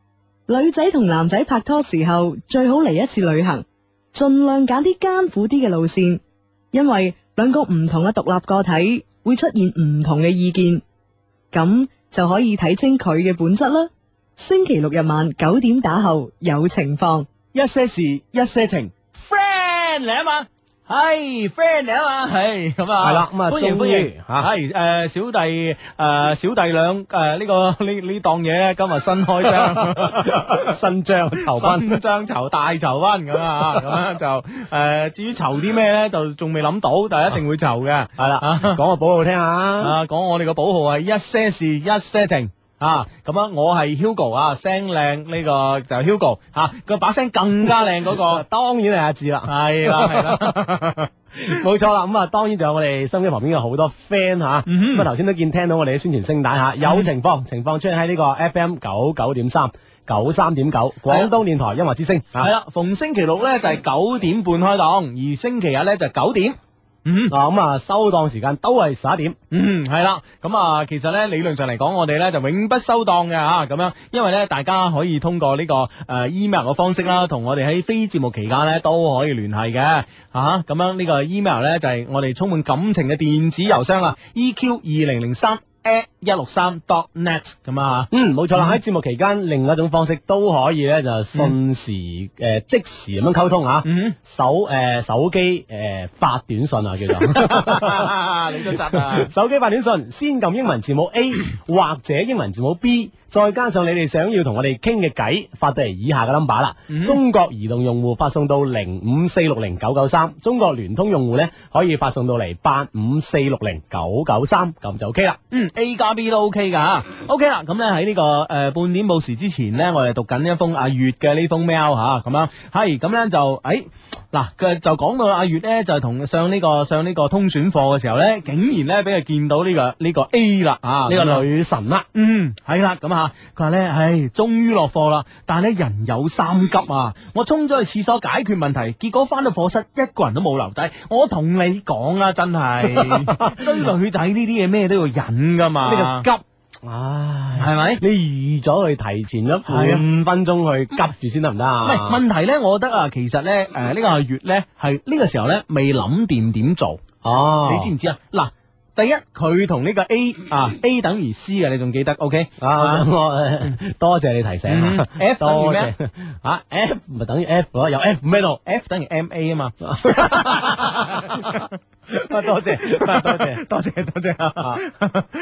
女仔同男仔拍拖時候最好嚟一次旅行，盡量揀啲艱苦啲嘅路線，因為兩個唔同嘅獨立個體會出現唔同嘅意見，咁就可以睇清佢嘅本質啦。星期六日晚九點打後有情況，一些事，一些情。friend 嚟啊嘛。系 friend 嚟啊嘛，系咁啊，係啦咁啊歡迎終歡 於迎吓，系诶小弟诶、呃小弟兩诶呢個呢呢檔嘢咧，今日新開張，新張籌賓新張籌大籌賓咁啊，咁啊就诶、呃至於籌啲咩咧，就仲未諗到，但係一定會籌嘅，系啦，講個寶號聽下，啊講我哋個寶號係一些事一些情。啊，咁啊，我係 Hugo 啊，聲靚呢個就 Hugo 吓、啊，個把聲更加靚嗰、個，當然係阿志啦，係啦係啦。 冇錯啦，咁啊，當然就有我哋身邊旁邊有好多 friend 吓，嗯咁啊頭先都見聽到我哋嘅宣傳聲帶吓，有情況情況出現喺呢個 FM 九九點三。九三點九，廣東電台音樂之聲。係啦，逢星期六咧就係九點半開檔，而星期日咧就九點。嗯，啊咁啊，收檔時間都係十一點。嗯，係啦，咁啊，其實咧理論上嚟講，我哋咧就永不收檔嘅吓，咁樣，因為咧大家可以通過呢、個誒、呃 email 嘅方式啦，同我哋喺非節目期間咧都可以聯繫嘅啊，咁樣呢個 email 咧就係、我哋充滿感情嘅電子郵箱啦，EQ 二零零三。at 一六三 dot net 咁啊，嗯，冇錯啦。喺節目期間，另外一種方式都可以咧，就瞬時誒、呃即時咁樣溝通啊。手誒、呃手機誒、呃發短信啊，叫 做你都窒啊！手機發短信，先撳英文字母 A 或者英文字母 B，再加上你哋想要同我哋傾嘅偈，發到嚟以下嘅 number 啦。中國移動用戶發送到零五四六零九九三，中國聯通用戶呢可以發送到嚟八五四六零九九三，咁就 OK 啦。嗯，A 加 B 都 OK 噶，OK 啦。咁咧喺呢個誒、呃半點報時之前呢，我哋讀緊一封阿月嘅呢封 mail 吓、咁樣係咁咧就誒。嗱，佢就講到阿月咧，就同上呢、個上呢個通選課嘅時候咧，竟然咧俾佢見到呢、個呢、個 A 啦啊，呢個女神啦，嗯，係啦，咁啊，佢話咧，唉，終於落課啦，但係咧人有三急啊，我衝咗去廁所解決問題，結果翻到課室一個人都冇留低，我同你講啊，真係 追女仔呢啲嘢咩都要忍噶嘛，呢個急。唉，係咪？你預咗去提前咗係啊五分鐘去急住先得唔得唔係啊？問題咧，我覺得啊，其實咧，誒、呢、個月咧係呢個時候咧未諗掂點做。哦你知唔知啊？嗱，第一佢同呢個 A 啊 A 等於 C 啊，你仲記得？OK 啊，我 呃多謝你提醒啊嗯，F 等於 多咩謝啊？F 咪等於 F 咯，有 F 咩度？ F 等於 MA 啊 嘛。多謝，多謝，多謝，多謝啊！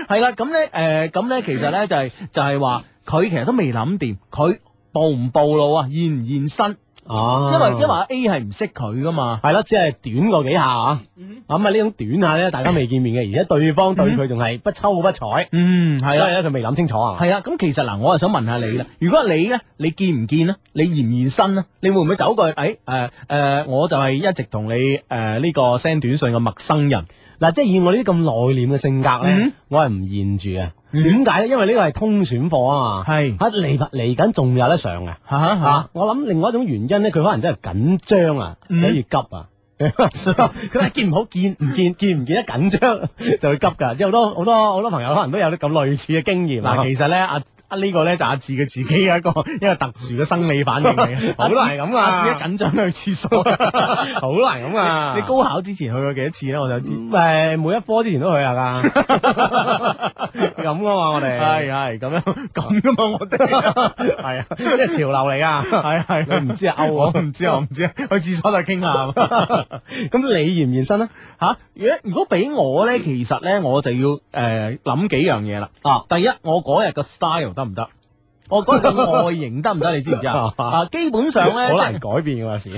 係啦，咁咧，诶，咁咧，其實咧就係就係話，佢其實都未諗掂，佢暴唔暴露啊，現唔現身？哦因為因為 A 係唔識佢噶嘛。係咯，只係短過幾下啊！嗯咁啊呢種短下咧，大家未見面嘅，而且對方對佢仲係不瞅不睬，嗯，所係以啦。咧佢未諗清楚啊。系啊，咁其實嗱，我啊想問下你啦，如果係你咧，你見唔見咧？你現唔現身咧？你會唔會走過去？哎诶呃诶诶，誒我就係一直同你诶呢、個 send 短信嘅陌生人。嗱，即係以我呢啲咁內斂嘅性格咧嗯，我係唔現住啊嘅。點解咧？因為呢個係通選課啊嘛，係啊嚟嚟緊仲有得上嘅。吓吓啊，我諗另外一種原因咧，佢可能真係緊張啊，嗯所以急 啊。佢一見唔好，見唔見，見唔見得緊張就會急㗎。即係好多好多好多朋友可能都有啲咁類似嘅經驗啊。嗱，其實咧阿。啊呢個咧就阿志嘅自己嘅一個 一個特殊嘅生理反應嚟 嘅，好難咁啊阿志一緊張都去廁所， 好難嗯咁啊你高考之前去過幾多次咧？我想知。誒每一科之前都去下㗎， 咁噶嘛我哋係係咁樣咁噶嘛，我哋 係啊，即係潮流嚟㗎。係係你唔知啊勾我我唔知啊，我唔知啊，去廁所就傾啦。 咁你現唔啊現身咧？吓，如果如果俾我咧，其實咧我就要诶諗幾樣嘢啦。啊，第一，我嗰日嘅 style 得唔得？我嗰日嘅外形得唔得？你知唔知 啊？啊，基本上咧，好即係難改變㗎嘛有時，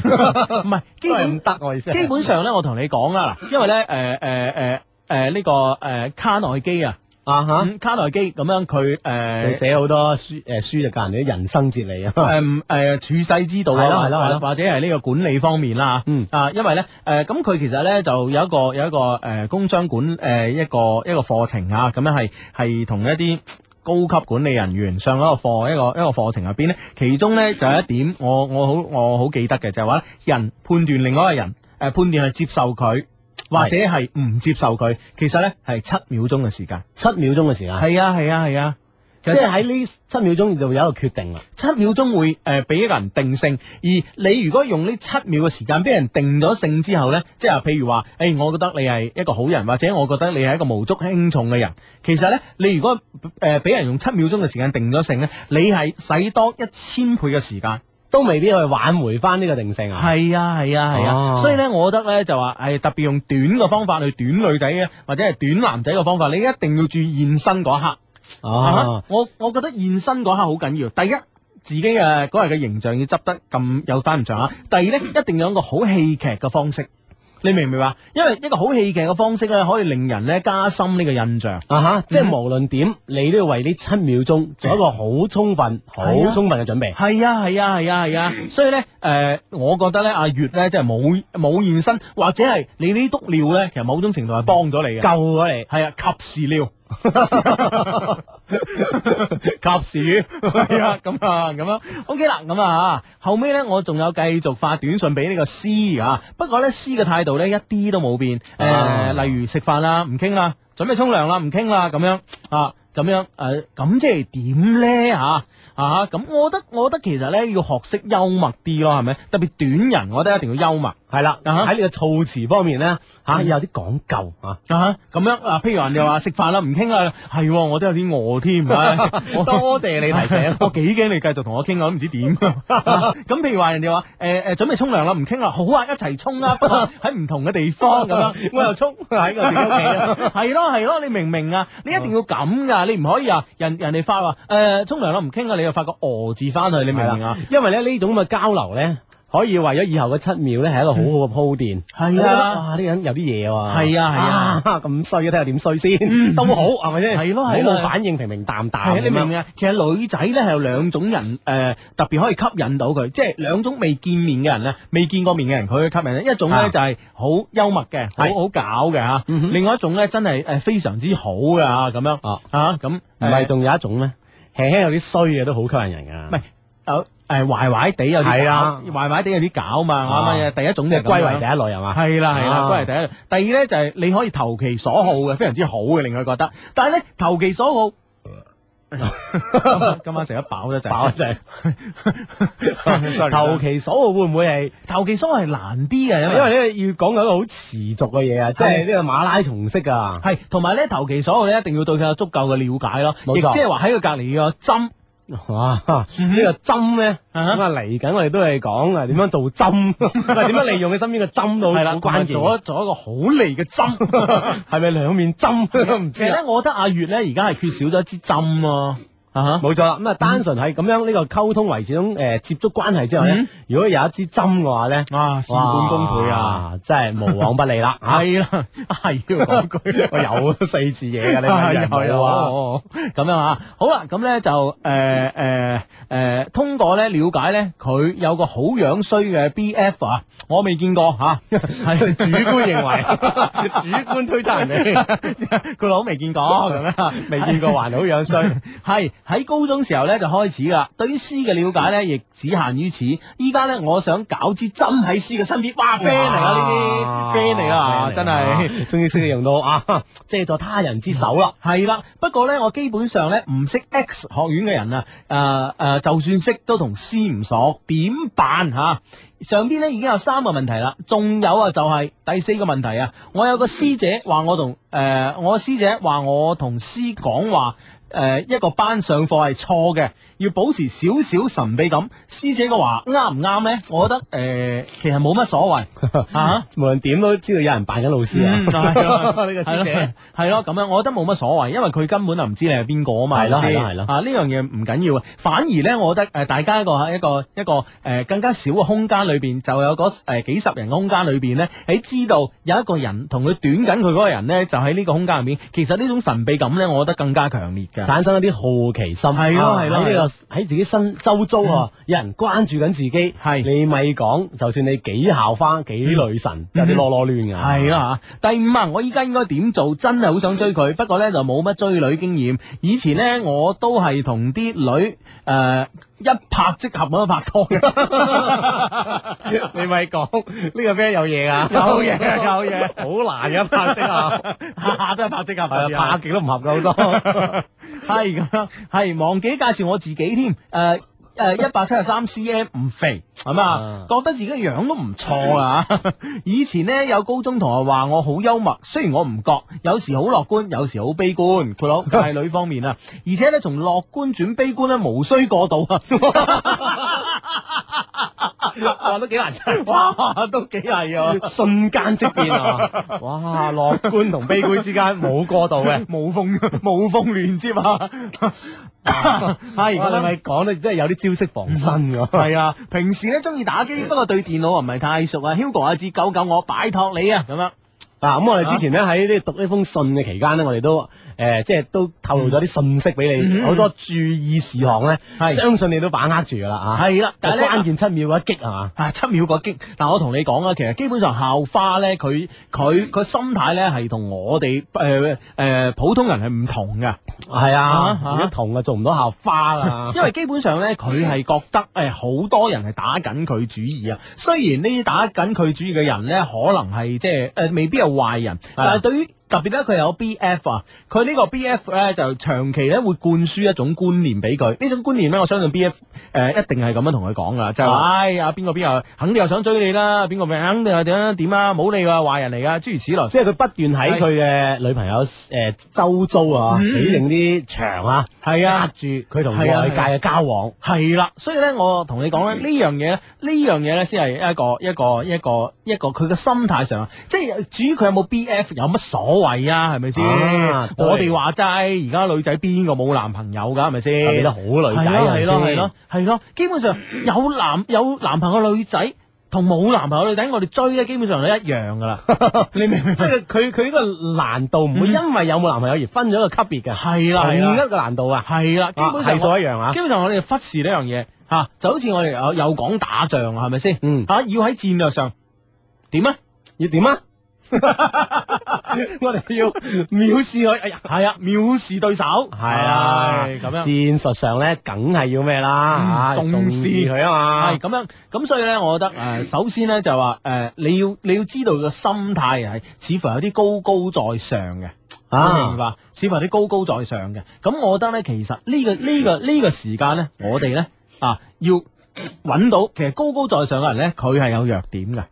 唔係基都係本唔得我意思係。基本上咧，我同你講啦，嗱，因為呃咧，诶诶诶诶呃呢個诶卡內基啊，啊嚇。嗯卡內基咁樣佢呃佢诶。寫好多書，誒、書就教人哋啲人生哲 理啊。誒誒、呃、處世之道係咯啊，係咯係咯或或者係呢個管理方面啦，嗯啊，因為咧誒咁佢其實咧就有一個有一個誒、呃工商管誒、呃一個一個課程啊，咁樣係係同一啲。高級管理人員上一個課一個一個課程入邊咧，其中咧就有一點我我好我好記得嘅就係話人判斷另外一個人誒、呃判斷係接受佢或者係唔接受佢，其實咧係七秒鐘嘅時間。七秒鐘嘅時間，係啊係啊係啊，即係喺呢七秒鐘就會有一個決定啦。七秒鐘會誒俾、一個人定性，而你如果用呢七秒嘅時間俾人定咗性之後呢，即係話譬如話，誒、我覺得你係一個好人，或者我覺得你係一個無足輕重嘅人。其實呢，你如果誒俾、人用七秒鐘嘅時間定咗性呢，你係使多一千倍嘅時間。都未必去挽回翻呢個定性啊。係啊係啊係啊，哦所以咧，我覺得咧就話，誒特別用短嘅方法去短女仔嘅，或者係短男仔嘅方法，你一定要注意現身嗰一刻。啊哦，我我覺得現身嗰刻好緊要。第一，自己嘅啊嗰日嘅形象要執得咁有翻唔上下；第二咧，一定要有一個好戲劇嘅方式。你明唔明白？因為一個好戲劇嘅方式咧，可以令人咧加深呢個印象嗯啊哈！即係無論點，你都要為呢七秒鐘做一個好充分、好係啊充分嘅準備。係啊係啊係啊係啊，所以咧誒、我覺得咧阿月咧即係冇冇現身，或者係你呢督尿咧，其實某種程度係幫咗你嘅，救咗你，係啊，及時尿。 及 時係啊，咁啊，咁啊，OK 啦，咁啊，後尾咧，我仲有繼續發短信俾呢個 C 啊，不過咧 C 嘅態度咧一啲都冇變，誒、啊例如食飯啦，唔傾啦，準備沖涼啦，唔傾啦，咁樣啊，咁樣誒，咁即係點咧嚇啊？咁我覺得，我覺得其實咧要學識幽默啲咯，係咪？特別短人，我覺得一定要幽默，啊係啦，喺你嘅措辭方面咧嚇有啲講究啊。啊咁樣嗱，譬如人哋話食飯啦，唔傾啦，係喎我都有啲餓添，唉 我多謝你提 醒我幾驚你繼續同我傾，我都唔知點。 啊咁譬如話人哋話誒誒準備沖涼啦，唔傾啦，好啊，一齊沖啦，不 過喺唔同嘅地方咁樣，我又沖喺我自己屋企 啊係咯係咯，你明唔明啊？你一定要咁噶，你唔可以啊！人人哋發話誒沖涼啦，唔傾啊，你又發個哦字翻去，你明唔明啊？因為咧呢種咁嘅交流咧，可以為咗以後嘅七秒咧係一個好好嘅鋪墊。係啊哇！呢個人有啲嘢喎。係啊係啊，咁衰嘅睇下點衰先，都好嗯係咪先？係咯係唔好咯冇反應，平平淡係啊，淡咁樣。你明唔明啊？其實女仔咧係有兩種人誒、呃特別可以吸引到佢，即係兩種未見面嘅人咧，未見過面嘅人佢去吸引。一種咧、啊就係好幽默嘅，好係好搞嘅嚇；另外一種咧真係誒非常之好嘅嚇咁樣啊啊咁。唔係仲有一種咩？輕輕有啲衰嘅都好吸引人㗎。唔係有誒壞壞地有啲係啊搞壞壞地有啲搞嘛，啱啊啱嘅第一種即係就咁樣歸為第一類係嘛係啦係啦，啊歸為第一類。第二咧就係你可以投其所好嘅，非常之好嘅，令佢覺得。但係咧投其所 好。今晚食得飽得滯，飽 得滯投其所好會唔會係投其所好係難啲嘅，因為咧要講緊一個好持續嘅嘢啊，即係呢個馬拉松式啊。係同埋咧投其所好咧，一定要對佢有足夠嘅了解咯，冇亦錯即係話喺佢隔離個針。哇！嗯呢個針咧，咁啊嚟緊，我哋都係講啊點樣 做針，喂點樣利用你身邊嘅針到係啦好關鍵，同埋做一做一個好利嘅針， 係咪兩面針？唔其知實啊咧，我覺得阿月咧而家係缺少咗一支針咯。啊冇錯啦，咁啊單純係咁樣呢個溝通維持種誒接觸關係之後嗯咧，如果有一支針嘅話咧，啊事半功倍啊，！真係無往不利 啦係啦，係要講句， 我哦有啊四字嘢㗎你咪係人冇啊哦啊咁樣啊，好啦，咁咧就誒誒誒，通過咧了解咧，佢有個好樣衰嘅 B F 啊，我未見過啊吓， 係主觀 認為，主觀推測人哋，佢老未 見過咁樣，未見過還好 樣衰。係喺高中時候咧就開始噶啦，對於詩嘅了解咧亦只限於此。依家咧我想搞支針喺詩嘅身邊，哇 friend 嚟啊呢啲 friend 嚟啊，真係。 係終於識用到啊，借助他人之手啦。系啦，不過呢，我基本上呢唔識 X 學院嘅人啊，诶、诶、就算識都同 C 唔熟，點辦吓、上邊呢已經有三個問題啦，仲有啊就係第四個問題啊，我有個師姐話我同诶、誒我師姐話我同 C 講話。誒、呃一個班上課係錯嘅，要保持少少神秘感。師姐嘅話啱唔啱呢？我覺得誒、呃其實冇乜所 謂啊。無論點都知道有人扮緊老師啊 嗯，係咯，呢個師姐係咯，咁樣我覺得冇乜所謂，因為佢根本就唔知你係邊個啊嘛，係咯咪先係咯係咯啊呢樣嘢唔緊要啊，反而咧，我覺得誒、呃大家一個一個一個誒、呃更加少嘅空間裏邊，就有嗰誒、呃、幾十人嘅空間裏邊咧，喺知道有一個人同佢短緊佢嗰個人咧，就喺呢個空間入面，其實呢種神秘感咧，我覺得更加強烈嘅。產生一啲好奇心，係咯啊係咯喺係呢咯個喺自己身周遭嗯啊，有人關注緊自己，係你咪講，就算你幾校花幾女神，有啲囉囉攣㗎。嗯係啦嚇，第五啊，我依家應該點做？真係好想追嗯佢，不過呢就冇乜追女經驗。以前呢，我都係同啲女誒、呃一拍即合咁樣拍拖嘅。 你咪講呢個 friend 有嘢啊，有嘢有嘢，好難嘅拍即啊， 下下都係拍即合，係啊，拍極都唔合㗎好多。係咁樣，係忘記介紹我自己添。誒、誒，一百七十三 cm 唔肥，係嘛？覺得自己嘅樣都唔錯啊！ 以前呢，有高中同學話我好幽默，雖然我唔覺，有時好樂觀，有時好悲觀。佢佬界女方面啊，而且呢，從樂觀轉悲觀呢，無需過度啊！哇，都幾難猜，哇，都幾係啊！瞬間即變 啊！哇，樂觀同悲觀之間冇過渡嘅，無縫無縫連接啊！係我哋咪講得真係有啲招式防身 㗎。係啊，平時咧中意打 機，不過對電腦啊唔係太熟啊。Hugo 阿志救救我，拜託你啊！咁樣。嗱，咁我哋之前咧喺呢讀呢封信嘅期間咧，我哋都誒即係都透露咗啲信息俾你，嗯好多注意事項咧，相信你都把握住噶啦啊嚇。係啦但係咧關鍵七秒嗰一擊係嘛？啊，七秒個擊！嗱，我同你講啊，其實基本上校花咧，佢佢佢心態咧係同我哋誒誒普通人係唔同嘅，係啊，如果同啊做唔到校花啦。 因為基本上咧，佢係覺得誒好多人係打緊佢主意啊。雖然呢啲打緊佢主意嘅人咧，可能係即係誒未必係壞人，啊但係對於特別咧，佢有 B.F. 啊，佢呢個 B.F. 咧就長期咧會灌輸一種觀念俾佢，呢種觀念咧，我相信 B.F. 誒、一定係咁樣同佢講噶，就係、啊話，哎呀邊個邊個肯定又想追你啦，邊個咪肯定又點樣點啊，冇你啊壞人嚟噶，諸如此類，即係佢不斷喺佢嘅女朋友誒周遭啊，起定啲牆啊，係嗯啊，住佢同外界嘅交往。係啦，所以咧，我同你講咧，呢樣嘢咧，呢樣嘢咧，先係一個一個一個一個佢嘅心態上，即係至於佢有冇 B.F. 有乜所謂啊？係咪先啊？對我哋話齋，而家女仔邊個冇男朋友㗎？係咪先？你都好女仔啊係咯係咯係咪係咯係咯，基本上有男有男朋友嘅女仔。同冇男朋友嘅女仔，我哋追咧，基本上都一樣噶啦。 你明唔明？即係佢佢呢個難度唔會因為有冇男朋友而分咗一個級別嘅，係啦係啦同一個難度啊，係啦，基啊本上係數一樣啊基本上我哋忽視呢樣嘢吓，就好似我哋有有講打仗係咪先？嗯，吓要喺戰略上點啊？要點啊？ 我哋要藐視佢，哎呀，係啊，藐視對手，係係啊，咁樣。戰術上咧，梗係要咩啦？啊嚇重視佢啊嘛，係咁樣，咁所以咧，我覺得誒、呃首先咧就話誒、呃你要你要知道個心態係似乎有啲高高在上嘅。啊你明白？似乎有啲高高在上嘅，咁我覺得咧，其實呢、個呢、個呢、個時間咧，我哋咧啊，要揾到其實高高在上嘅人咧，佢係有弱點嘅，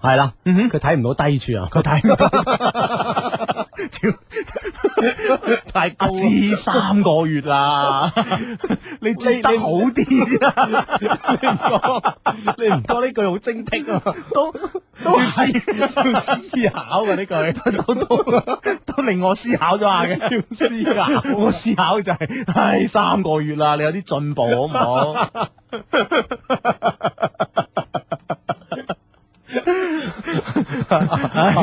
係啦，嗯佢睇唔到低處啊，佢睇唔 到，太高至三個月啦，你知得好啲先啦。你唔覺呢句好精闢啊？都都係要思考嘅呢句，都都都令我思考咗下嘅，要思考我思考就係、唉，三個月啦，你有啲進步好唔好？ 哎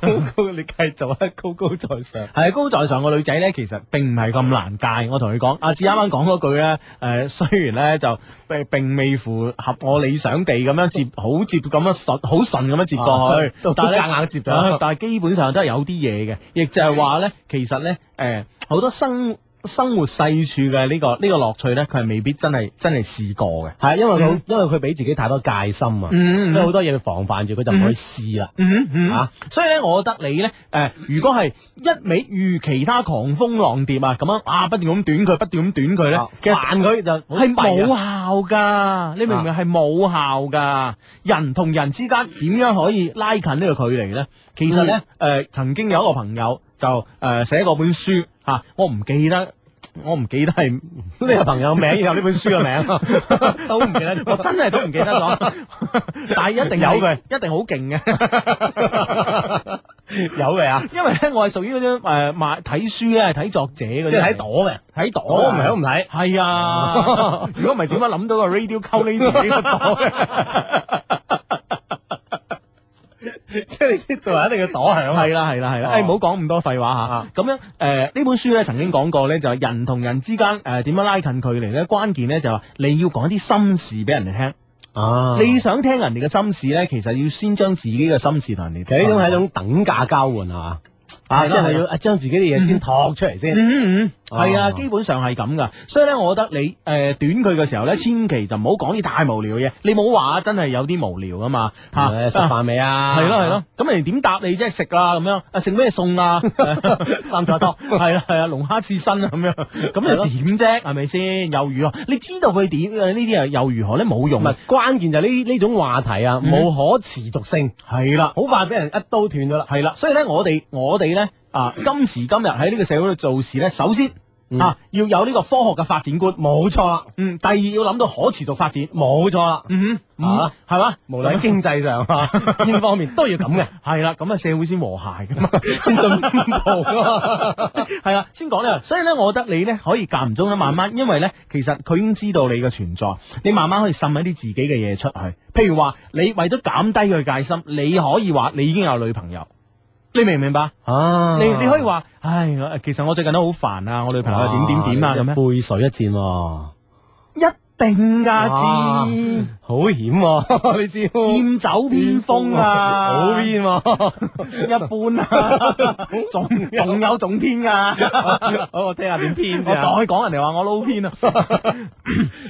高高，你繼續啊，高高在上。係高在上個女仔咧，其實並唔係咁難戒。我同你講，阿志啱啱講嗰句咧，誒、雖然咧就並並未符合我理想地咁樣接，好接咁樣順，好順咁樣接過去啊， 都但係咧夾硬接咗啊但係基本上都係有啲嘢嘅，亦就係話咧，其實咧，誒、好多生生活細處嘅呢、個呢、個樂趣咧，佢係未必真係真係試過嘅。嗯係因為佢好、因為佢俾自己太多戒心啊，嗯嗯所以好多嘢佢防範住，佢就唔去試啦。嗯嗯啊啊，所以咧，我覺得你咧，誒、如果係一味遇其他狂風浪蝶啊，咁樣啊，不斷咁短佢，不斷咁短啊佢咧，啊其實煩佢就好係冇弊啊效噶，你明唔明？係冇效噶，人同人之間點樣可以拉近呢個距離咧？其實咧，誒、曾經有一個朋友就誒、寫過本書嚇、啊我唔記得。我唔記得 係呢個朋友名，然後呢本書嘅 名都唔記得，我真係都唔記得 咗。但係一定係有佢，哎一定好勁嘅。 有嘅啊，因為咧，我係屬於嗰啲誒買睇書咧，係睇作者嗰啲，即係睇朵嘅，睇朵，朵唔係好唔睇係 啊，如果唔係點解諗到個 radio call 呢啲呢個朵嘅？即係你先做人一定要躲響。係啦係啦係啊哎啦，誒唔好講咁多廢話嚇。咁樣誒呢本書咧曾經講過咧，就係人同人之間誒點樣拉近距離咧，關鍵咧就係話你要講啲心事俾人哋聽。啊，你想聽人哋嘅心事咧，其實要先將自己嘅心事同人哋其實呢講種係一種等價交換係嘛？啊，係即啦係係啦要將自己啲嘢先托出嚟先。嗯嗯嗯，系啊，哦基本上係咁噶，所以咧，我覺得你诶、呃短佢嘅時候咧，千祈就唔好講啲太無聊嘅嘢，你冇話真係有啲無聊啊嘛吓，誒食飯未啊？係咯係咯，咁人哋點答你啫？食啦咁樣，啊食咩餸 啊？三菜多，係啦係啊，龍蝦刺身啊咁樣，咁又點啫？係咪先？又如何？你知道佢點呢啲啊又如何咧？冇用唔係啊，關鍵就係呢呢種話題啊，嗯冇可持續性，係啦。好快俾人一刀斷咗啦。系啦，所以咧，我哋我哋咧啊，今時今日喺呢個社會度做事咧，首先啊，要有呢個科學嘅發展觀，冇錯啦。嗯，第二要諗到可持續發展，冇錯啦。嗯哼，啊，係嘛，無論喺經濟上 啊，邊方面都要咁嘅。係啦，咁啊社會先和諧噶嘛， 先進步噶 嘛。係啦，先講呢樣。所以咧，我覺得你咧可以間唔中咧慢慢，因為咧其實佢已經知道你嘅存在，你慢慢可以滲一啲自己嘅嘢出去。譬如話，你為咗減低佢戒心，你可以話你已經有女朋友。你明唔明白？啊你你可以話，唉，我其實我最近都好煩啊，我女朋友點點點啊咁樣，背水一戰喎，一定噶哇知。好險喎！ 你知劍走偏鋒啊，好偏喎，一般 啊，仲仲有總偏噶，好我聽下點偏先我啊再講人哋話我撈偏啊，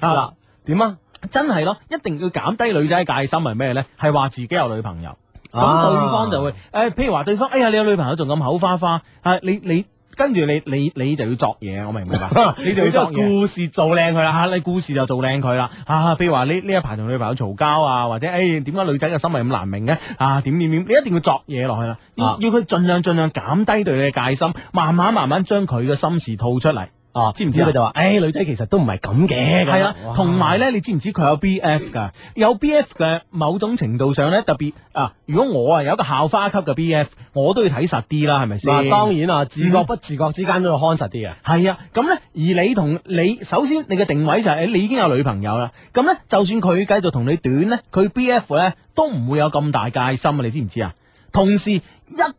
啊點啊？真係咯，一定要減低女仔嘅戒心係咩咧？係話自己有女朋友，咁啊對方就會誒、譬如話對方，哎呀，你有女朋友仲咁口花花，啊，你你。跟住你你你就要作嘢，我明唔明白？ 你就要作嘢，故事做靚佢啦，吓你故事就做靚佢啦，啊，譬如話呢呢一排同女朋友嘈交啊，或者誒點解女仔嘅心係咁難明嘅啊？點點點，你一定要作嘢落去啦，啊要要佢盡量盡量減低對你嘅戒心，慢慢慢慢將佢嘅心事吐出嚟。啊，知唔知啊？咁佢就話誒女仔其實都唔係咁嘅咁啊係啦哇。同埋咧，你知唔知佢有 B F 噶？有 B F 嘅某種程度上咧，特別啊，如果我啊有一個校花級嘅 B F，我都要睇實啲啦，係咪嗱，先？當然啦，自覺嗯不自覺之間都要看實啲嘅。系啊，咁呢，而你同你首先你嘅定位就係、哎你已經有女朋友啦，咁呢，就算佢繼續同你短呢，佢 B F 呢都唔會有咁大戒心啊！你知唔知啊？同時一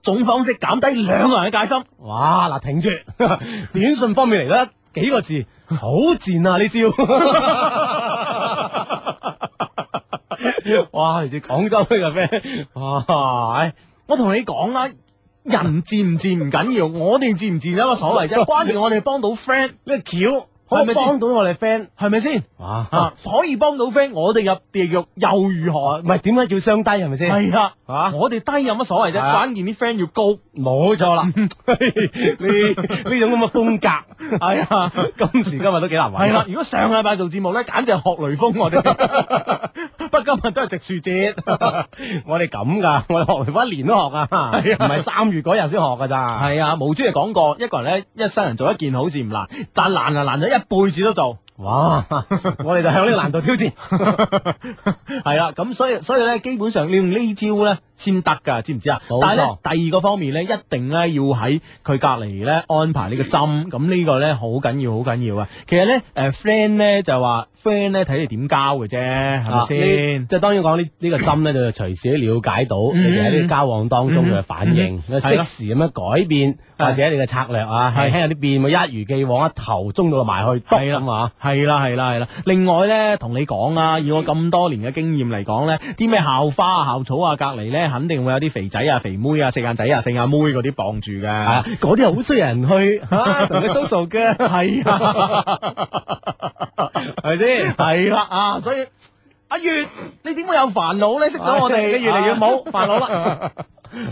種方式減低兩個人嘅戒心，哇！嗱，挺住短信方面嚟啦，幾個字，好賤啊！呢招。 哇！嚟自廣州呢個咩？哇！唉我同你講啦，人賤唔賤唔緊要，我哋賤唔賤有乜所謂 啫？關鍵我哋幫到 friend 呢個橋，可係唔可咪以幫先？到我哋 friend？係咪先？哇！啊，可以幫到 friend，我哋入地獄又如何？唔係點解要相低係咪先？係啊，啊我哋低有乜所謂啫？係啊關鍵啲 friend 要高，冇錯啦， 呢呢種咁嘅風格，係啊，今時今日都幾難揾。係啦。如果上禮拜做節目咧，簡直係學雷鋒 我哋。不過今日都係植樹 節，我哋咁噶，我哋學完一年都學噶，唔係三月嗰日先學噶咋。啊係啊，毛主席講過，一個人咧一生人做一件好事唔難，但難啊難咗一輩子都做。哇！我哋就向呢個難度挑戰。 係啦，咁所以所以咧，基本上你用呢招咧先得噶，知唔知啊？冇錯但係咧，第二個方面咧，一定咧要喺佢隔離咧安排呢個針，咁呢個咧好緊要，好緊要啊！其實咧，誒 friend 咧就話 friend 咧睇你點交嘅啫，係咪啊先呢？即係當然講呢呢個針咧，就隨時都了解到你哋喺呢個交往當中佢嘅反應，嗯嗯嗯嗯適時咁樣改變或者你嘅策略啊，係輕輕有啲變，咪一如既往一頭中到埋去，係啦咁啊，係啦係啦係啦，另外咧，同你講啊，以我咁多年嘅經驗嚟講咧，啲咩校花啊、校草啊，隔離咧，肯定會有啲肥仔啊、肥妹啊、四眼仔啊、四眼妹嗰啲傍住啊嘅。嗰啲好衰 人去啊同佢 social 嘅，係 啊，係咪先？係啦啊，所以阿月，你點會有煩惱咧？識到我哋，啊越嚟越冇煩 惱啦。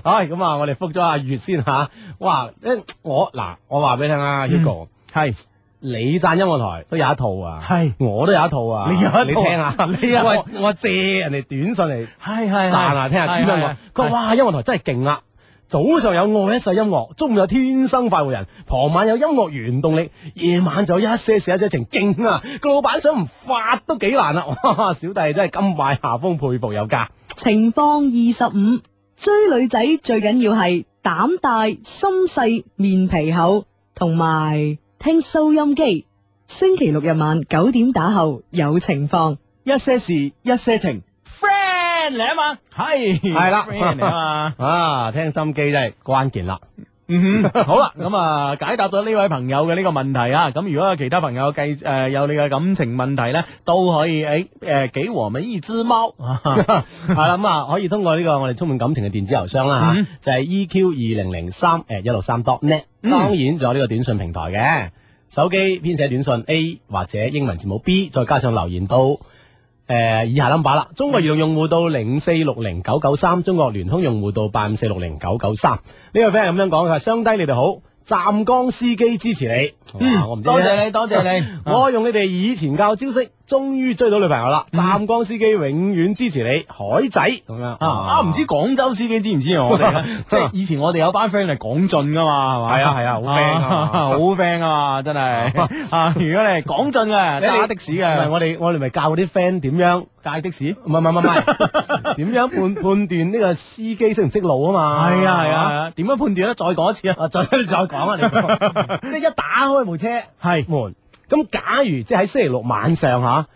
唉，咁啊，我哋覆咗阿月先吓，哇！誒我嗱，我話俾你聽啊，Hugo，嗯係你讚音樂台都有一套啊，係我都有一套啊，你有一套啊你聽下，你有我我借人哋短信嚟係係讚啊，聽下點樣講，佢話哇，音樂台真係勁啊！早上有愛一世音樂，中午有天生快活人，傍晚有音樂原動力，夜晚仲有一些事一些情，勁啊！個老闆想唔發都幾難啊！哇，小弟真係甘拜下風，佩服有加。情況二十五，追女仔最緊要係膽大、心細、面皮厚，同埋聽收音機。星期六日晚九點打後有情況，一些事一些情，friend 嚟啊嘛，係系啦， friend 嚟啊嘛。 啊，聽心機真係關鍵啦。 嗯哼，好啦，咁啊解答咗呢位朋友嘅呢個問題啊，咁如果有其他朋友繼誒、呃有你嘅感情問題咧，都可以誒誒給我們一隻貓， 係啦，咁啊，可以通過呢個我哋充滿感情嘅電子郵箱啦嗯吓，就係 EQ 二零零三诶一六三 dot net。嗯當然仲有呢個短信平台嘅，手機編寫短信 A 或者英文字母 B，再加上留言到。誒、以下 number 啦，中國移動用戶到零四六零九九三，中國聯通用戶到八五四六零九九三。呢位 friend 係咁樣講，佢話：雙低你哋好，湛江司機支持你。哇我唔知嗯多 謝你，多謝你。我用你哋以前教招式，終於追到女朋友啦！湛江司機永遠支持你，海仔嗯咁樣啊！唔知廣州司機知唔知啊我 哋呢即係以前我哋有班 friend 係廣進噶嘛，係嘛？係啊係啊好 friend 啊好 friend 啊， 真係啊！如果你係廣進嘅，揸的士唔係嘅，我哋我哋咪教嗰啲 friend 點樣戒的士？唔係唔係唔 係，點樣判判斷呢個司機識唔識路啊嘛？係啊係啊係啊，點樣判斷咧？再講一次啊！ 再再 講啊！你講 即係一打開部車係門，咁假如即係喺星期六晚上嚇，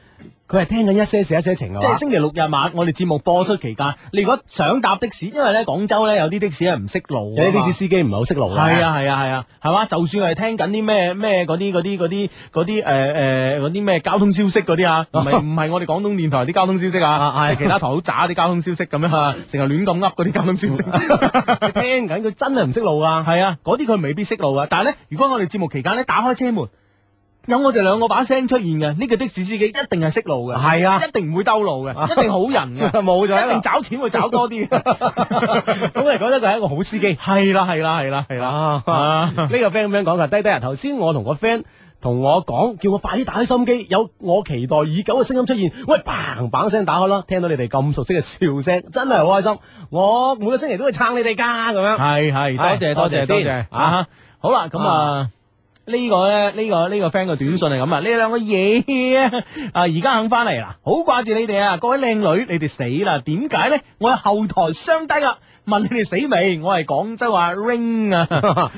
佢係聽緊一些事一些情嘅即係話，星期六日晚，我哋節目播出期間，你如果想搭的士，因為咧廣州咧有啲的士係唔識路㗎嘛，有啲的士司機唔係好識路啦。係啊係啊係啊，係嘛？就算係聽緊啲咩咩嗰啲嗰啲嗰啲嗰啲誒誒嗰啲咩交通消息嗰啲啊，唔 係唔係我哋廣東電台啲交通消息啊，係其他台好渣啲交通消息咁樣 啊，成日亂咁噏嗰啲交通消息，佢聽緊佢真係唔識路啊！係啊，嗰啲佢未必識路啊，但係咧，如果我哋節目期間咧打開車門。有我哋兩個把聲出現嘅，呢個的士司機一定係識路嘅，係啊一定唔會兜路 嘅，一定好人嘅，冇咗啦一定找錢會找多啲嘅。 總嚟講咧，佢係一個好司機。係啦係啦係啦係啦，啊呢個 friend 咁樣講噶，低低啊！頭先我同個 friend 同我講，叫我快啲打開心機，有我期待已久嘅聲音出現。喂，砰砰聲打開啦！聽到你哋咁熟悉嘅笑聲，真係好開心。我每個星期都會撐你哋㗎，咁樣。 係係，多謝係多謝多先謝啊！好啦，咁啊。呢個咧，呢個呢個 friend 嘅短信係咁啊！呢兩個嘢 啊，而家肯翻嚟啦，好掛住你哋啊！各位靚女，你哋死啦！點解咧？我喺後台雙低啦，問你哋死未？我係廣州啊 Ring 啊！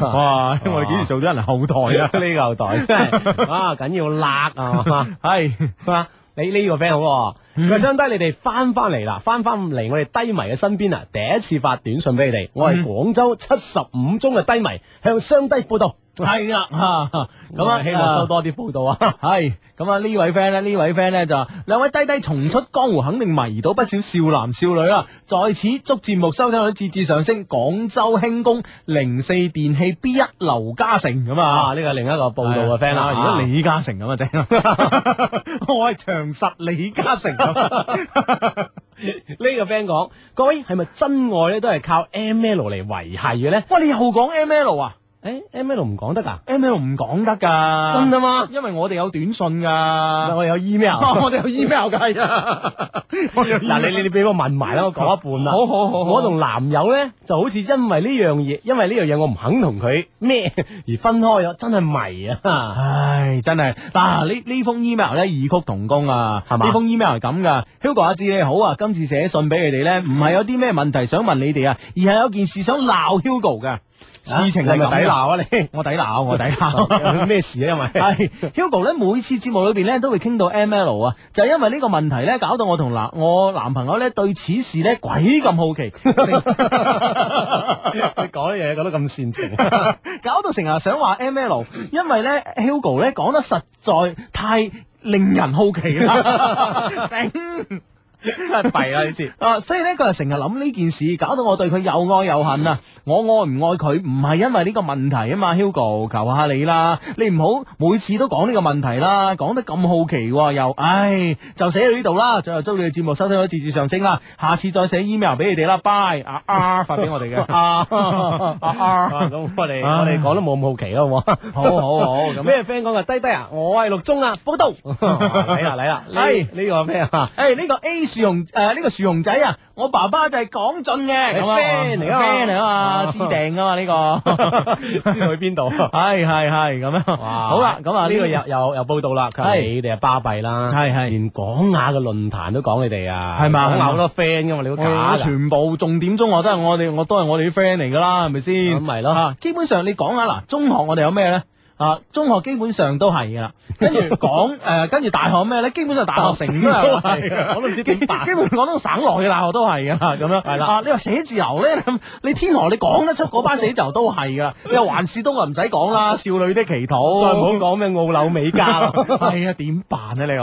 哇！我哋幾時做咗人後台啊？呢個後 台 真係 啊緊要辣啊嘛，係嗯嘛？你呢個 friend 好喎，佢相低你哋翻翻嚟啦，翻翻嚟我哋低迷嘅身邊啊！第一次發短信俾嗯你哋，我係廣州七十五中嘅低迷，向相低報道。係 啦，啊咁啊，希望收多啲報道啊！系咁啊！呢位 friend 咧，呢位 friend 咧就話兩位低低重出江湖，肯定迷倒不少少男少女啦。在此祝節目收聽率節節上升，廣州輕工零四電器 B 一劉嘉誠咁啊！啊，呢個另一個報道嘅 friend 啦，啊如果李嘉誠咁啊正， 我係長實李嘉誠啊咁。 呢個 friend 講，各位係咪真愛咧都係靠 M L 嚟維係嘅咧？喂，你又講 M L 啊誒 M L 唔講得㗎， ？M L 唔講得㗎，真㗎嘛？因為我哋有短信㗎。我有 email， 我哋有 email 噶，係啊我哋有 email 嗱你你你俾我問埋啦，我講一半啦。好好好好我同男友咧就好似因為呢樣嘢，因為呢樣嘢我唔肯同佢 咩而分開咗，真係迷啊！唉，真係嗱，呢呢封 email 咧異曲同工啊，係嘛呢封 email 係咁噶，Hugo 阿志你好啊，今次寫信俾你哋咧，唔係有啲咩問題想問你哋啊，而係有件事想鬧 Hugo 噶。事情係你咪咁㗎抵鬧啊你我抵鬧，我抵 鬧。咩事啊？因為 系 Hugo 咧，每次節目裏邊咧都會傾到 M L 啊，就係因為呢個問題咧，搞到我同男我男朋友咧對此事咧鬼咁好奇，成 你講呢樣嘢講得咁煽情， 搞到成日想話 M L，因為咧 Hugo 咧講得實在太令人好奇啦，頂！ 真係弊啦呢次。 啊，所以咧佢就成日諗呢件事，搞到我對佢又愛又恨啊！我愛唔愛佢唔係因為呢個問題啊嘛，Hugo，求下你啦，你唔好每次都講呢個問題啦，講得咁好奇喎、又，唉，就寫到呢度啦，最後祝你哋節目收聽率節節上升啦，下次再寫 email 俾你哋啦，bye，啊啊，發俾我 哋嘅，啊啊啊啊，咁我 À. 哋我哋講得冇咁好奇啊啦，好唔好？好好好，咁咩 friend 講啊？低低 à? 啊，我係六中啊，報道。 嚟啦嚟啦，係呢呢個咩啊？诶，呢、個 A 樹熊诶，呢、個樹熊仔啊，我爸爸就係港進嘅，咁啊 friend 嚟啊 friend 嚟啊嘛，知定啊嘛呢個， 知道去邊 度？係係係咁樣。哇！好啦，咁啊呢呢個個又又又又報道啦，佢話係你哋係巴閉啦，係係連廣雅嘅論壇都講你哋啊，係嘛廣雅好多係 friend 噶嘛，你都假我㗎全部重點中學都係我哋，我都係我哋啲 friend 嚟噶啦，係咪先？咁咪咯啊基本上你講下嗱，中學我哋有咩咧？啊，中學基本上都係噶啦，跟住 講誒，跟住大學咩咧？基本上大學城都係，我都唔知點辦基本上廣東省內嘅大學都係噶啦，咁樣係啦。啊，你話寫字樓咧，咁 你天河你講得出嗰班寫字樓都係噶，你話環市 東啊唔使講啦，少女的祈禱，再唔好講咩澳紐美加啦。 係啊，點辦啊你話？